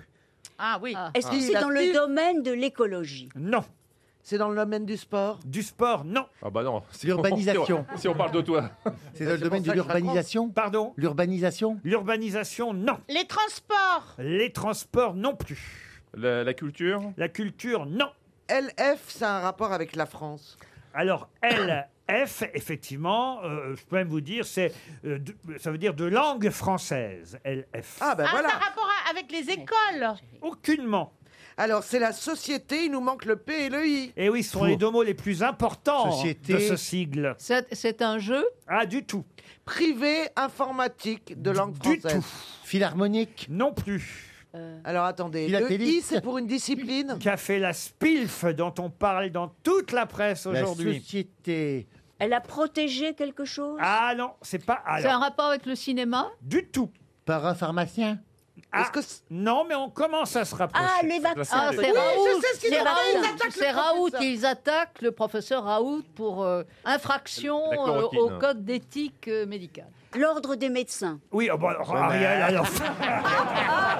Speaker 13: Ah oui.
Speaker 20: Est-ce que
Speaker 11: Ah.
Speaker 20: c'est dans le domaine de l'écologie
Speaker 4: Non.
Speaker 11: C'est dans le domaine du sport
Speaker 4: Du sport, non.
Speaker 14: Ah bah non. si on-
Speaker 17: L'urbanisation.
Speaker 14: [LAUGHS] Si on parle de toi.
Speaker 17: C'est dans le domaine de
Speaker 11: ça que je
Speaker 17: l'urbanisation
Speaker 4: Pardon
Speaker 17: L'urbanisation
Speaker 4: L'urbanisation, non.
Speaker 13: Les transports
Speaker 4: Les transports, non plus.
Speaker 14: La, la culture
Speaker 4: La culture, non.
Speaker 11: LF, ça a un rapport avec la France.
Speaker 4: Alors, LF, effectivement, euh, je peux même vous dire, c'est, euh, de- ça veut dire de langue française, LF.
Speaker 11: Ah ben
Speaker 13: Ah,
Speaker 11: voilà.
Speaker 13: ça a rapport à- avec les écoles
Speaker 4: Aucunement.
Speaker 11: Alors c'est la société, il nous manque le P et le I.
Speaker 4: Et Eh oui, ce sont les deux mots les plus importants
Speaker 17: Société.
Speaker 4: Oh. de ce sigle.
Speaker 21: C'est c'est un jeu
Speaker 4: Ah, du tout.
Speaker 11: Privé informatique de langue
Speaker 4: Du
Speaker 11: française. Euh.
Speaker 17: Philharmonique
Speaker 4: Non plus.
Speaker 11: Alors attendez, le
Speaker 17: Philatélique.
Speaker 11: I c'est pour une discipline
Speaker 4: Qu'a fait la SPILF dont on parle dans toute la presse
Speaker 17: La
Speaker 4: aujourd'hui
Speaker 17: société.
Speaker 20: Elle a protégé quelque chose
Speaker 4: Ah non, c'est pas.
Speaker 21: C'est un
Speaker 4: Alors,
Speaker 21: rapport avec le cinéma
Speaker 4: du tout. Ah,
Speaker 17: Parapharmacien
Speaker 4: Non, mais on commence à se rapprocher.
Speaker 21: Ah, les vaccins.
Speaker 11: Ah,
Speaker 21: c'est
Speaker 11: Oui,
Speaker 21: Raoult.
Speaker 11: je sais ce qu'ils
Speaker 21: C'est
Speaker 11: ont fait, ils
Speaker 21: Raoult.
Speaker 11: attaquent le
Speaker 21: C'est Raoult.
Speaker 11: professeur.
Speaker 21: Ils attaquent le professeur Raoult pour euh, infraction
Speaker 4: La
Speaker 21: euh,
Speaker 4: chloroquine. hein.
Speaker 21: au code d'éthique euh, médicale.
Speaker 20: L'ordre des médecins.
Speaker 4: Oui, oh, bah, alors,
Speaker 20: Ouais,
Speaker 4: Ariel,
Speaker 20: mais-
Speaker 11: [LAUGHS]
Speaker 4: alors...
Speaker 20: Ah.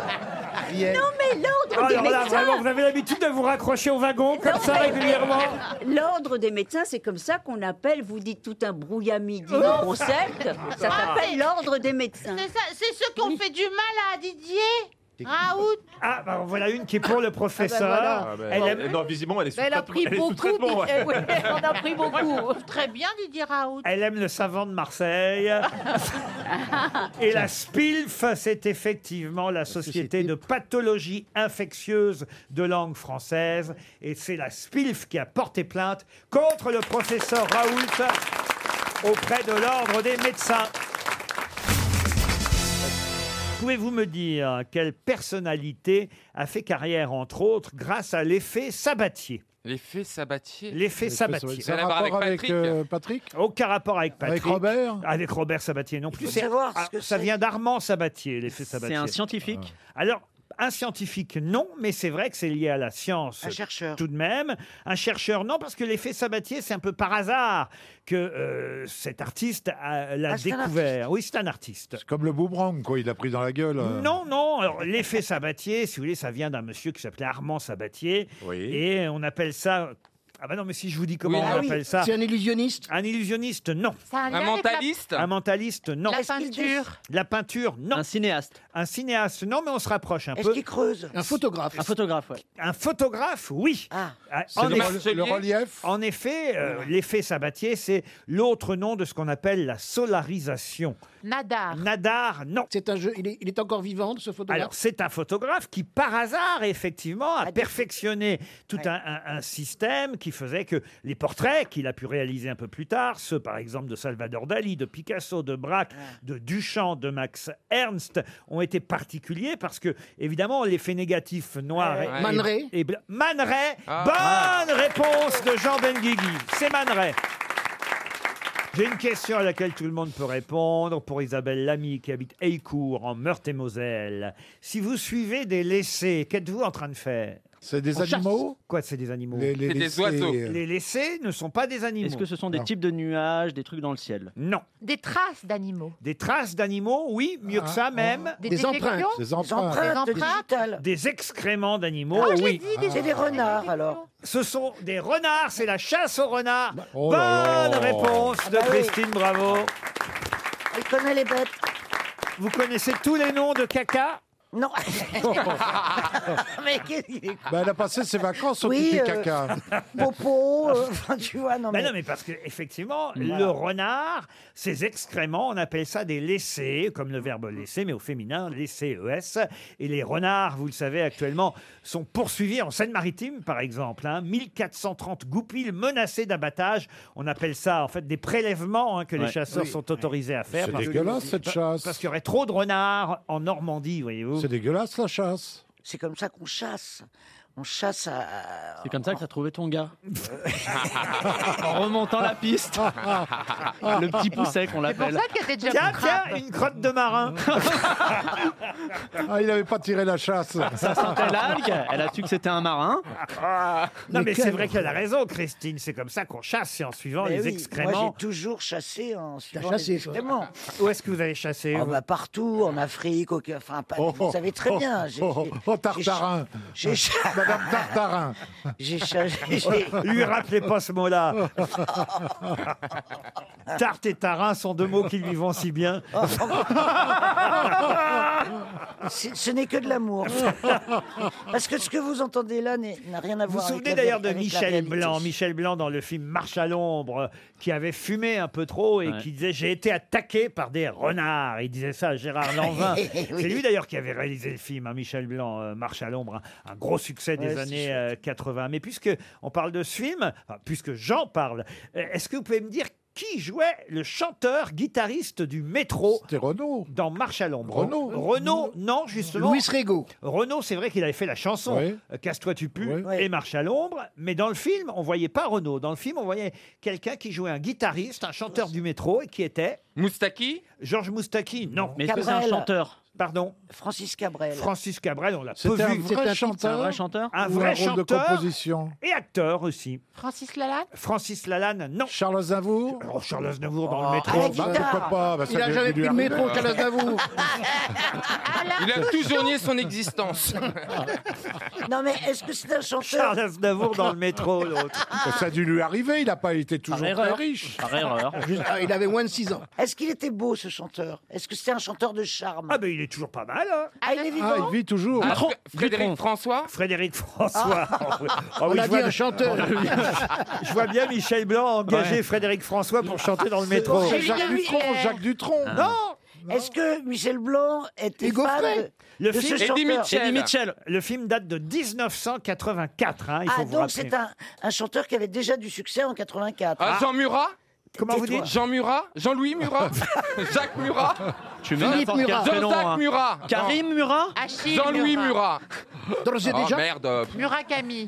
Speaker 20: Non, mais l'ordre des
Speaker 4: Oh, Ah, Alors là,
Speaker 20: médecins.
Speaker 4: vraiment, vous avez l'habitude de vous raccrocher au wagon comme ça régulièrement
Speaker 20: L'ordre des médecins, c'est comme ça qu'on appelle, vous dites tout un brouillamidi
Speaker 13: Oh.
Speaker 20: de concept, ça
Speaker 4: Ah.
Speaker 20: s'appelle l'ordre des médecins.
Speaker 13: C'est ça, c'est ceux qui ont fait du mal à Didier Raoult.
Speaker 4: Ah, bah, voilà une qui est pour le professeur.
Speaker 13: voilà.
Speaker 14: Ah, bah,
Speaker 4: Elle
Speaker 14: non,
Speaker 4: aime-
Speaker 14: non, visiblement, elle est sous
Speaker 13: Ben, Elle a
Speaker 14: traitement-
Speaker 13: pris
Speaker 14: elle est sous
Speaker 13: beaucoup,
Speaker 14: traitement,
Speaker 13: Didier-
Speaker 14: ouais.
Speaker 13: oui,
Speaker 14: [LAUGHS]
Speaker 13: on a pris beaucoup. Très bien, Didier
Speaker 4: [LAUGHS]
Speaker 13: Raoult.
Speaker 4: Elle aime le savant de Marseille. Et la SPILF, c'est effectivement la Société de pathologie infectieuse de langue française. Et c'est la SPILF qui a porté plainte contre le professeur Raoult auprès de l'Ordre des médecins. Pouvez-vous me dire quelle personnalité a fait carrière, entre autres, grâce à l'effet Sabatier
Speaker 10: L'effet Sabatier.
Speaker 4: L'effet Sabatier.
Speaker 10: Ça a rapport avec euh, Patrick.
Speaker 4: euh, Aucun rapport avec Patrick.
Speaker 10: Avec Robert
Speaker 4: Avec Robert Sabatier non plus.
Speaker 10: faut
Speaker 4: C'est-
Speaker 10: savoir ce
Speaker 4: ah,
Speaker 10: que
Speaker 4: ça
Speaker 10: c'est.
Speaker 4: vient d'Armand Sabatier, l'effet Sabatier.
Speaker 5: un scientifique
Speaker 4: Alors, un scientifique, non, mais c'est vrai que c'est lié à la science. Un chercheur. Tout de même. Un chercheur, non, parce que l'effet Sabatier, c'est un peu par hasard que euh, cet artiste a- l'a
Speaker 6: Ah, c'est un
Speaker 4: découvert. Oui, c'est un artiste.
Speaker 6: C'est comme le boomerang, quoi. Il a pris dans la gueule. euh.
Speaker 4: Non, non. Alors, l'effet Sabatier, si vous voulez, ça vient d'un monsieur qui s'appelait Armand Sabatier. Et on appelle ça. Ah bah non, mais si je vous dis comment
Speaker 8: Oui,
Speaker 4: on
Speaker 8: ah oui,
Speaker 4: appelle ça.
Speaker 8: c'est un
Speaker 4: illusionniste Un illusionniste, non.
Speaker 8: a un lien Un avec la- mentaliste
Speaker 4: Un mentaliste, non.
Speaker 8: La Est-ce qu'il peinture dessine
Speaker 4: La peinture, non. Un cinéaste Un cinéaste, non, mais on se rapproche un peu.
Speaker 8: Est-ce qu'il creuse Un photographe. Un
Speaker 4: photographe, oui. Un photographe, oui. Ah.
Speaker 6: C'est le rel- le relief
Speaker 4: En effet, euh, l'effet Sabatier, c'est l'autre nom de ce qu'on appelle la solarisation.
Speaker 8: Nadar.
Speaker 4: Nadar, non.
Speaker 8: C'est un jeu. Il est, il est encore vivant, ce photographe.
Speaker 4: Alors, c'est un photographe qui, par hasard, effectivement,
Speaker 8: Ah,
Speaker 4: a perfectionné tout un, un- un système qui faisait que les portraits qu'il a pu réaliser un peu plus tard, ceux, par exemple, de Salvador Dali, de Picasso, de Braque, de Duchamp, de Max Ernst, ont été particuliers parce que, évidemment, l'effet négatif noir...
Speaker 8: Ouais.
Speaker 4: et-
Speaker 8: Man
Speaker 4: et-
Speaker 8: Ray.
Speaker 4: et bla- Man Ray
Speaker 8: Ah.
Speaker 4: Bonne réponse de Jean Benguigui. C'est Man Ray. J'ai une question à laquelle tout le monde peut répondre pour Isabelle Lamy qui habite Aycourt en Meurthe-et-Moselle. Si vous suivez des laissés, qu'êtes-vous en train de faire
Speaker 6: C'est des On animaux
Speaker 4: Quoi, c'est des animaux
Speaker 6: Les- les C'est des laissés, oiseaux. euh.
Speaker 4: Les laissés ne sont pas des animaux.
Speaker 5: Est-ce que ce sont des types de nuages, des trucs dans le ciel
Speaker 4: Non.
Speaker 21: Des traces d'animaux.
Speaker 4: Des traces d'animaux, oui, mieux que ça même.
Speaker 21: Ah, Des Des détections empreintes. Des empreintes. Des empreintes digitales.
Speaker 4: Des excréments d'animaux,
Speaker 21: Ah, je l'ai
Speaker 4: oui.
Speaker 21: dit, des C'est des excréments.
Speaker 4: renards alors. Ce sont des renards, Ah, c'est la chasse aux renards.
Speaker 6: oh
Speaker 4: Bonne
Speaker 6: là là.
Speaker 4: réponse de
Speaker 6: Ah bah oui.
Speaker 4: Christine Bravo.
Speaker 7: Elle connaît les bêtes.
Speaker 4: Vous connaissez tous les noms de caca
Speaker 7: Non. [LAUGHS] mais qu'est-ce qu'il est con.
Speaker 6: Bah, elle a passé ses vacances au
Speaker 7: Oui,
Speaker 6: pipi
Speaker 7: euh,
Speaker 6: caca.
Speaker 7: [LAUGHS] Popo, euh, enfin, tu vois, non
Speaker 4: Mais
Speaker 7: mais...
Speaker 4: Bah non, mais parce qu'effectivement,
Speaker 7: Voilà.
Speaker 4: le renard, ses excréments, on appelle ça des laissés, comme le verbe laisser, mais au féminin, laisser ES. Et les renards, vous le savez, actuellement, sont poursuivis en Seine-Maritime, par exemple. hein. 1430 goupilles menacées d'abattage. On appelle ça, en fait, des prélèvements hein, que les
Speaker 6: Ouais.
Speaker 4: chasseurs
Speaker 6: Oui.
Speaker 4: sont autorisés à faire.
Speaker 6: C'est
Speaker 4: parce que-
Speaker 6: dégueulasse, cette chasse.
Speaker 4: Parce qu'il y aurait trop de renards en Normandie, voyez-vous.
Speaker 6: C'est dégueulasse, la chasse.
Speaker 7: C'est comme ça qu'on chasse. On chasse à...
Speaker 5: C'est comme ça que t'as trouvé ton
Speaker 4: [LAUGHS]
Speaker 5: gars. [LAUGHS] en remontant la piste. Le petit pousset qu'on l'appelle.
Speaker 4: Tiens, tiens, une crotte de marin.
Speaker 6: Ah, il n'avait pas tiré la chasse.
Speaker 5: Ça sentait l'algue, elle a su que c'était un marin.
Speaker 4: Non, mais
Speaker 5: Mais
Speaker 4: c'est
Speaker 5: quel-
Speaker 4: vrai qu'elle a raison, Christine. C'est comme ça qu'on chasse, c'est en suivant
Speaker 7: Mais
Speaker 4: les
Speaker 7: oui, Moi,
Speaker 4: excréments.
Speaker 7: j'ai toujours chassé en suivant
Speaker 4: chassé,
Speaker 7: les
Speaker 4: toi.
Speaker 7: excréments.
Speaker 4: Où est-ce que vous avez chassé
Speaker 7: Ah bah, Partout, en Afrique, au... enfin, pas- vous savez très bien. j'ai-
Speaker 6: Oh,
Speaker 7: j'ai-
Speaker 6: oh, Tartarin.
Speaker 7: j'ai- j'ai-
Speaker 6: Madame
Speaker 11: [LAUGHS]
Speaker 6: Tartarin. [LAUGHS]
Speaker 7: J'ai chassé...
Speaker 4: [LAUGHS]
Speaker 7: j'ai-
Speaker 4: Lui rappelez pas ce mot-là. Tarte et tarin sont deux mots qui lui vont si bien.
Speaker 7: C'est- Ce n'est que de l'amour. [LAUGHS] Parce que ce que vous entendez là n'est- n'a rien à
Speaker 4: Vous vous
Speaker 7: voir avec
Speaker 4: souvenez
Speaker 7: la-
Speaker 4: d'ailleurs de
Speaker 7: avec la
Speaker 4: Michel
Speaker 7: réalité.
Speaker 4: Blanc, Michel Blanc dans le film Marche à l'ombre, euh, qui avait fumé un peu trop et qui disait j'ai été attaqué par des renards. Il disait ça à Gérard Lanvin.
Speaker 7: [LAUGHS] Oui.
Speaker 4: C'est lui d'ailleurs qui avait réalisé le film, hein, Michel Blanc, euh, Marche à l'ombre, un, un gros succès des
Speaker 7: Ouais, c'est
Speaker 4: années euh, 80. Mais puisque on parle de ce film, enfin, puisque j'en parle, euh, est-ce que vous pouvez me dire qui jouait le chanteur guitariste du métro
Speaker 6: Renaud.
Speaker 4: Dans Marche à l'ombre.
Speaker 6: Renaud.
Speaker 4: Renaud, non, justement.
Speaker 8: Louis Rego.
Speaker 4: Renaud, c'est vrai qu'il avait fait la chanson
Speaker 6: Ouais.
Speaker 4: euh, Casse-toi, tu pues et Marche à l'ombre. Mais dans le film, on voyait pas Renaud. Dans le film, on voyait quelqu'un qui jouait un guitariste, un chanteur du métro et qui était.
Speaker 10: Moustaki
Speaker 4: Georges Moustaki, non.
Speaker 5: Mais est-ce que c'est un Cabrel. chanteur
Speaker 4: Pardon
Speaker 7: Francis Cabrel.
Speaker 4: Francis Cabrel, on l'a peu
Speaker 6: C'était un
Speaker 4: vu.
Speaker 6: vrai C'était un chanteur chanteur chanteur
Speaker 4: Un
Speaker 6: Ou
Speaker 4: vrai
Speaker 6: un rôle de
Speaker 4: chanteur
Speaker 6: composition
Speaker 4: Et acteur aussi.
Speaker 11: Francis Lalanne
Speaker 4: Francis Lalanne, non. Charles Aznavour oh, Charles Aznavour dans le métro.
Speaker 6: à la guitare. Bah, pourquoi pas, bah, ça Il a devait jamais lui pris le arriver. métro,
Speaker 13: [LAUGHS]
Speaker 6: Charles Aznavour.
Speaker 10: Il a toujours nié son existence.
Speaker 7: [LAUGHS] Non, mais est-ce que c'est un chanteur
Speaker 4: Charles Aznavour dans le
Speaker 6: [LAUGHS]
Speaker 4: métro, l'autre.
Speaker 6: Bah, Ça a dû lui arriver, il n'a pas été toujours très
Speaker 7: erreur.
Speaker 6: riche.
Speaker 7: Par
Speaker 6: [LAUGHS]
Speaker 7: erreur.
Speaker 6: Ah, il avait moins de 6 ans.
Speaker 7: Est-ce qu'il était beau, ce chanteur Est-ce que c'était un chanteur de charme
Speaker 4: Ah, ben il est toujours pas mal. Hein
Speaker 7: ah, il est vivant
Speaker 6: vit toujours.
Speaker 10: Ah, Fr- Frédéric François
Speaker 4: Frédéric François.
Speaker 10: Ah.
Speaker 4: Oh, oui.
Speaker 10: On
Speaker 4: oui,
Speaker 10: a
Speaker 4: je
Speaker 10: dit
Speaker 4: vois
Speaker 10: un
Speaker 4: bien-
Speaker 10: chanteur.
Speaker 4: on a bien- [LAUGHS] je vois bien Michel Blanc engager
Speaker 6: Ouais.
Speaker 4: Frédéric François pour chanter dans le métro. Ah.
Speaker 6: bon, Jacques Julien Dutronc, Huillet. Jacques Dutronc.
Speaker 4: Non
Speaker 7: Est-ce que Michel Blanc était
Speaker 4: Hugo
Speaker 7: fan
Speaker 4: Frey.
Speaker 7: de, de ce chanteur
Speaker 4: Le film date de 1984. hein, il faut
Speaker 7: Ah,
Speaker 4: vous
Speaker 7: donc
Speaker 4: rappeler.
Speaker 7: c'est un, un chanteur qui avait déjà du succès en 84.
Speaker 10: Ah, Jean Murat
Speaker 4: Comment vous
Speaker 7: Tais-toi.
Speaker 4: dites
Speaker 10: Jean Murat Jean-Louis Murat Jacques Murat
Speaker 5: Tu mets n'importe quel prénom, hein.
Speaker 10: Jean-Jacques Murat
Speaker 5: Karim Murat
Speaker 10: Non.
Speaker 13: Achille
Speaker 10: Jean-Louis Murat
Speaker 13: D'ores et
Speaker 10: Oh
Speaker 14: Ah,
Speaker 13: déjà
Speaker 10: merde euh, pff.
Speaker 13: Murat Camille.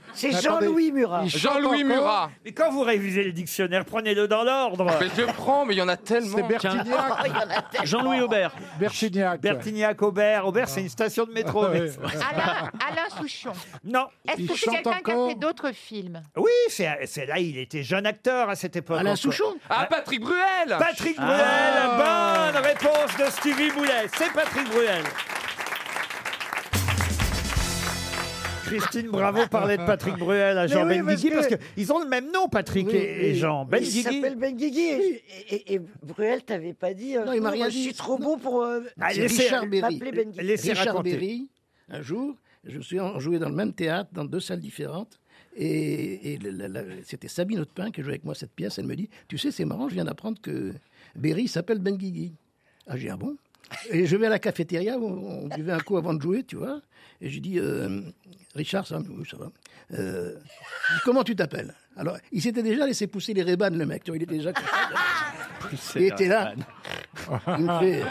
Speaker 10: Jean-Louis Murat Ah,
Speaker 4: Mais quand vous révisez le dictionnaire, prenez-le dans l'ordre.
Speaker 10: Mais je prends, mais il y en a tellement
Speaker 4: C'est Bertignac.
Speaker 13: Oh,
Speaker 10: Tiens.
Speaker 12: ah,
Speaker 4: Jean-Louis Aubert.
Speaker 6: Bertignac.
Speaker 4: Bertignac Aubert. Aubert,
Speaker 7: Ah.
Speaker 4: c'est une station de
Speaker 7: [LAUGHS]
Speaker 4: métro. mais-
Speaker 16: Alain, Alain Souchon.
Speaker 4: Non.
Speaker 16: Est-ce que c'est quelqu'un qui a fait d'autres films
Speaker 4: Oui, c'est c'est là, il était jeune acteur à cette époque.
Speaker 16: Alain
Speaker 4: encore.
Speaker 16: Souchon
Speaker 10: Ah, Patrick Bruel
Speaker 4: Patrick Bruel,
Speaker 5: Ah.
Speaker 11: Ah.
Speaker 4: bonne réponse de Stevie Boulet. C'est Patrick Bruel. Christine Bravo parlait de Patrick Bruel à
Speaker 7: Mais
Speaker 4: Jean
Speaker 7: oui,
Speaker 4: Benguigui parce
Speaker 7: parce que-
Speaker 4: qu'ils ont le même nom, Patrick
Speaker 7: Oui,
Speaker 4: et, et
Speaker 7: oui.
Speaker 4: Jean.
Speaker 7: Il
Speaker 4: Benguigui.
Speaker 7: s'appelle Ben Guigui et, et- et Bruel t'avait pas dit. euh,
Speaker 8: Non, il m'a rien
Speaker 7: moi,
Speaker 8: dit.
Speaker 7: Je suis trop beau pour euh,
Speaker 4: Ah,
Speaker 8: C'est
Speaker 4: laissez-
Speaker 8: Richard Berry.
Speaker 7: m'appeler Ben Guigui.
Speaker 4: Laissez
Speaker 8: Richard
Speaker 4: raconter.
Speaker 8: [LAUGHS] Berry, un jour, je me souviens, on jouait dans le même théâtre, dans deux salles différentes. Et, et la- la- la- c'était Sabine Autepin qui jouait avec moi cette pièce. Elle me dit Tu sais, c'est marrant, je viens d'apprendre que Berry s'appelle Ben Guigui. Ah, j'ai dit, Ah bon Et je vais à la cafétéria, où on, buvait un coup avant de jouer, tu vois. Et j'ai dit euh, Richard, ça va Oui, ça va. Euh, comment tu t'appelles Alors, il s'était déjà laissé pousser les rébanes, le mec. Tu vois, il était déjà. comme ça. il était là. Il me [LAUGHS] fait.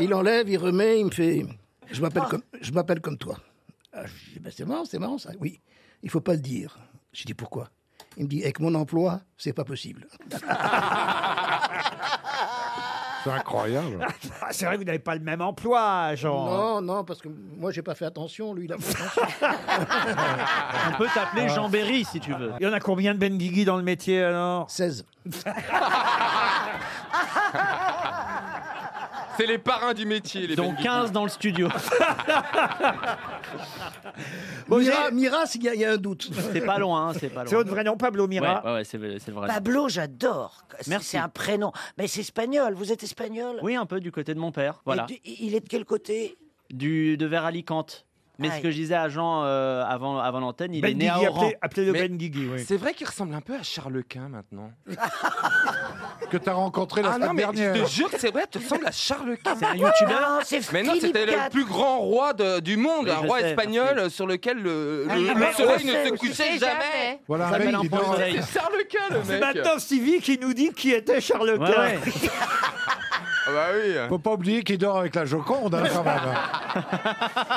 Speaker 8: Il enlève, il remet, il me fait Je m'appelle comme, je m'appelle comme toi. Ah, je dis, Ben, c'est marrant, c'est marrant ça. Oui, il faut pas le dire. Je dis pourquoi Il me dit Avec mon emploi, c'est pas possible.
Speaker 6: C'est incroyable.
Speaker 4: [LAUGHS] Ah, c'est vrai que vous n'avez pas le même emploi, Jean.
Speaker 7: euh,
Speaker 8: Non, non, parce que moi, j'ai pas fait attention. Lui, il a fait [LAUGHS] attention.
Speaker 4: Ah.
Speaker 5: On peut t'appeler Jean Berry si tu veux.
Speaker 4: Il y en a combien de Benguigui dans le métier alors [LAUGHS]
Speaker 8: 16.
Speaker 10: [LAUGHS] C'est les parrains du métier, les
Speaker 5: Dont 15 dans
Speaker 10: [LAUGHS]
Speaker 5: le studio.
Speaker 8: Mira, Mira, s'il y, a- il y a un doute.
Speaker 5: C'est pas loin, hein, c'est pas loin.
Speaker 4: C'est votre vrai nom, Pablo Mira.
Speaker 5: Ouais, ouais, ouais, c'est c'est le vrai nom.
Speaker 7: Pablo, j'adore. C'est-
Speaker 5: Merci.
Speaker 7: C'est un prénom. Mais c'est espagnol. Vous êtes espagnol
Speaker 5: Oui, un peu du côté de mon père.
Speaker 7: Mais
Speaker 5: Voilà.
Speaker 7: du- il est de quel côté
Speaker 5: Du, de vers Alicante. Mais
Speaker 7: Aïe.
Speaker 5: ce que je disais à Jean euh, avant, avant l'antenne, il est
Speaker 4: Benguigui,
Speaker 5: né à Oran.
Speaker 4: appelez- appelez-le
Speaker 10: Mais-
Speaker 4: Benguigui, oui.
Speaker 10: C'est vrai qu'il ressemble un peu à Charles Quint maintenant.
Speaker 6: [LAUGHS] Que t'as rencontré la
Speaker 10: Ah non,
Speaker 6: semaine
Speaker 10: mais
Speaker 6: dernière.
Speaker 10: je te jure, que c'est vrai, tu ressembles à Charles Quint.
Speaker 5: C'est un youtubeur
Speaker 7: Non, c'est
Speaker 10: Mais non,
Speaker 7: Philippe
Speaker 10: c'était le
Speaker 7: Gat.
Speaker 10: plus grand roi de- du monde,
Speaker 5: Oui,
Speaker 10: un
Speaker 5: je
Speaker 10: roi
Speaker 5: sais,
Speaker 10: espagnol euh, sur lequel le,
Speaker 5: Ah,
Speaker 10: le-
Speaker 5: il
Speaker 10: le
Speaker 5: m'a-
Speaker 10: soleil
Speaker 5: on sait,
Speaker 10: ne se
Speaker 5: on
Speaker 10: couchait
Speaker 16: sait
Speaker 10: jamais.
Speaker 16: jamais.
Speaker 6: Voilà un
Speaker 5: Ça
Speaker 6: mec
Speaker 5: s'appelle
Speaker 6: qui
Speaker 5: un point
Speaker 6: dort-
Speaker 5: soleil.
Speaker 10: C'est Charles Quint, le
Speaker 4: C'est
Speaker 10: mec.
Speaker 4: maintenant Stevie qui nous dit qui était Charles
Speaker 5: Ouais,
Speaker 4: Quint.
Speaker 5: ouais.
Speaker 10: Ah bah oui.
Speaker 6: Faut pas oublier qu'il dort avec la Joconde, hein, quand même.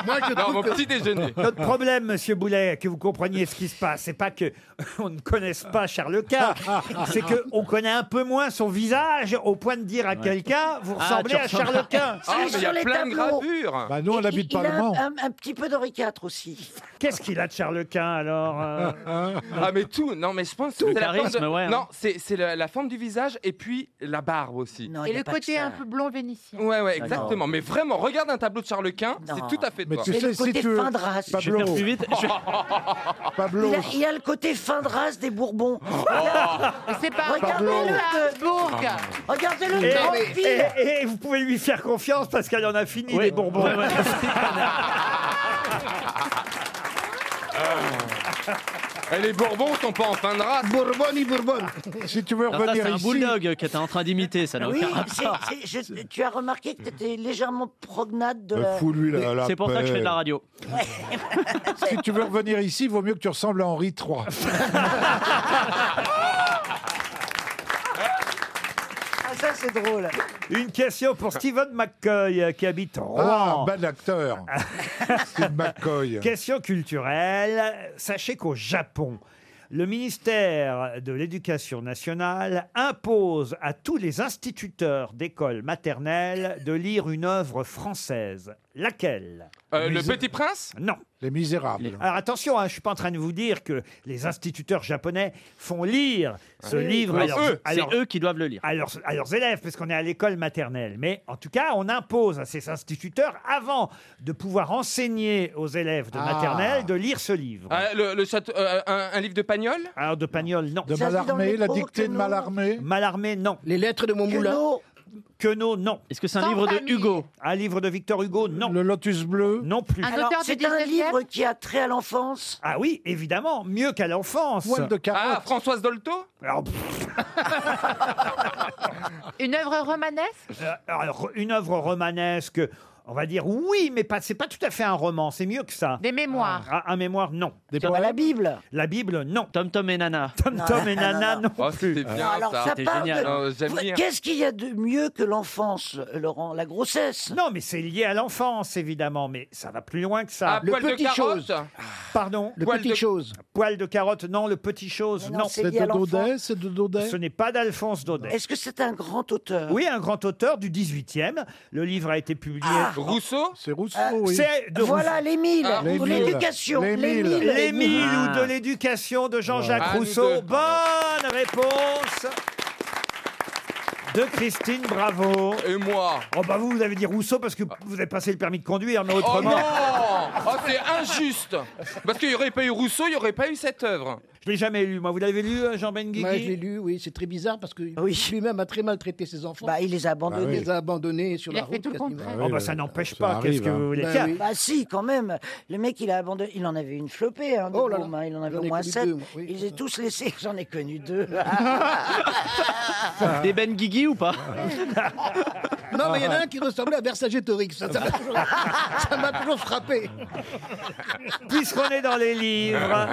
Speaker 8: Moi, je
Speaker 10: Non,
Speaker 8: trouve
Speaker 10: mon
Speaker 8: que-
Speaker 10: petit déjeuner.
Speaker 4: [LAUGHS] Notre problème, Monsieur Boulet, que vous compreniez ce qui se passe, c'est pas que [LAUGHS] on ne connaisse pas Charles Quint, c'est que on connaît un peu moins son visage au point de dire à quelqu'un vous
Speaker 5: Ah,
Speaker 4: ressemblez
Speaker 5: tu
Speaker 4: à
Speaker 5: ressembles-
Speaker 7: [LAUGHS]
Speaker 4: Charles Quint.
Speaker 10: Ah, mais
Speaker 7: sur
Speaker 10: il y a
Speaker 7: les
Speaker 10: plein de
Speaker 7: tableaux.
Speaker 10: gravures.
Speaker 6: Bah, nous, on n'habite
Speaker 7: il
Speaker 6: pas
Speaker 7: a
Speaker 6: le Mans.
Speaker 7: un, un petit peu d'Henri IV aussi.
Speaker 4: Qu'est-ce qu'il a de Charles Quint alors euh
Speaker 10: Ah mais tout, non mais je pense que
Speaker 5: Le
Speaker 10: c'est la forme
Speaker 5: charisme,
Speaker 10: de-
Speaker 5: ouais, hein.
Speaker 10: Non, c'est c'est la, la forme du visage et puis la barbe aussi.
Speaker 7: Non, il
Speaker 16: Et
Speaker 7: y a
Speaker 16: le
Speaker 7: pas que
Speaker 16: côté
Speaker 7: ça.
Speaker 16: un peu blond vénitien.
Speaker 10: Ouais ouais, exactement. Mais vraiment, regarde un tableau de Charles Quint,
Speaker 7: Non.
Speaker 10: c'est tout à fait
Speaker 6: Mais
Speaker 10: toi.
Speaker 6: tu
Speaker 7: Mais
Speaker 6: sais,
Speaker 7: le
Speaker 6: si
Speaker 7: côté
Speaker 6: tu veux.
Speaker 7: fin de race.
Speaker 5: Je vais faire
Speaker 6: Pablo,
Speaker 5: plus vite. Je vais-
Speaker 6: Pablo,
Speaker 7: Il a, il a le côté fin de race des Bourbons. [LAUGHS]
Speaker 16: Mais C'est pas
Speaker 7: Pardon.
Speaker 16: regardez-le à Bourg.
Speaker 7: Regardez-le,
Speaker 4: et,
Speaker 7: le grand pire.
Speaker 4: et- et vous pouvez lui faire confiance parce qu'elle en a fini
Speaker 5: Ouais.
Speaker 4: des bonbons.
Speaker 5: Ouais, ouais.
Speaker 4: [LAUGHS]
Speaker 6: Ah,
Speaker 10: [LAUGHS] Et les Bourbons sont pas en fin de race.
Speaker 8: Bourbonne, il bourbonne.
Speaker 6: si tu veux
Speaker 5: Non, ça,
Speaker 6: revenir
Speaker 5: c'est un
Speaker 6: ici,
Speaker 5: bulldog que t'es en train d'imiter, ça n'a
Speaker 7: Oui,
Speaker 5: aucun
Speaker 7: c'est-
Speaker 5: rapport.
Speaker 7: c'est- je- tu as remarqué que tu étais légèrement prognate de
Speaker 6: euh,
Speaker 7: la...
Speaker 6: fous-lui
Speaker 7: [LAUGHS]
Speaker 6: la, la
Speaker 5: C'est pour ça que je fais de la
Speaker 6: paix.
Speaker 5: radio.
Speaker 6: Si tu veux revenir ici, il vaut mieux que tu ressembles à Henri III.
Speaker 7: Ah, ça, c'est drôle.
Speaker 4: Une question pour Stephen McCoy euh, qui habite en
Speaker 6: Ah,
Speaker 4: Rouen.
Speaker 6: bel
Speaker 4: [LAUGHS]
Speaker 6: acteur. Steve McCoy.
Speaker 4: Question culturelle. Sachez qu'au Japon, le ministère de l'Éducation nationale impose à tous les instituteurs d'écoles maternelles de lire une œuvre française. Laquelle
Speaker 10: Euh, Le Petit Prince
Speaker 4: Non. Les Misérables. Alors attention, hein, je suis pas en train de vous dire que les instituteurs japonais font lire ce
Speaker 5: Ouais.
Speaker 4: livre.
Speaker 10: Bah,
Speaker 5: Oui,
Speaker 4: à leurs-
Speaker 5: eux,
Speaker 4: à
Speaker 5: c'est
Speaker 4: leurs-
Speaker 5: eux qui doivent le lire.
Speaker 4: à leurs, à leurs élèves, parce qu'on est à l'école maternelle. Mais en tout cas, on impose à ces instituteurs, avant de pouvoir enseigner aux élèves de
Speaker 10: Ah.
Speaker 4: maternelle, de lire ce livre.
Speaker 10: Ah, le, le château- euh, un, un livre de Pagnol
Speaker 5: Ah,
Speaker 4: Alors de Pagnol, non.
Speaker 10: De Ça, c'est dans Mallarmé, les la dictée de Queneau.
Speaker 4: Malarmé Malarmé, non.
Speaker 8: Les lettres de Montmoulin
Speaker 4: Queneau. Queneau, non.
Speaker 5: Est-ce que
Speaker 7: c'est un Sans livre de famille. Hugo
Speaker 4: Un livre de Victor Hugo, non. Le Lotus Bleu Non plus.
Speaker 7: Alors, c'est un livre qui a trait à l'enfance.
Speaker 4: Ah oui, évidemment, mieux qu'à l'enfance.
Speaker 7: Poil de
Speaker 4: carotte.
Speaker 10: Ah, Françoise Dolto
Speaker 4: Alors,
Speaker 16: Une œuvre romanesque
Speaker 4: Euh, alors, une œuvre romanesque, on va dire oui, mais pas, c'est pas tout à fait un roman, c'est mieux que ça.
Speaker 16: Des mémoires.
Speaker 4: Ah, un mémoire, non.
Speaker 7: Des Bah, la Bible.
Speaker 4: La Bible, non.
Speaker 5: Tom Tom et Nana.
Speaker 4: Tom Tom et Nana, non.
Speaker 10: Oh, c'était
Speaker 4: plus.
Speaker 10: bien,
Speaker 7: Ah, Alors ça,
Speaker 10: C'était
Speaker 7: parle
Speaker 10: génial. hein. Non,
Speaker 7: de...
Speaker 10: j'aime bien.
Speaker 7: Qu'est-ce qu'il y a de mieux que l'enfance, euh, Laurent La grossesse
Speaker 4: Non, mais c'est lié à l'enfance, évidemment, mais ça va plus loin que ça.
Speaker 7: Ah, Le poil de petit carotte. chose.
Speaker 4: Pardon
Speaker 7: Le Poil petit de-
Speaker 4: chose. Poil de carotte, non, le petit chose,
Speaker 7: Mais non,
Speaker 4: non.
Speaker 7: c'est lié C'est de à l'enfance. Daudet,
Speaker 4: c'est de Daudet Ce n'est pas d'Alphonse Daudet.
Speaker 7: Est-ce que c'est un grand auteur
Speaker 4: Oui, un grand auteur du 18e. Le livre a été publié.
Speaker 7: Ah.
Speaker 10: Rousseau
Speaker 6: C'est Rousseau,
Speaker 7: Euh,
Speaker 4: oui. C'est de
Speaker 7: voilà,
Speaker 4: Rousseau.
Speaker 7: l'Émile, Ah, ou l'Émile. l'éducation, l'Émile. l'Émile.
Speaker 4: L'Émile
Speaker 7: Ah.
Speaker 4: ou de l'éducation de Jean-Jacques
Speaker 10: Ah, nous
Speaker 4: Rousseau.
Speaker 10: deux.
Speaker 4: Bonne réponse de Christine Bravo.
Speaker 10: Et moi
Speaker 4: Oh bah vous, vous avez dit Rousseau parce que vous avez passé le permis de conduire, mais
Speaker 10: Oh
Speaker 4: autrement...
Speaker 10: non Oh, c'est injuste Parce qu'il n'y aurait pas eu Rousseau, il n'y aurait pas eu cette œuvre.
Speaker 4: Je l'ai jamais lu, moi. Vous l'avez lu, euh, Jean Benguigui
Speaker 8: Moi, je l'ai lu, oui. C'est très bizarre parce que lui-même a très maltraité ses enfants.
Speaker 7: Bah, il les a
Speaker 8: il
Speaker 7: abandonnés.
Speaker 8: les a abandonnés sur
Speaker 7: Il
Speaker 8: la
Speaker 7: a fait
Speaker 8: route.
Speaker 7: tout le
Speaker 8: quasiment.
Speaker 7: contraire.
Speaker 4: Oh bah ça hein. n'empêche pas, qu'est-ce que vous voulez
Speaker 7: bah,
Speaker 4: Tiens,
Speaker 7: oui. Bah si, quand même. Le mec, il a abandonné. Il en avait une flopée, hein, de mômes, hein. Il en avait
Speaker 8: J'en
Speaker 7: au
Speaker 8: ai
Speaker 7: moins
Speaker 8: connu
Speaker 7: sept.
Speaker 8: deux, moi. Oui,
Speaker 7: Il les a tous laissés. [LAUGHS] J'en ai
Speaker 4: [LAUGHS]
Speaker 7: connu deux.
Speaker 5: Des Ben Guigui ou pas
Speaker 8: Non, mais il y en a un qui ressemblait à Vercingétorix. Ça ça m'a toujours, ça m'a toujours frappé.
Speaker 4: Puisqu'on est dans les livres,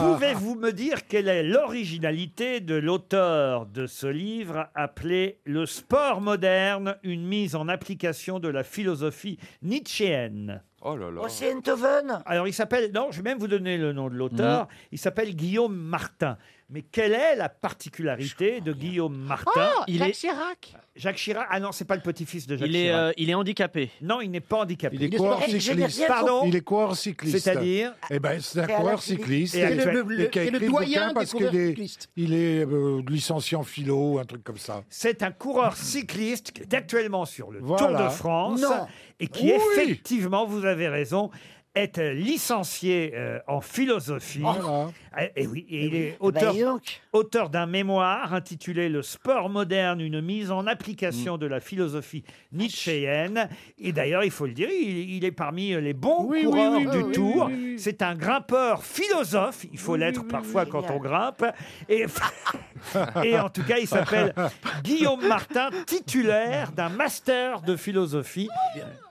Speaker 4: pouvez-vous me dire quelle est l'originalité de l'auteur de ce livre appelé Le sport moderne, une mise en application de la philosophie nietzschéenne
Speaker 10: Oh là là.
Speaker 7: Oh, c'est Eindhoven
Speaker 4: Alors il s'appelle, non, je vais même vous donner le nom de l'auteur, il s'appelle Guillaume Martin. Mais quelle est la particularité de Guillaume Martin
Speaker 5: Oh, Il Jacques est-
Speaker 16: Chirac
Speaker 4: Jacques Chirac, ah non, c'est pas le petit-fils de Jacques
Speaker 5: Il est,
Speaker 4: Chirac.
Speaker 5: euh, il est handicapé.
Speaker 4: Non, il Eh, n'est pas handicapé.
Speaker 6: Il est coureur cycliste.
Speaker 4: Pardon
Speaker 6: Il est coureur cycliste.
Speaker 4: C'est-à-dire
Speaker 6: Eh ben, c'est un
Speaker 4: C'est à la
Speaker 6: coureur
Speaker 4: cycliste.
Speaker 6: cycliste.
Speaker 4: Et le- le-
Speaker 6: et qui a
Speaker 4: le-
Speaker 6: écrit
Speaker 4: le doyen
Speaker 6: bouquin
Speaker 4: des
Speaker 6: parce qu'il
Speaker 4: coureurs
Speaker 6: est-
Speaker 4: cyclistes.
Speaker 6: Il est euh, licencié en philo, un truc comme ça.
Speaker 4: C'est un coureur cycliste qui est actuellement sur le
Speaker 6: Voilà.
Speaker 4: Tour de France
Speaker 6: Non.
Speaker 4: et
Speaker 6: Oui.
Speaker 4: qui, effectivement, vous avez raison, est euh, licencié euh, en philosophie.
Speaker 6: Voilà.
Speaker 4: Et, et oui, et
Speaker 6: Eh
Speaker 4: il est
Speaker 6: ben,
Speaker 4: auteur,
Speaker 7: dis donc.
Speaker 4: auteur d'un mémoire intitulé Le sport moderne, une mise en application
Speaker 6: Mm.
Speaker 4: de la philosophie nietzschéenne. Et d'ailleurs, il faut le dire, il, il est parmi euh, les bons
Speaker 6: Oui, oui,
Speaker 4: coureurs
Speaker 6: oui,
Speaker 4: du
Speaker 6: oui,
Speaker 4: Tour.
Speaker 6: oui, oui, oui.
Speaker 4: C'est un grimpeur philosophe, il faut l'être parfois quand on grimpe. Et, [LAUGHS]
Speaker 6: [LAUGHS]
Speaker 4: et en tout cas, il s'appelle Guillaume Martin, titulaire d'un master de philosophie,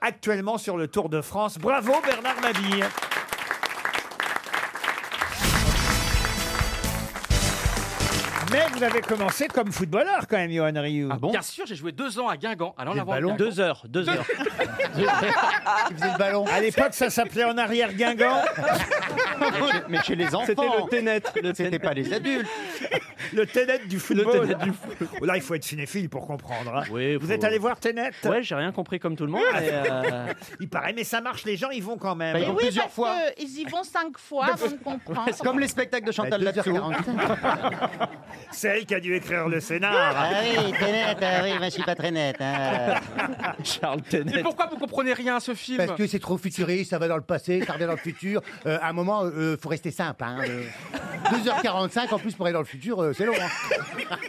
Speaker 4: actuellement sur le Tour de France. Bravo Bernard Mabille. Mais vous avez commencé comme footballeur quand même, Johan Rioux. Ah
Speaker 5: Bien sûr, j'ai joué deux ans à Guingamp. Alors
Speaker 4: Des
Speaker 5: l'avant
Speaker 4: ballons.
Speaker 5: deux heures,
Speaker 12: [LAUGHS]
Speaker 5: deux heures.
Speaker 4: le ballon. À l'époque, ça s'appelait en arrière [LAUGHS] Guingamp.
Speaker 2: Mais chez les enfants.
Speaker 4: C'était le ténet.
Speaker 2: C'était pas les adultes.
Speaker 4: Le ténet du football. Oh Là, il faut être cinéphile pour comprendre. hein. vous
Speaker 5: faut-
Speaker 4: êtes allé voir Ténet
Speaker 5: Ouais, j'ai rien compris comme tout le monde. mais, euh,
Speaker 4: [LAUGHS] Il paraît, mais ça marche, les gens y Bah, vont quand même.
Speaker 13: Mais oui, parce que Euh, ils y vont cinq fois avant de comprendre.
Speaker 2: Comme les spectacles de Chantal
Speaker 4: Bah,
Speaker 2: Latsou.
Speaker 4: 2h45. C'est elle qui a dû écrire le scénar.
Speaker 18: Ah oui, t'es nette, ah oui, moi je suis
Speaker 4: [LAUGHS]
Speaker 18: pas très nette. hein.
Speaker 5: Charles Ténet.
Speaker 10: Mais pourquoi vous comprenez rien à ce film
Speaker 17: Parce que c'est trop futuriste, ça va dans le passé, ça revient dans le futur. Euh, à un moment, euh, faut rester simple. hein, euh. 2h45 en plus pour aller dans le futur, euh, c'est long. hein.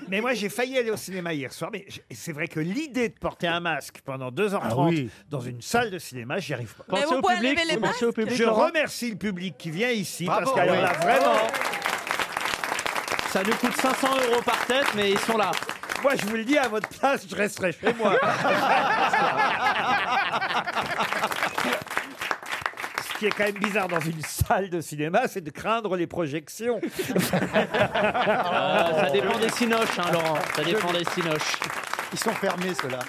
Speaker 4: Mais moi, j'ai failli aller au cinéma hier soir. Mais j- c'est vrai que l'idée de porter un masque pendant 2h30
Speaker 17: Ah oui.
Speaker 4: dans une salle de cinéma, j'y arrive pas.
Speaker 5: Pensez
Speaker 16: vous
Speaker 5: au
Speaker 16: pouvez
Speaker 5: public,
Speaker 16: enlever les
Speaker 5: pensez au
Speaker 16: masques
Speaker 5: public,
Speaker 4: Je
Speaker 5: Laurent.
Speaker 4: remercie le public qui vient ici
Speaker 5: Bravo.
Speaker 4: parce qu'alors
Speaker 5: Ouais.
Speaker 4: là, vraiment,
Speaker 5: Ça nous coûte 500 euros par tête, mais ils sont là.
Speaker 4: moi, je vous le dis, à votre place, je resterai chez moi.
Speaker 5: [LAUGHS]
Speaker 4: Ce qui est quand même bizarre dans une salle de cinéma, c'est de craindre les projections.
Speaker 5: Euh, ça dépend des cinoches, hein, Laurent. Ça dépend des cinoches.
Speaker 2: Ils sont fermés, ceux-là.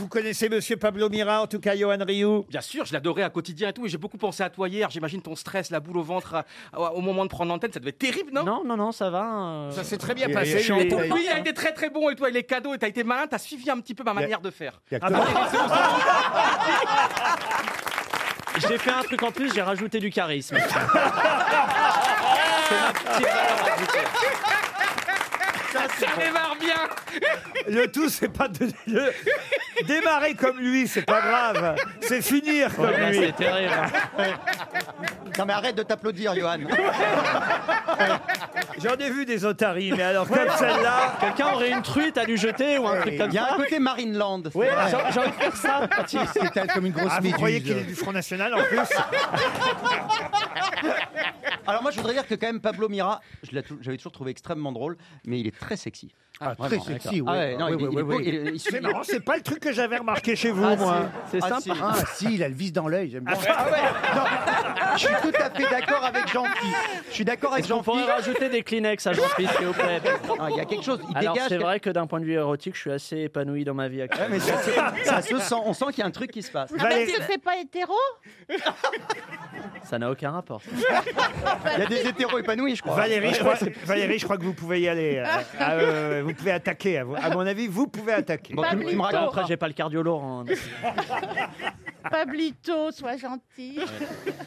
Speaker 4: Vous connaissez Monsieur Pablo Mira, en tout cas Johan Rioux
Speaker 1: Bien sûr, je l'adorais à quotidien et tout, et j'ai beaucoup pensé à toi hier. J'imagine ton stress, la boule au ventre à- à- au moment de prendre l'antenne, ça devait être terrible, non
Speaker 5: Non, non, non, ça
Speaker 4: hein.
Speaker 5: va.
Speaker 1: Ça
Speaker 5: s'est
Speaker 1: très bien
Speaker 5: passé,
Speaker 1: Et
Speaker 5: oui.
Speaker 1: ton oui, a été très très bon, et toi, avec les cadeaux, et t'as été malin, t'as suivi un petit peu ma manière de faire.
Speaker 5: y a que toi. [LAUGHS] J'ai fait un truc en plus, j'ai rajouté du
Speaker 2: [LAUGHS]
Speaker 5: charisme.
Speaker 1: Ça, démarre bien
Speaker 4: Le tout, c'est pas de de- démarrer comme lui, c'est pas grave. C'est finir comme
Speaker 5: Ouais, là,
Speaker 4: lui.
Speaker 5: c'est terrible.
Speaker 2: Non mais arrête de t'applaudir, Johan.
Speaker 4: J'en ai vu des otaries, mais alors comme celle-là.
Speaker 5: Quelqu'un aurait une truite à lui jeter ou un truc comme
Speaker 2: Il y a
Speaker 5: ça
Speaker 2: un côté Marineland.
Speaker 5: Oui,
Speaker 2: Ouais.
Speaker 5: j'ai j'ai envie de
Speaker 2: [LAUGHS]
Speaker 5: faire ça. quand il-
Speaker 4: ah, vous croyez qu'il est [LAUGHS] du Front National en plus
Speaker 2: [LAUGHS] Alors moi, je voudrais dire que quand même Pablo Mira, je l'ai tou- j'avais toujours trouvé extrêmement drôle, mais il est très sexy.
Speaker 17: Ah,
Speaker 2: vraiment,
Speaker 17: très sexy,
Speaker 2: d'accord.
Speaker 17: ouais.
Speaker 2: Ah non,
Speaker 17: Ouais,
Speaker 2: il est-
Speaker 17: ouais,
Speaker 2: il est
Speaker 17: ouais,
Speaker 2: beau,
Speaker 17: ouais.
Speaker 2: il est- il-
Speaker 4: C'est marrant, c'est pas le truc que j'avais remarqué chez vous,
Speaker 2: Ah,
Speaker 4: moi. Ah,
Speaker 2: si. Ah, si.
Speaker 17: Ah, si, il a le vice dans l'œil, j'aime bien.
Speaker 2: Je suis tout à fait d'accord avec jean pierre Je suis d'accord avec
Speaker 5: Est-ce qu'on
Speaker 2: jean
Speaker 5: pourrait
Speaker 2: pierre
Speaker 5: rajouter des Kleenex à Jean-Philippe, s'il vous plaît
Speaker 2: Il y a quelque chose. Il
Speaker 5: Alors,
Speaker 2: dégage.
Speaker 5: c'est
Speaker 2: quelque-
Speaker 5: vrai que d'un point de vue érotique, je suis assez épanoui dans ma vie
Speaker 2: Ouais,
Speaker 5: actuelle.
Speaker 2: mais ça,
Speaker 5: [LAUGHS]
Speaker 2: se- ça se sent. On sent qu'il y a un truc qui se passe.
Speaker 13: Ah bah, tu le fais pas hétéro
Speaker 5: Ça n'a aucun
Speaker 16: [LAUGHS]
Speaker 5: rapport.
Speaker 2: Il y a des hétéros épanouis, je crois.
Speaker 4: Valérie, je crois,
Speaker 2: Ouais, ouais.
Speaker 4: Valérie, je crois que vous pouvez y aller. euh, ah, ouais, ouais, ouais, vous pouvez attaquer. à vo- À mon avis, vous pouvez attaquer.
Speaker 13: Bon, tu- tu me raconteras.
Speaker 5: Après, j'ai pas le cardio Laurent. hein.
Speaker 13: Pablito, sois gentil.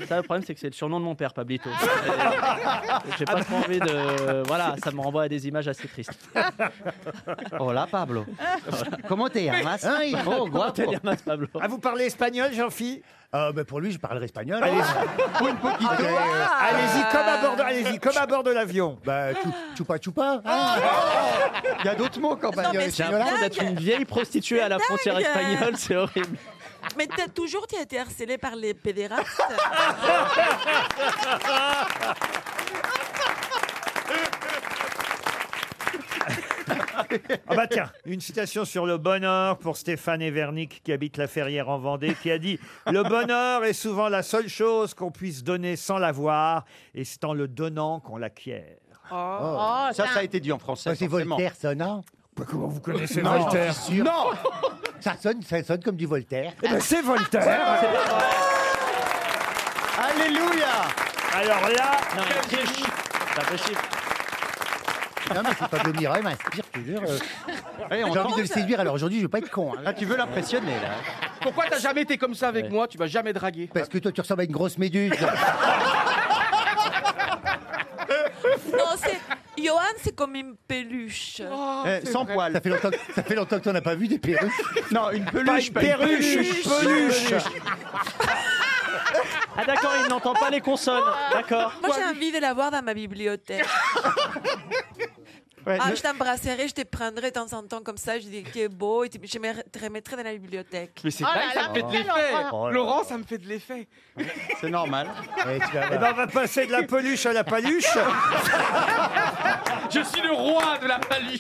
Speaker 5: Ça, le problème, c'est que c'est le surnom de mon
Speaker 2: [LAUGHS]
Speaker 5: père, Pablito. Et J'ai pas trop envie de. Voilà, ça me renvoie à des images assez tristes.
Speaker 2: Oh là, Pablo. [LAUGHS] Comment t'es, Armas
Speaker 5: Hein,
Speaker 17: Ah,
Speaker 2: Oh,
Speaker 5: Comment t'es, Armas, Pablo
Speaker 4: Ah, vous parlez espagnol, Jean-Phi
Speaker 17: Ah, ben, pour lui, je parlerai espagnol. Ah.
Speaker 4: Allez-y, comme à bord de, allez-y, comme à bord de l'avion. Ah.
Speaker 17: Bah, chou- choupa choupa. hein.
Speaker 2: Il y a d'autres mots quand
Speaker 16: Non, mais
Speaker 5: J'ai
Speaker 16: c'est
Speaker 5: l'impression
Speaker 16: dingue.
Speaker 5: d'être une vieille prostituée à la
Speaker 16: dingue.
Speaker 5: frontière espagnole, c'est horrible.
Speaker 16: Mais t'as toujours tu as été harcelé par les pédérastes.
Speaker 4: Ah bah tiens, une citation sur le bonheur pour Stéphane Evernick qui habite la Ferrière en Vendée qui a dit "Le bonheur est souvent la seule chose qu'on puisse donner sans l'avoir et c'est en le donnant qu'on l'acquiert."
Speaker 16: Oh.
Speaker 4: Oh,
Speaker 2: Ça, ça a été dit en français.
Speaker 17: Bah, c'est
Speaker 2: forcément.
Speaker 17: Voltaire, ça, non
Speaker 4: Bah, Comment vous connaissez
Speaker 17: Non,
Speaker 4: Voltaire
Speaker 17: je suis sûr.
Speaker 2: Non
Speaker 17: ça sonne, ça sonne comme du Voltaire.
Speaker 4: Eh ben, c'est Voltaire.
Speaker 2: Alléluia
Speaker 4: Alors là,
Speaker 5: Non, mais c'est pas possible.
Speaker 17: Non, mais c'est Pablo Mira, il m'inspire, je te jure. euh,
Speaker 2: Eh, on
Speaker 17: J'ai envie
Speaker 2: tente-
Speaker 17: de le séduire, alors aujourd'hui, je vais pas être con. hein.
Speaker 2: Ah, tu veux l'impressionner, là.
Speaker 1: Pourquoi t'as jamais été comme ça avec moi Tu m'as jamais dragué.
Speaker 17: Parce que toi, tu ressembles à une grosse méduse.
Speaker 16: non, c'est Johan, c'est comme une peluche.
Speaker 13: Oh,
Speaker 17: Euh,
Speaker 2: Eh, sans poil.
Speaker 17: ça, fait longtemps que, ça fait longtemps que t'en as pas vu des perruches.
Speaker 2: Non, une peluche.
Speaker 4: Pas une perruche, peluche.
Speaker 5: Ah, d'accord, il n'entend pas les consonnes. D'accord.
Speaker 16: Moi, j'ai envie de l'avoir dans ma bibliothèque.
Speaker 2: Ouais,
Speaker 16: Ah,
Speaker 2: ne-
Speaker 16: je t'embrasserai, je te prendrai de temps en temps comme ça, je dis que tu es beau et tu- je me te remettrai dans la bibliothèque.
Speaker 1: Mais c'est
Speaker 13: Oh
Speaker 1: vrai
Speaker 13: là
Speaker 1: que ça
Speaker 13: là,
Speaker 1: me fait de
Speaker 13: quelle
Speaker 1: l'effet.
Speaker 13: horreur.
Speaker 17: Oh là
Speaker 1: Laurent, ça me fait de l'effet.
Speaker 2: C'est normal.
Speaker 17: Eh, tu vas
Speaker 4: eh
Speaker 17: voir.
Speaker 4: ben, on va passer de la peluche à
Speaker 5: [LAUGHS]
Speaker 4: la paluche.
Speaker 1: Je suis le roi de la paluche.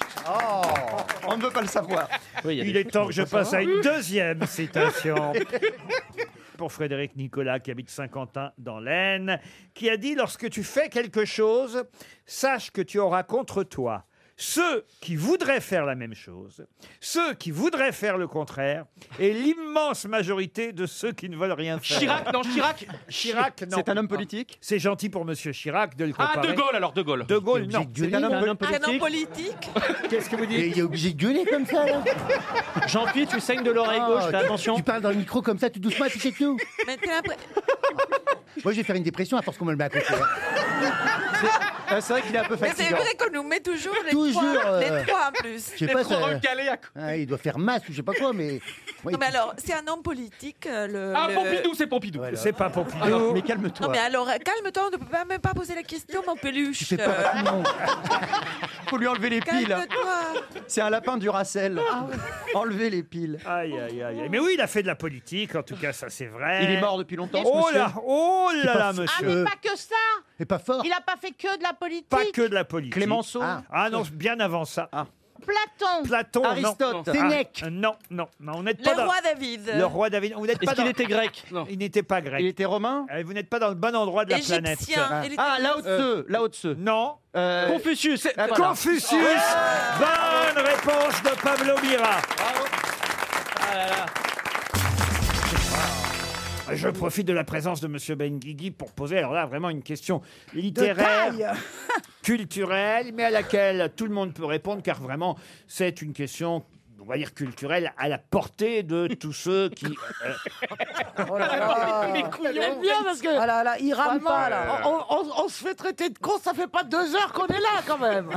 Speaker 2: On ne veut pas le savoir.
Speaker 5: Oui, il y a
Speaker 4: Il
Speaker 5: des-
Speaker 4: est temps que je passe à une deuxième citation. [LAUGHS] Pour Frédéric Nicolas, qui habite Saint-Quentin dans l'Aisne, qui a dit Lorsque tu fais quelque chose, sache que tu auras contre toi ceux qui voudraient faire la même chose, ceux qui voudraient faire le contraire, et l'immense majorité de ceux qui ne veulent rien faire.
Speaker 1: Chirac, non, Chirac.
Speaker 4: Chirac, non.
Speaker 2: C'est un homme politique
Speaker 4: C'est gentil pour Monsieur Chirac de le
Speaker 1: Ah,
Speaker 4: comparer.
Speaker 1: De Gaulle, alors, De Gaulle.
Speaker 4: De Gaulle,
Speaker 17: Obligé
Speaker 4: non.
Speaker 17: de
Speaker 5: C'est
Speaker 17: gueuler.
Speaker 5: un homme
Speaker 16: Un homme
Speaker 5: politique.
Speaker 16: politique
Speaker 4: Qu'est-ce que vous
Speaker 17: Et
Speaker 4: dites
Speaker 17: il est obligé de gueuler comme ça, là.
Speaker 5: Jean-Pierre, tu saignes de l'oreille
Speaker 17: Ah,
Speaker 5: gauche, fais
Speaker 17: tu-
Speaker 5: attention.
Speaker 17: Tu parles dans le micro comme ça, tout doucement, et puis c'est tout.
Speaker 16: Mais t'es l'impré-
Speaker 17: Moi, je vais faire une dépression à force qu'on me le met à côté. hein.
Speaker 2: Ah, C'est vrai qu'il est un peu
Speaker 16: Mais c'est
Speaker 2: fatigant.
Speaker 16: vrai qu'on nous met toujours les
Speaker 17: Toujours,
Speaker 16: trois,
Speaker 17: euh,
Speaker 16: les trois en plus.
Speaker 17: Je sais
Speaker 1: Les
Speaker 17: pas,
Speaker 1: trop
Speaker 17: ça-
Speaker 1: recalés à côté.
Speaker 17: Ah, il doit faire masse ou je sais pas quoi, mais. Ouais,
Speaker 16: Non mais alors, c'est un homme politique. euh, Le,
Speaker 1: Ah,
Speaker 16: le-
Speaker 1: Pompidou, c'est Pompidou.
Speaker 17: Voilà.
Speaker 4: C'est pas Pompidou.
Speaker 2: Mais
Speaker 16: Non
Speaker 2: calme-toi.
Speaker 16: mais alors, euh, calme-toi, on ne peut pas même pas poser la question, mon peluche.
Speaker 17: Tu fais peur à tout le monde.
Speaker 2: Faut lui enlever les
Speaker 16: Euh,
Speaker 2: piles.
Speaker 4: hein.
Speaker 16: calme-toi.
Speaker 2: C'est un lapin du Racel.
Speaker 16: Ah
Speaker 2: Enlever les piles.
Speaker 4: Aïe, aïe, aïe, aïe. Mais oui, il a fait de la politique, en tout cas, ça c'est vrai.
Speaker 2: Il est mort depuis longtemps, ce
Speaker 4: Oh
Speaker 2: monsieur.
Speaker 4: là, oh là là,
Speaker 17: C'est pas-
Speaker 13: Ah,
Speaker 4: monsieur.
Speaker 13: mais
Speaker 17: Euh,
Speaker 13: pas que ça
Speaker 17: Et pas fort.
Speaker 13: Il a pas fait que de la politique.
Speaker 4: Pas que de la politique.
Speaker 2: Clémenceau. Ah.
Speaker 17: Ah.
Speaker 4: Ah non, bien avant ça.
Speaker 13: Platon.
Speaker 4: Platon,
Speaker 2: Aristote.
Speaker 4: non.
Speaker 17: Sénèque.
Speaker 4: Ah, Non, non, non, on n'êtes pas
Speaker 16: Le
Speaker 4: dans...
Speaker 16: roi David.
Speaker 4: Le roi David. Vous n'êtes
Speaker 5: Est-ce
Speaker 4: pas
Speaker 5: qu'il
Speaker 4: dans-
Speaker 5: était
Speaker 4: [LAUGHS]
Speaker 5: grec Non.
Speaker 4: Il n'était pas
Speaker 2: Il
Speaker 4: grec.
Speaker 2: était romain
Speaker 4: Euh, Vous n'êtes pas dans le bon endroit de la planète.
Speaker 16: Égyptien. Il était-
Speaker 2: Ah, là haut de là haut de
Speaker 4: Non.
Speaker 2: Euh,
Speaker 5: Confucius. c'est-
Speaker 4: Ah. Confucius. Bonne réponse de Pablo Mira.
Speaker 5: Ah
Speaker 4: Je profite de la présence de Monsieur Benguigui pour poser, alors là, vraiment une question littéraire, culturelle, mais à laquelle tout le monde peut répondre, car vraiment, c'est une question, on va dire culturelle, à la portée de tous ceux
Speaker 11: [COUGHS]
Speaker 4: qui... euh,
Speaker 20: Oh
Speaker 11: Ah, J'aime bien parce
Speaker 4: Ah
Speaker 11: que.
Speaker 7: Ah là là, il rame
Speaker 11: Vraiment, euh,
Speaker 7: pas, là.
Speaker 11: On, on- on se fait traiter de con, ça fait pas deux heures qu'on est là quand
Speaker 7: [LAUGHS]
Speaker 11: même.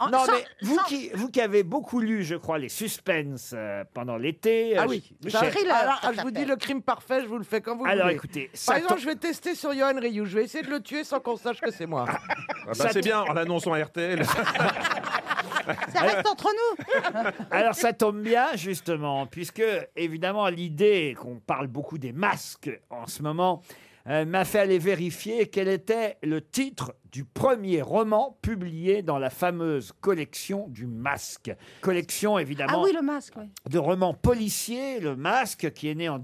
Speaker 7: Ah,
Speaker 4: non, mais vous, qui, vous qui avez beaucoup lu, je crois, les suspens euh, pendant l'été... euh,
Speaker 11: Ah oui,
Speaker 4: je-
Speaker 11: j'ai un thriller,
Speaker 4: Alors,
Speaker 11: alors, je vous dis le crime parfait, je vous le fais quand vous
Speaker 4: Alors,
Speaker 11: voulez.
Speaker 4: écoutez, ça
Speaker 11: Par exemple,
Speaker 4: tombe-
Speaker 11: je vais tester sur Johan Rioux, je vais essayer de le tuer sans qu'on sache que c'est moi.
Speaker 14: Ah bah, c'est bien, en l'annonce en [LAUGHS] RTL.
Speaker 11: Ça reste entre nous
Speaker 4: Alors ça tombe bien justement, puisque évidemment l'idée qu'on parle beaucoup des masques en ce moment euh, m'a fait aller vérifier quel était le titre du premier roman publié dans la fameuse collection du masque. Collection évidemment
Speaker 3: Ah oui, le masque, oui.
Speaker 4: de romans policiers, Le Masque, qui est né en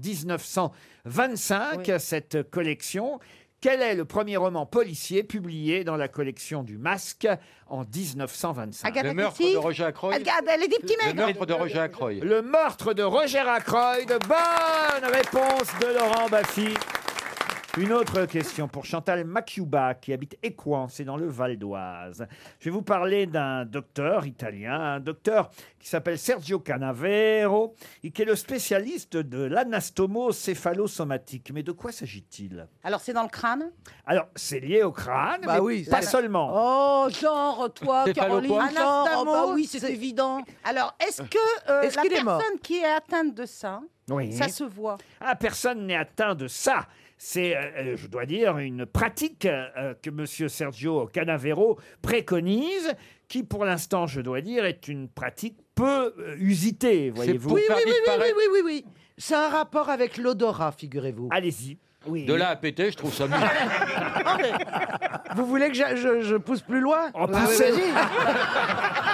Speaker 4: 1925, cette collection. Quel est le premier roman policier publié dans la collection du Masque en 1925
Speaker 12: Agatha Le meurtre Christie de Roger Ackroyd
Speaker 3: Agatha- les dix petits
Speaker 12: Le meurtre de Roger Ackroyd.
Speaker 4: Le meurtre de Roger Ackroyd. Bonne réponse de Laurent Baffy. Une autre question pour Chantal Macuba, qui habite Écouen, c'est dans le Val d'Oise. Je vais vous parler d'un docteur italien, un docteur qui s'appelle Sergio Canavero, et qui est le spécialiste de l'anastomocéphalosomatique. Mais de quoi s'agit-il
Speaker 3: Alors, c'est dans le crâne
Speaker 4: Alors, c'est lié au crâne,
Speaker 3: Bah
Speaker 4: mais
Speaker 3: oui,
Speaker 4: pas
Speaker 3: c'est-
Speaker 4: seulement.
Speaker 3: Oh, genre, toi,
Speaker 4: C'est
Speaker 3: Caroline,
Speaker 4: pas
Speaker 3: genre,
Speaker 4: le
Speaker 3: oh, bah oui, c'est évident. Alors, est-ce que euh,
Speaker 4: Est-ce
Speaker 3: la
Speaker 4: qu'il est mort
Speaker 3: personne qui est atteinte de ça,
Speaker 4: Oui.
Speaker 3: ça se voit
Speaker 4: Ah, personne n'est atteint de ça. C'est, euh, euh, je dois dire, une pratique euh, que M. Sergio Canavero préconise, qui pour l'instant, je dois dire, est une pratique peu euh, usitée, voyez-vous.
Speaker 11: Oui, oui, oui, oui, oui, oui, oui, oui. C'est un rapport avec l'odorat, figurez-vous.
Speaker 4: Allez-y. Oui.
Speaker 12: De là à péter, je trouve ça bizarre.
Speaker 4: Ah.
Speaker 11: Ah, [LAUGHS] Vous voulez que j'a- je, je pousse plus loin
Speaker 4: En
Speaker 11: Bah,
Speaker 12: poussez-
Speaker 11: vas-y.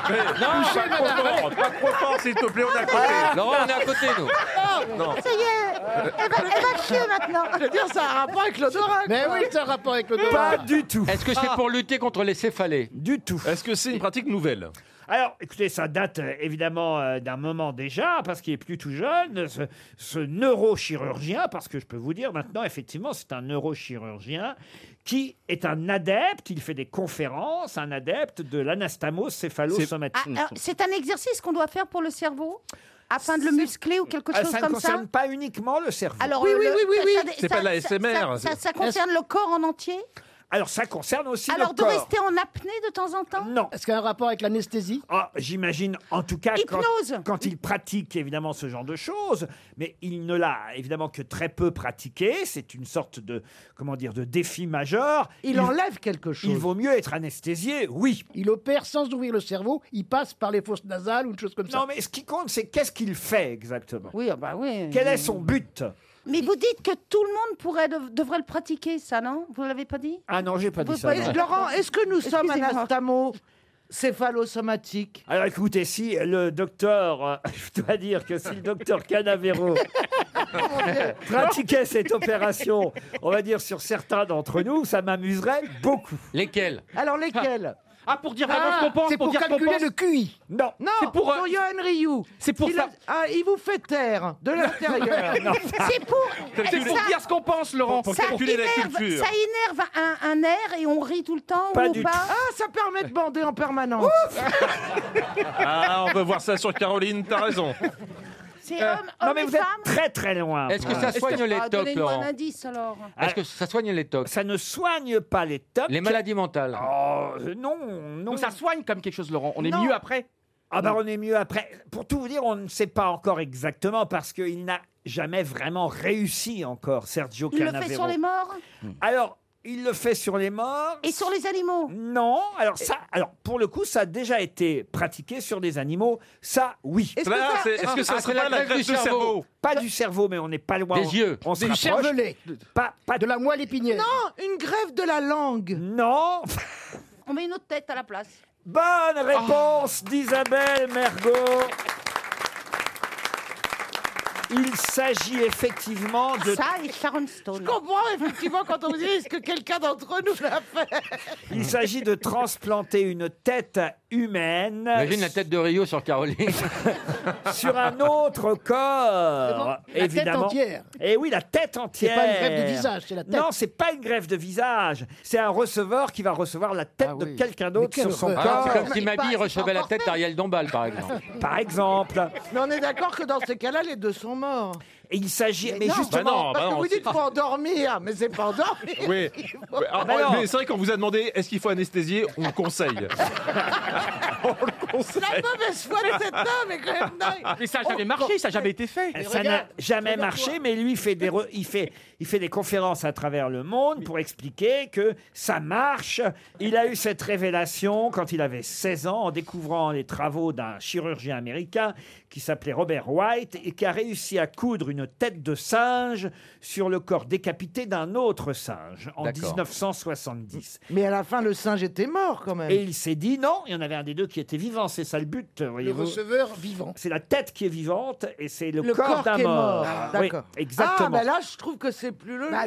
Speaker 14: Mais non,
Speaker 11: Touché,
Speaker 14: pas trop
Speaker 11: madame.
Speaker 14: fort, pas trop fort, s'il te plaît, on est à côté.
Speaker 12: Laurent, on est à côté, nous.
Speaker 11: [LAUGHS]
Speaker 14: Non.
Speaker 3: Ça y est, elle va, elle va chier maintenant.
Speaker 11: Je veux dire, ça a un rapport avec l'odorat.
Speaker 12: Mais
Speaker 11: quoi.
Speaker 12: oui, c'est un rapport avec
Speaker 4: Pas du tout. Ah.
Speaker 12: Est-ce que c'est pour lutter contre les céphalées
Speaker 4: Du tout.
Speaker 14: Est-ce que c'est une pratique nouvelle
Speaker 4: Alors, écoutez, ça date euh, évidemment euh, d'un moment déjà, parce qu'il est plus tout jeune, ce, ce neurochirurgien, parce que je peux vous dire maintenant, effectivement, c'est un neurochirurgien qui est un adepte, il fait des conférences, un adepte de l'anastamocéphalosomatisme.
Speaker 3: Ah, alors, C'est un exercice qu'on doit faire pour le cerveau afin de le muscler ou quelque
Speaker 4: Ah,
Speaker 3: chose
Speaker 4: ça ne
Speaker 3: comme ça
Speaker 4: concerne pas uniquement le cerveau.
Speaker 3: Alors,
Speaker 4: oui,
Speaker 3: euh,
Speaker 4: oui,
Speaker 3: le-
Speaker 4: oui, oui,
Speaker 3: ça-
Speaker 4: oui.
Speaker 3: ça-
Speaker 4: C'est
Speaker 3: ça-
Speaker 4: pas de la
Speaker 3: ça-
Speaker 4: SMR,
Speaker 3: Ça,
Speaker 4: c'est-
Speaker 3: ça concerne le corps en entier
Speaker 4: [LAUGHS] Alors, ça concerne aussi
Speaker 3: Alors,
Speaker 4: le
Speaker 3: de
Speaker 4: corps.
Speaker 3: rester en apnée de temps en temps
Speaker 4: Non.
Speaker 3: Est-ce qu'il y a un rapport avec l'anesthésie
Speaker 4: Ah, j'imagine, en tout cas, quand,
Speaker 3: Hypnose.
Speaker 4: quand il pratique évidemment ce genre de choses, mais il ne l'a évidemment que très peu pratiqué. C'est une sorte de, comment dire, de défi majeur.
Speaker 11: Il enlève quelque chose.
Speaker 4: Il vaut mieux être anesthésié, oui.
Speaker 11: Il opère sans ouvrir le cerveau, il passe par les fosses nasales ou une chose comme
Speaker 4: ça. Non, mais ce qui compte, c'est qu'est-ce qu'il fait exactement.
Speaker 3: Oui, bah oui.
Speaker 4: Quel est son but
Speaker 3: Mais vous dites que tout le monde pourrait, dev- devrait le pratiquer, ça, non Vous l'avez pas dit
Speaker 4: Ah non, j'ai pas
Speaker 3: Vous
Speaker 4: dit ça.
Speaker 3: pouvez-
Speaker 4: non.
Speaker 11: Laurent, est-ce que nous sommes
Speaker 3: Excusez-moi.
Speaker 11: anastamo céphalosomatique
Speaker 4: Alors écoutez, si le docteur, euh, [LAUGHS] je dois dire que si le docteur
Speaker 3: [LAUGHS]
Speaker 4: Canavero pratiquait cette opération, on va dire sur certains d'entre nous, ça m'amuserait beaucoup.
Speaker 12: Lesquels
Speaker 11: Alors lesquels
Speaker 1: Ah, pour dire vraiment ce qu'on pense,
Speaker 11: C'est
Speaker 1: pour
Speaker 11: pour,
Speaker 1: dire ce qu'on
Speaker 11: calculer
Speaker 1: pense.
Speaker 11: le QI.
Speaker 4: Non,
Speaker 11: non
Speaker 1: c'est pour, euh,
Speaker 11: Johan Rioux.
Speaker 1: c'est pour
Speaker 11: il
Speaker 1: ça-
Speaker 11: a- Ah, il vous fait taire
Speaker 1: [LAUGHS]
Speaker 11: de l'intérieur.
Speaker 4: Non.
Speaker 3: C'est pour.
Speaker 1: C'est pour
Speaker 3: ça-
Speaker 1: dire ce qu'on pense, Laurent.
Speaker 3: ça énerve, ça énerve un, un air et on rit tout le temps
Speaker 4: Pas
Speaker 3: ou
Speaker 4: du
Speaker 3: pas
Speaker 4: tout.
Speaker 11: Ah, ça permet de bander en permanence.
Speaker 14: Ah, on peut voir ça sur Caroline, t'as raison.
Speaker 3: C'est
Speaker 4: Euh,
Speaker 3: homme,
Speaker 4: non
Speaker 3: homme
Speaker 4: mais
Speaker 3: et
Speaker 4: vous êtes
Speaker 3: femme
Speaker 4: très très loin.
Speaker 12: Est-ce que
Speaker 4: pour
Speaker 12: ça
Speaker 4: l'instant.
Speaker 12: soigne les
Speaker 3: Ah,
Speaker 12: tocs,
Speaker 3: Donnez-moi un
Speaker 12: Laurent Ah,
Speaker 3: indice alors.
Speaker 12: Est-ce que ça soigne les tocs
Speaker 4: Ça ne soigne pas les tocs.
Speaker 12: Les maladies mentales
Speaker 4: Oh, euh, non, non.
Speaker 1: Donc ça soigne comme quelque chose, Laurent. On est
Speaker 4: Non.
Speaker 1: mieux après.
Speaker 4: Ah bah on est mieux après. Pour tout vous dire, on ne sait pas encore exactement parce qu'il n'a jamais vraiment réussi encore, Sergio
Speaker 3: Il le
Speaker 4: Canavero.
Speaker 3: fait sur les morts
Speaker 4: Hmm. Alors, il le fait sur les morts.
Speaker 3: et sur les animaux.
Speaker 4: Non, alors ça, alors pour le coup, ça a déjà été pratiqué sur des animaux. Ça, oui.
Speaker 11: Est-ce
Speaker 14: Là, Ah, c'est- est-ce que ça serait pas la greffe du cerveau
Speaker 4: Pas du cerveau, mais on n'est pas loin.
Speaker 12: Des
Speaker 4: On-
Speaker 12: yeux.
Speaker 4: on se
Speaker 11: Du
Speaker 4: rapproche.
Speaker 11: cervelet.
Speaker 4: Pas, pas
Speaker 11: De la moelle épinière. Non, une grève de la langue.
Speaker 4: Non. [LAUGHS]
Speaker 3: On met une autre tête à la place.
Speaker 4: Bonne réponse d'Isabelle Mergot. Il s'agit effectivement de
Speaker 11: Ça et Sharon Stone. Je comprends effectivement quand on me dit est-ce que quelqu'un d'entre nous l'a fait
Speaker 4: Il s'agit de transplanter une tête humaine
Speaker 12: Imagine la tête de Rio sur Caroline.
Speaker 4: sur un autre corps.
Speaker 12: C'est bon, Ah. la tête
Speaker 4: évidemment.
Speaker 12: entière.
Speaker 4: Et oui, la tête entière.
Speaker 8: pas une greffe de visage, c'est la tête.
Speaker 4: Non, c'est pas une greffe de visage. C'est un receveur qui va recevoir la tête de quelqu'un d'autre
Speaker 12: Ah,
Speaker 4: sur son corps.
Speaker 12: C'est comme si Mabi recevait la tête d'Ariel Dombal, par exemple.
Speaker 4: Par exemple.
Speaker 11: Mais on est d'accord que dans ces cas-là, les deux sont morts.
Speaker 4: Et il s'agit. Mais,
Speaker 11: non,
Speaker 4: justement- Bah non, bah
Speaker 11: parce que
Speaker 14: non,
Speaker 11: vous
Speaker 14: c'est-
Speaker 11: dites faut endormir, mais c'est pas endormir. [LAUGHS]
Speaker 14: Oui. Ouais, ah,
Speaker 11: Bah
Speaker 14: ouais,
Speaker 11: non.
Speaker 14: mais c'est vrai qu'on vous a demandé est-ce qu'il faut anesthésier, on le conseille. [LAUGHS] on le conseille.
Speaker 11: La mauvaise foi de cet homme est quand même dingue.
Speaker 1: Mais ça a jamais marché, ça a jamais été fait.
Speaker 4: Ça n'a jamais marché, mais lui, il fait, des re- il, fait, il fait des conférences à travers le monde pour expliquer que ça marche. Il a eu cette révélation quand il avait 16 ans en découvrant les travaux d'un chirurgien américain qui s'appelait Robert White et qui a réussi à coudre une tête de singe sur le corps décapité d'un autre singe en
Speaker 8: D'accord.
Speaker 4: 1970.
Speaker 11: Mais à la fin, le singe était mort quand même.
Speaker 4: Et il s'est dit non, il y en avait un des deux qui était vivant, c'est ça le but,
Speaker 8: Le
Speaker 4: voyez-vous.
Speaker 8: receveur vivant.
Speaker 4: C'est la tête qui est vivante et c'est le,
Speaker 11: Le
Speaker 4: corps,
Speaker 11: corps
Speaker 4: d'un
Speaker 11: qui est mort.
Speaker 4: mort.
Speaker 11: Ah,
Speaker 4: Oui,
Speaker 11: d'accord.
Speaker 4: exactement.
Speaker 11: Ah, bah là, je trouve que c'est plus le.
Speaker 3: Bah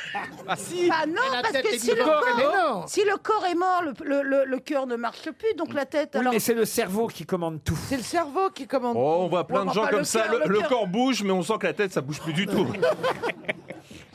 Speaker 11: [LAUGHS]
Speaker 1: Ah si
Speaker 3: Bah non,
Speaker 11: Mais la
Speaker 3: parce
Speaker 11: tête
Speaker 3: que
Speaker 11: est
Speaker 3: si le,
Speaker 11: vivante, elle est
Speaker 3: corps,
Speaker 11: morte.
Speaker 3: si le corps est mort, le, le- le- le cœur ne marche plus, donc la tête.
Speaker 4: Oui,
Speaker 3: alors...
Speaker 4: mais c'est le cerveau qui commande tout.
Speaker 11: C'est le cerveau qui commande.
Speaker 14: Oh, on voit plein de gens comme ça, le, le
Speaker 11: corps
Speaker 14: corps bouge, mais on sent que la tête, ça bouge plus du tout.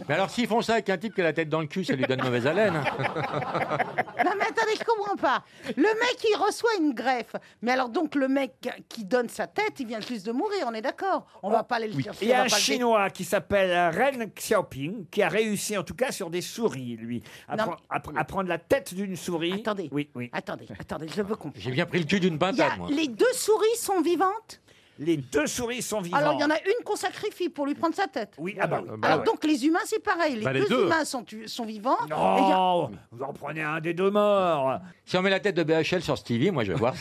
Speaker 12: Mais alors, s'ils font ça avec un type qui a la tête dans le cul, ça lui donne mauvaise haleine.
Speaker 3: Non mais attendez, je comprends pas. Le mec, il reçoit une greffe. Mais alors donc, le mec qui donne sa tête, il vient juste de mourir, on est d'accord On va pas aller le chercher.
Speaker 4: Oh, Il
Speaker 3: on
Speaker 4: y a
Speaker 3: va
Speaker 4: un
Speaker 3: pas le-
Speaker 4: Chinois qui s'appelle Ren Xiaoping qui a réussi, en tout cas, sur des souris, lui, à,
Speaker 3: Non,
Speaker 4: pre- à pr- à prendre la tête d'une souris. Attendez. Oui, oui.
Speaker 3: Attendez, attendez, je veux comprendre.
Speaker 12: J'ai bien pris le cul d'une
Speaker 3: Il y a-
Speaker 12: pintade, moi.
Speaker 3: les deux souris sont vivantes
Speaker 4: Les deux souris sont vivantes.
Speaker 3: Alors il y en a une qu'on sacrifie pour lui prendre sa tête.
Speaker 4: Oui, ah bah oui.
Speaker 3: alors
Speaker 4: Ah ouais.
Speaker 3: donc les humains c'est pareil, les,
Speaker 4: Bah, les
Speaker 3: deux,
Speaker 4: deux.
Speaker 3: humains sont, tu- sont vivants. et il y a-
Speaker 4: Non, Oh, vous en prenez un des deux morts.
Speaker 12: Si on met la tête de BHL sur Stevie, moi je vais voir.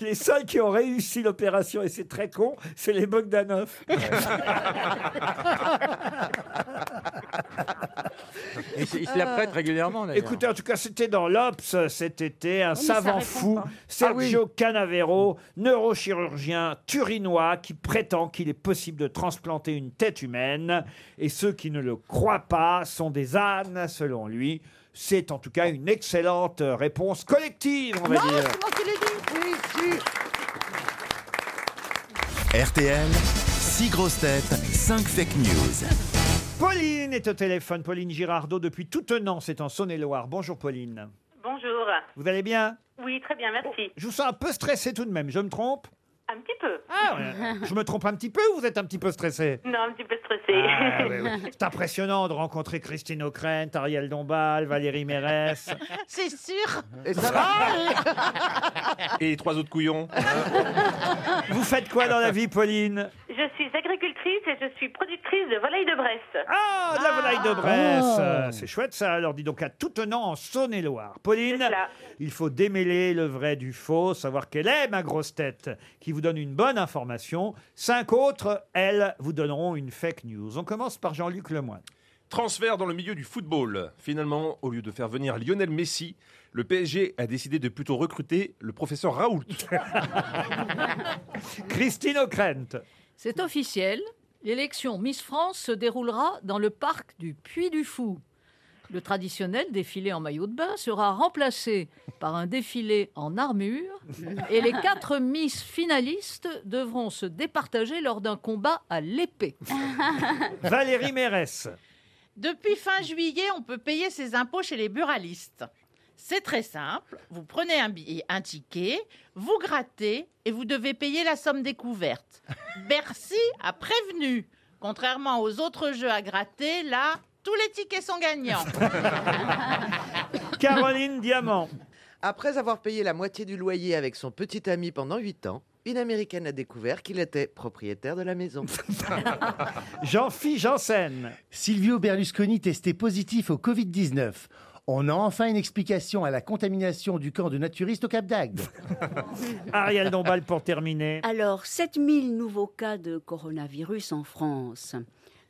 Speaker 4: Les seuls qui ont réussi l'opération, et c'est très con, c'est
Speaker 12: [LAUGHS]
Speaker 4: les Bogdanov.
Speaker 12: Et c'est- il se la prête régulièrement, d'ailleurs.
Speaker 4: Euh, Écoutez, en tout cas, c'était dans l'Obs cet été, un
Speaker 12: Oh, mais ça
Speaker 4: savant
Speaker 12: répond
Speaker 4: fou,
Speaker 12: pas. Ah
Speaker 4: Sergio Canavero, neurochirurgien turinois, qui prétend qu'il est possible de transplanter une tête humaine. Et ceux qui ne le croient pas sont des ânes, selon lui. C'est en tout cas une excellente euh, réponse collective, on va
Speaker 3: Non,
Speaker 4: dire.
Speaker 3: c'est moi qui l'ai dit. Oui, si.
Speaker 9: RTL, 6 grosses têtes, 5 fake news.
Speaker 17: [LAUGHS]
Speaker 4: Pauline est au téléphone, Pauline Girardot, depuis tout an, c'est en Saône-et-Loire. Bonjour Pauline.
Speaker 24: Bonjour.
Speaker 4: Vous allez bien
Speaker 24: Oui, très bien, merci.
Speaker 4: Je vous sens un peu stressé tout de même, je me trompe
Speaker 24: Un petit peu.
Speaker 4: Ah ouais. [LAUGHS] Je me trompe un petit peu ou vous êtes un petit peu stressé
Speaker 24: Non, un petit peu stressé.
Speaker 4: Ah,
Speaker 24: [LAUGHS]
Speaker 4: oui, oui. [LAUGHS] C'est impressionnant de rencontrer Christine O'Krent, Ariel Dombal, Valérie [LAUGHS] Mérès.
Speaker 11: C'est sûr. Ah. Et
Speaker 4: ça
Speaker 14: Et les trois autres couillons.
Speaker 4: Vous faites quoi dans la vie, Pauline
Speaker 24: Je suis agricultrice et je suis productrice de volaille de Bresse.
Speaker 4: Ah, de la volaille de Bresse Euh, C'est chouette ça. Alors dis donc à tout tenant en Saône-et-Loire. Pauline, il faut démêler le vrai du faux, savoir quelle est ma grosse tête qui vous donne une bonne information. Cinq autres, elles, vous donneront une fake news. On commence par Jean-Luc Lemoyne.
Speaker 14: Transfert dans le milieu du football. Finalement, au lieu de faire venir Lionel Messi, le PSG a décidé de plutôt recruter le professeur Raoult.
Speaker 4: [LAUGHS] Christine O'Krent.
Speaker 21: C'est officiel. L'élection Miss France se déroulera dans le parc du Puy du Fou. Le traditionnel défilé en maillot de bain sera remplacé par un défilé en armure et les quatre Miss finalistes devront se départager lors d'un combat à l'épée.
Speaker 20: [LAUGHS]
Speaker 4: Valérie Mérès.
Speaker 13: Depuis fin juillet, on peut payer ses impôts chez les buralistes. C'est très simple. Vous prenez un billet, un ticket, vous grattez et vous devez payer la somme découverte. Bercy a prévenu. Contrairement aux autres jeux à gratter, là, tous les tickets sont gagnants.
Speaker 4: Caroline Diamant.
Speaker 11: Après avoir payé la moitié du loyer avec son petit ami pendant 8 ans, une Américaine a découvert qu'il était propriétaire de la maison.
Speaker 4: Jean-Philippe Janssen.
Speaker 17: Silvio Berlusconi testé positif au Covid-19. On a enfin une explication à la contamination du camp de naturistes au Cap d'Agde.
Speaker 4: [LAUGHS] Ariel Dombal pour terminer.
Speaker 20: Alors, 7000 nouveaux cas de coronavirus en France.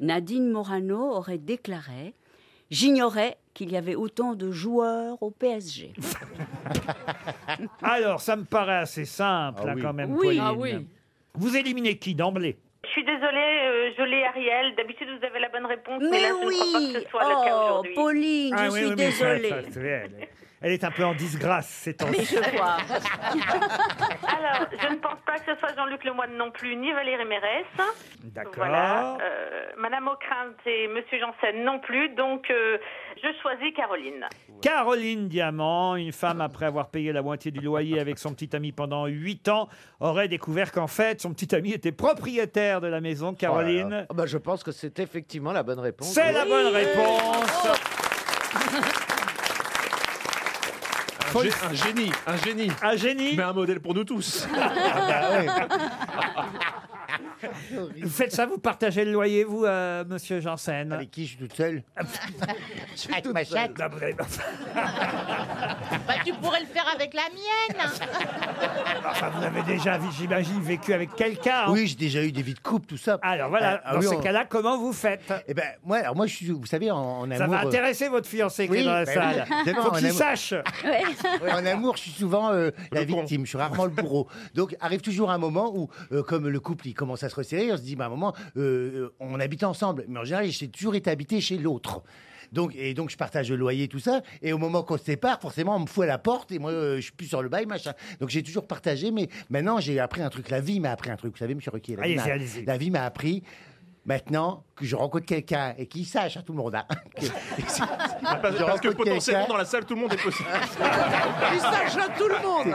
Speaker 20: Nadine Morano aurait déclaré J'ignorais qu'il y avait autant de joueurs au
Speaker 13: [LAUGHS]
Speaker 20: PSG.
Speaker 4: Alors, ça me Ah paraît assez simple, là, quand même,
Speaker 20: Oui.
Speaker 4: Pauline.
Speaker 20: Ah oui.
Speaker 4: Vous éliminez qui d'emblée
Speaker 24: Je suis désolée, euh, euh, je l'ai, Ariel. D'habitude, vous avez la bonne réponse. Mais,
Speaker 20: Mais
Speaker 24: là, je ne crois pas que
Speaker 20: oui
Speaker 24: ce soit le cas
Speaker 20: Oh,
Speaker 24: aujourd'hui.
Speaker 20: Pauline,
Speaker 4: Ah
Speaker 20: je
Speaker 4: oui,
Speaker 20: suis
Speaker 4: oui, mais ça,
Speaker 20: désolée.
Speaker 4: ça, c'est vrai, elle, est- elle est un peu en disgrâce ces
Speaker 20: [LAUGHS]
Speaker 4: temps-ci.
Speaker 20: Mais je vois.
Speaker 24: [LAUGHS] Alors, je ne pense pas que ce soit Jean-Luc Lemoyne non plus, ni Valérie Mérès.
Speaker 4: D'accord.
Speaker 24: Voilà. Euh, Madame Ockrent et Monsieur Janssen non plus. Donc, euh, je choisis Caroline.
Speaker 4: Caroline Diamant, une femme après avoir payé la moitié du loyer avec son petit ami pendant 8 ans, aurait découvert qu'en fait, son petit ami était propriétaire de la maison. [LAUGHS]
Speaker 11: Oh
Speaker 4: Caroline,
Speaker 19: Ah bah, je pense que c'est effectivement la bonne réponse.
Speaker 4: c'est la bonne réponse.
Speaker 14: Un, gé- un génie, un génie.
Speaker 4: Un génie.
Speaker 14: Mais un modèle pour nous
Speaker 4: [LAUGHS]
Speaker 14: tous.
Speaker 7: [LAUGHS]
Speaker 14: [LAUGHS]
Speaker 7: 哎
Speaker 4: Vous faites ça, vous partagez le loyer, vous, euh, monsieur Janssen Ah, Avec qui je suis toute seule Avec ma chatte
Speaker 11: [LAUGHS]
Speaker 13: Bah, tu pourrais le faire avec la mienne.
Speaker 4: [LAUGHS] Enfin, vous avez déjà, j'imagine, vécu avec quelqu'un. hein.
Speaker 17: Oui, j'ai déjà eu des vies de couple, tout ça. Ah,
Speaker 4: Alors voilà, dans ces cas-là, comment vous faites
Speaker 17: Eh ben, moi, alors moi, je suis, vous savez, en, en amour.
Speaker 4: Ça va
Speaker 17: euh,
Speaker 4: intéresser votre fiancé qui
Speaker 17: Oui,
Speaker 4: est dans la
Speaker 17: ben
Speaker 4: salle.
Speaker 17: oui, évidemment,
Speaker 4: Faut
Speaker 17: en
Speaker 4: qu'il
Speaker 17: amour.
Speaker 4: sache.
Speaker 17: Ouais, en amour, je suis souvent euh, la victime, je suis rarement le bourreau. Donc arrive toujours un moment où, euh, comme le couple, il commence à se resserrer, on se dit, bah, à un moment, euh, euh, on habite ensemble. Mais en général, j'ai toujours été habité chez l'autre. Donc, et donc, je partage le loyer, tout ça. Et au moment qu'on se sépare, forcément, on me fout à la porte et moi, euh, je suis plus sur le bail, machin. Donc, j'ai toujours partagé, mais maintenant, j'ai appris un truc. La vie m'a appris un truc. Vous savez, monsieur Requier, la vie
Speaker 4: Allez-y,
Speaker 17: m'a-
Speaker 4: allez-y.
Speaker 17: la vie m'a appris. Maintenant que je rencontre quelqu'un et qu'il sache, hein, [LAUGHS] tout le monde a. que-
Speaker 14: Parce-
Speaker 17: Je
Speaker 14: parce que
Speaker 17: rencontre
Speaker 14: potentiellement,
Speaker 17: quelqu'un-
Speaker 14: dans la salle, tout le monde est
Speaker 17: [LAUGHS]
Speaker 14: possible.
Speaker 17: Qu'il sache à tout le monde.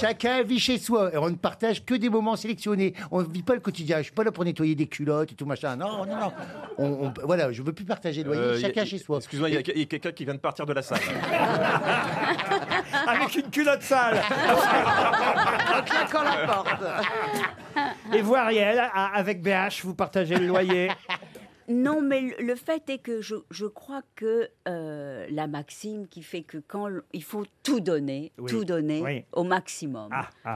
Speaker 17: Chacun vit chez soi et on ne partage que des moments sélectionnés. On ne vit pas le quotidien. Je suis pas là pour nettoyer des culottes et tout machin. Non, non, non. On- on- voilà, je veux plus partager le loyer.
Speaker 14: Euh,
Speaker 17: chacun
Speaker 14: y a-
Speaker 17: chez soi. Ah
Speaker 14: Excuse-moi, il y a- il y a quelqu'un qui vient de partir de la salle.
Speaker 4: Avec une culotte sale.
Speaker 11: En claquant
Speaker 4: [LAUGHS]
Speaker 11: la porte.
Speaker 4: Et vous, Ariel, à- avec BH, vous partagez le [LAUGHS] loyer.
Speaker 20: Non, mais le- le fait est que je, je crois que euh, la maxime qui fait que quand l- il faut tout donner,
Speaker 13: Oui,
Speaker 20: tout donner
Speaker 13: oui.
Speaker 20: au maximum.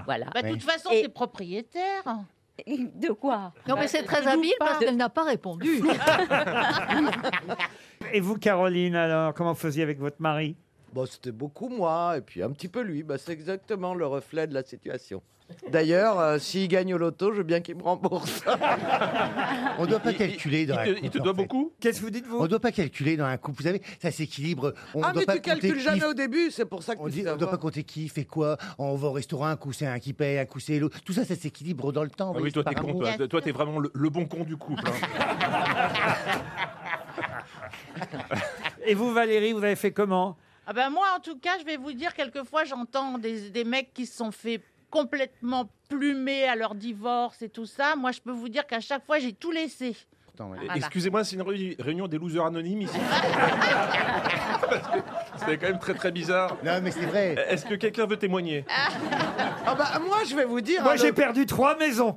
Speaker 20: Voilà.
Speaker 13: Bah, de toute façon,
Speaker 20: Et-
Speaker 13: t'es propriétaire.
Speaker 20: de quoi
Speaker 21: Non, mais c'est très
Speaker 20: Bah,
Speaker 21: habile
Speaker 20: pas.
Speaker 21: parce qu'elle n'a pas répondu.
Speaker 4: Et vous, Caroline, alors, comment vous faisiez avec votre mari
Speaker 19: Bon, Bah, c'était beaucoup moi, et puis un petit peu lui. Bah, c'est exactement le reflet de la situation. D'ailleurs, euh, s'il gagne au loto, je veux bien qu'il me rembourse.
Speaker 17: On ne doit pas calculer dans un couple. en fait.
Speaker 19: beaucoup
Speaker 4: Qu'est-ce que vous dites, vous
Speaker 17: On ne doit pas calculer dans un couple. Vous savez, ça s'équilibre. On
Speaker 19: Ah,
Speaker 17: doit
Speaker 19: mais
Speaker 17: pas
Speaker 19: tu
Speaker 17: compter
Speaker 19: calcules
Speaker 17: qui
Speaker 19: jamais au début, c'est pour ça que
Speaker 17: On
Speaker 19: tu
Speaker 17: dit,
Speaker 19: sais
Speaker 17: on doit pas
Speaker 19: avoir.
Speaker 17: compter qui fait quoi. On va au restaurant, un coup c'est un qui paye, un coup c'est l'autre. Tout ça, ça s'équilibre dans le temps.
Speaker 14: Ah
Speaker 17: vous
Speaker 14: oui, toi,
Speaker 17: voyez, c'est
Speaker 14: t'es
Speaker 17: par
Speaker 14: con,
Speaker 17: amour.
Speaker 14: toi. Toi, t'es vraiment le, le bon con du couple.
Speaker 17: [LAUGHS]
Speaker 14: hein.
Speaker 4: Et vous, Valérie, vous avez fait comment
Speaker 13: Ah ben moi, en tout cas, je vais vous dire, quelquefois, j'entends des, des mecs qui se sont fait complètement plumer à leur divorce et tout ça. Moi, je peux vous dire qu'à chaque fois, j'ai tout laissé.
Speaker 14: Et-
Speaker 13: Voilà.
Speaker 14: Excusez-moi, c'est une réuni- réunion des losers anonymes ici. Parce que C'était quand même très très bizarre.
Speaker 17: Non, mais c'est vrai.
Speaker 14: Est-ce que quelqu'un veut témoigner
Speaker 19: Ah bah, moi, je vais vous dire.
Speaker 14: Moi,
Speaker 19: hein,
Speaker 14: j'ai
Speaker 19: le-
Speaker 4: perdu trois maisons.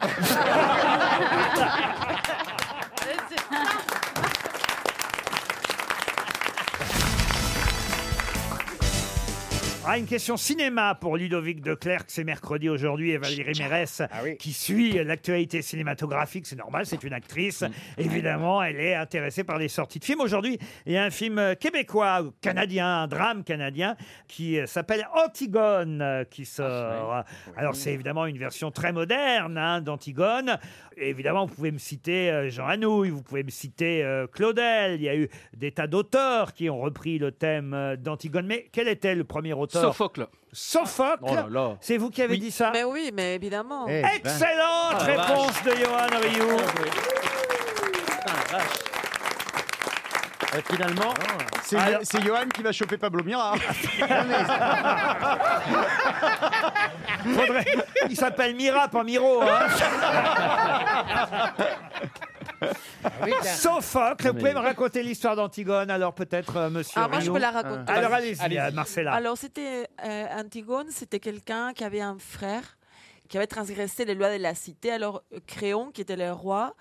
Speaker 4: Ah, une question cinéma pour Ludovic de Clercq, c'est mercredi aujourd'hui, et Valérie Mérès, qui suit l'actualité cinématographique, c'est normal, c'est une actrice. Évidemment, elle est intéressée par les sorties de films. Aujourd'hui, il y a un film euh, québécois ou canadien, un drame canadien, qui euh, s'appelle Antigone, euh, qui sort. Alors, c'est évidemment une version très moderne hein, d'Antigone. Évidemment, vous pouvez me citer euh, Jean Anouilh, vous pouvez me citer euh, Claudel, il y a eu des tas d'auteurs qui ont repris le thème euh, d'Antigone. Mais quel était le premier auteur auteur.
Speaker 10: Sophocle.
Speaker 4: Sophocle
Speaker 10: Oh là là.
Speaker 4: C'est vous qui avez dit ça
Speaker 16: Mais Ben oui, mais évidemment.
Speaker 4: Eh ben. Excellente
Speaker 10: Ah, la Ah,
Speaker 4: réponse de Johan Rioux.
Speaker 2: Euh, finalement,
Speaker 19: Ah.
Speaker 2: c'est
Speaker 4: Alors- Ah,
Speaker 2: c'est Johan qui va choper Pablo
Speaker 4: [LAUGHS]
Speaker 2: Mira.
Speaker 4: Faudrait- Il s'appelle Mira, pas Miro. hein. Sophocle, vous pouvez me raconter l'histoire d'Antigone, alors peut-être, euh, monsieur
Speaker 16: Ah, moi, je
Speaker 4: Rioux
Speaker 16: peux la raconter.
Speaker 4: Alors allez-y, euh, Marcella.
Speaker 16: Alors, c'était euh, Antigone, c'était quelqu'un qui avait un frère qui avait transgressé les lois de la cité. Alors, euh, Créon, qui était le roi,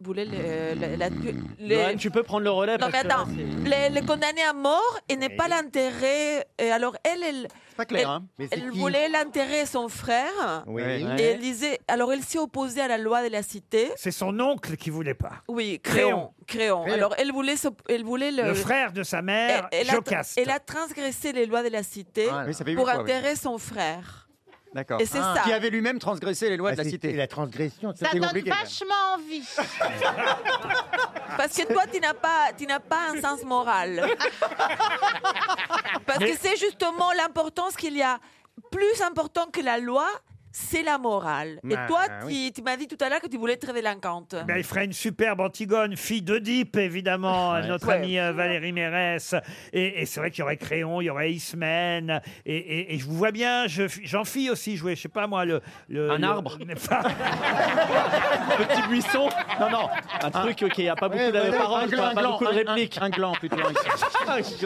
Speaker 16: voulait le, le- la- le-
Speaker 5: Johan, tu peux prendre le relais
Speaker 16: Non,
Speaker 5: parce
Speaker 16: mais
Speaker 5: que là,
Speaker 16: attends,
Speaker 5: c'est-
Speaker 16: le, le condamner à mort et n'est
Speaker 5: Oui.
Speaker 16: pas l'enterrer. Et Alors, elle, elle,
Speaker 2: pas clair,
Speaker 16: elle,
Speaker 2: hein. Mais c'est
Speaker 16: elle
Speaker 2: qui
Speaker 16: voulait l'enterrer son frère.
Speaker 2: Oui.
Speaker 16: Et
Speaker 4: Ouais.
Speaker 16: elle disait, alors, elle s'est opposée à la loi de la cité.
Speaker 4: C'est son oncle qui voulait pas.
Speaker 16: Oui,
Speaker 4: Créon.
Speaker 16: Créon. Créon. Alors, elle voulait, s'op- elle voulait le,
Speaker 4: Le frère de sa
Speaker 16: elle,
Speaker 4: mère,
Speaker 16: elle a,
Speaker 4: Jocaste.
Speaker 16: elle a transgressé les lois de la cité
Speaker 2: Voilà. Oui, ça fait huit
Speaker 16: pour
Speaker 2: fois, oui.
Speaker 16: enterrer son frère.
Speaker 2: D'accord.
Speaker 16: Et c'est Ah. ça.
Speaker 2: Qui avait lui-même transgressé les lois de la cité.
Speaker 17: Ah, la transgression,
Speaker 16: Ça
Speaker 17: c'était
Speaker 16: donne
Speaker 17: compliqué.
Speaker 16: pas-
Speaker 13: Vachement envie.
Speaker 16: [LAUGHS] Parce que toi, tu n'as pas, tu n'as pas un sens moral. Parce que c'est justement l'importance qu'il y a. Plus important que la loi, c'est la morale. Et
Speaker 2: Bah,
Speaker 4: Ah,
Speaker 16: toi,
Speaker 4: oui.
Speaker 16: tu, tu m'as dit tout à l'heure que tu voulais être très délinquante.
Speaker 4: Ben, il ferait une superbe Antigone, fille d'Oedipe, évidemment,
Speaker 16: Ouais.
Speaker 4: notre
Speaker 16: Ouais.
Speaker 4: amie euh, Valérie Mérès. Et, et c'est vrai qu'il y aurait Créon, il y aurait Ismène. Et, et- et je vous vois bien, je- Jean-Fille aussi jouer, je sais pas moi, le. le-
Speaker 5: Un
Speaker 4: le- [LAUGHS]
Speaker 5: arbre.
Speaker 4: Petit buisson. Non, non,
Speaker 5: Un truc qui n'y a pas beaucoup
Speaker 4: Ouais,
Speaker 5: de
Speaker 4: voilà,
Speaker 5: paroles, pas,
Speaker 4: un gland,
Speaker 5: pas
Speaker 4: un
Speaker 5: beaucoup
Speaker 4: gland,
Speaker 5: de
Speaker 4: un-
Speaker 5: répliques.
Speaker 4: un- un gland, plutôt, ici.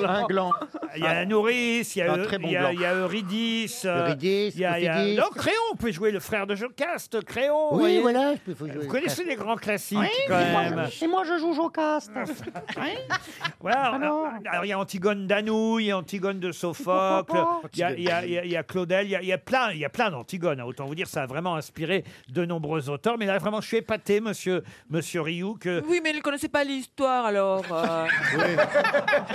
Speaker 5: [LAUGHS] Un gland.
Speaker 4: Il y a la nourrice, il y a,
Speaker 5: Un
Speaker 4: Eu-
Speaker 5: très bon
Speaker 4: il y a,
Speaker 5: blanc.
Speaker 4: il y a Eurydice, euh,
Speaker 17: Eurydice,
Speaker 4: il y a, il y a-
Speaker 17: Cupidis.
Speaker 4: Non, Créon, vous pouvez jouer le frère de Jocaste, Créon.
Speaker 17: Oui,
Speaker 4: voyez. Euh,
Speaker 17: voilà, il faut jouer
Speaker 4: Vous
Speaker 17: le
Speaker 4: connaissez
Speaker 17: frère.
Speaker 4: les grands classiques
Speaker 17: Oui,
Speaker 4: quand
Speaker 17: mais moi,
Speaker 4: même.
Speaker 17: je- et moi, je joue
Speaker 4: [LAUGHS]
Speaker 17: Ah Jocaste.
Speaker 4: Voilà, alors, alors, il y a Antigone d'Anouilh, il y a Antigone de Sophocle, il y a, il y a- il y a- il y a Claudel, il y a, il y a plein, il y a plein d'Antigone. hein. Autant vous dire, ça a vraiment inspiré de nombreux auteurs. Mais là, vraiment, je suis épaté, monsieur, monsieur Rioux, que.
Speaker 16: Oui, mais il ne connaissait pas l'histoire alors. euh. [LAUGHS]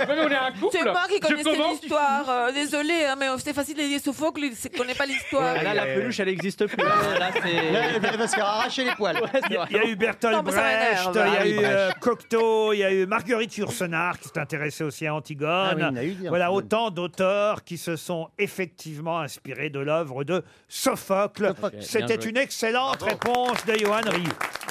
Speaker 4: on est un
Speaker 16: C'est moi qui connaissais
Speaker 5: commence, tu
Speaker 16: l'histoire. euh, désolé, hein, mais c'est facile de dire Sophocle, il ne connaît pas l'histoire.
Speaker 5: Là, la peluche, elle n'existe plus. Là, c'est.
Speaker 2: Là, elle va se faire arracher les poils.
Speaker 4: Il y a- il y a eu Bertolt
Speaker 2: Non, mais ça
Speaker 4: Brecht,
Speaker 2: m'énerve.
Speaker 4: il y
Speaker 2: Ah
Speaker 4: a
Speaker 2: oui,
Speaker 4: eu
Speaker 2: Brecht.
Speaker 4: euh, Cocteau, il y a eu Marguerite Yourcenar qui s'est intéressée aussi à
Speaker 17: Ah
Speaker 4: Antigone.
Speaker 17: oui, il y en a eu des
Speaker 4: voilà
Speaker 17: Antigone.
Speaker 4: autant d'auteurs qui se sont effectivement inspirés de l'œuvre de Sophocle.
Speaker 17: Sophocle. Bien
Speaker 4: C'était
Speaker 17: joué.
Speaker 4: une excellente réponse de Johan Rioux.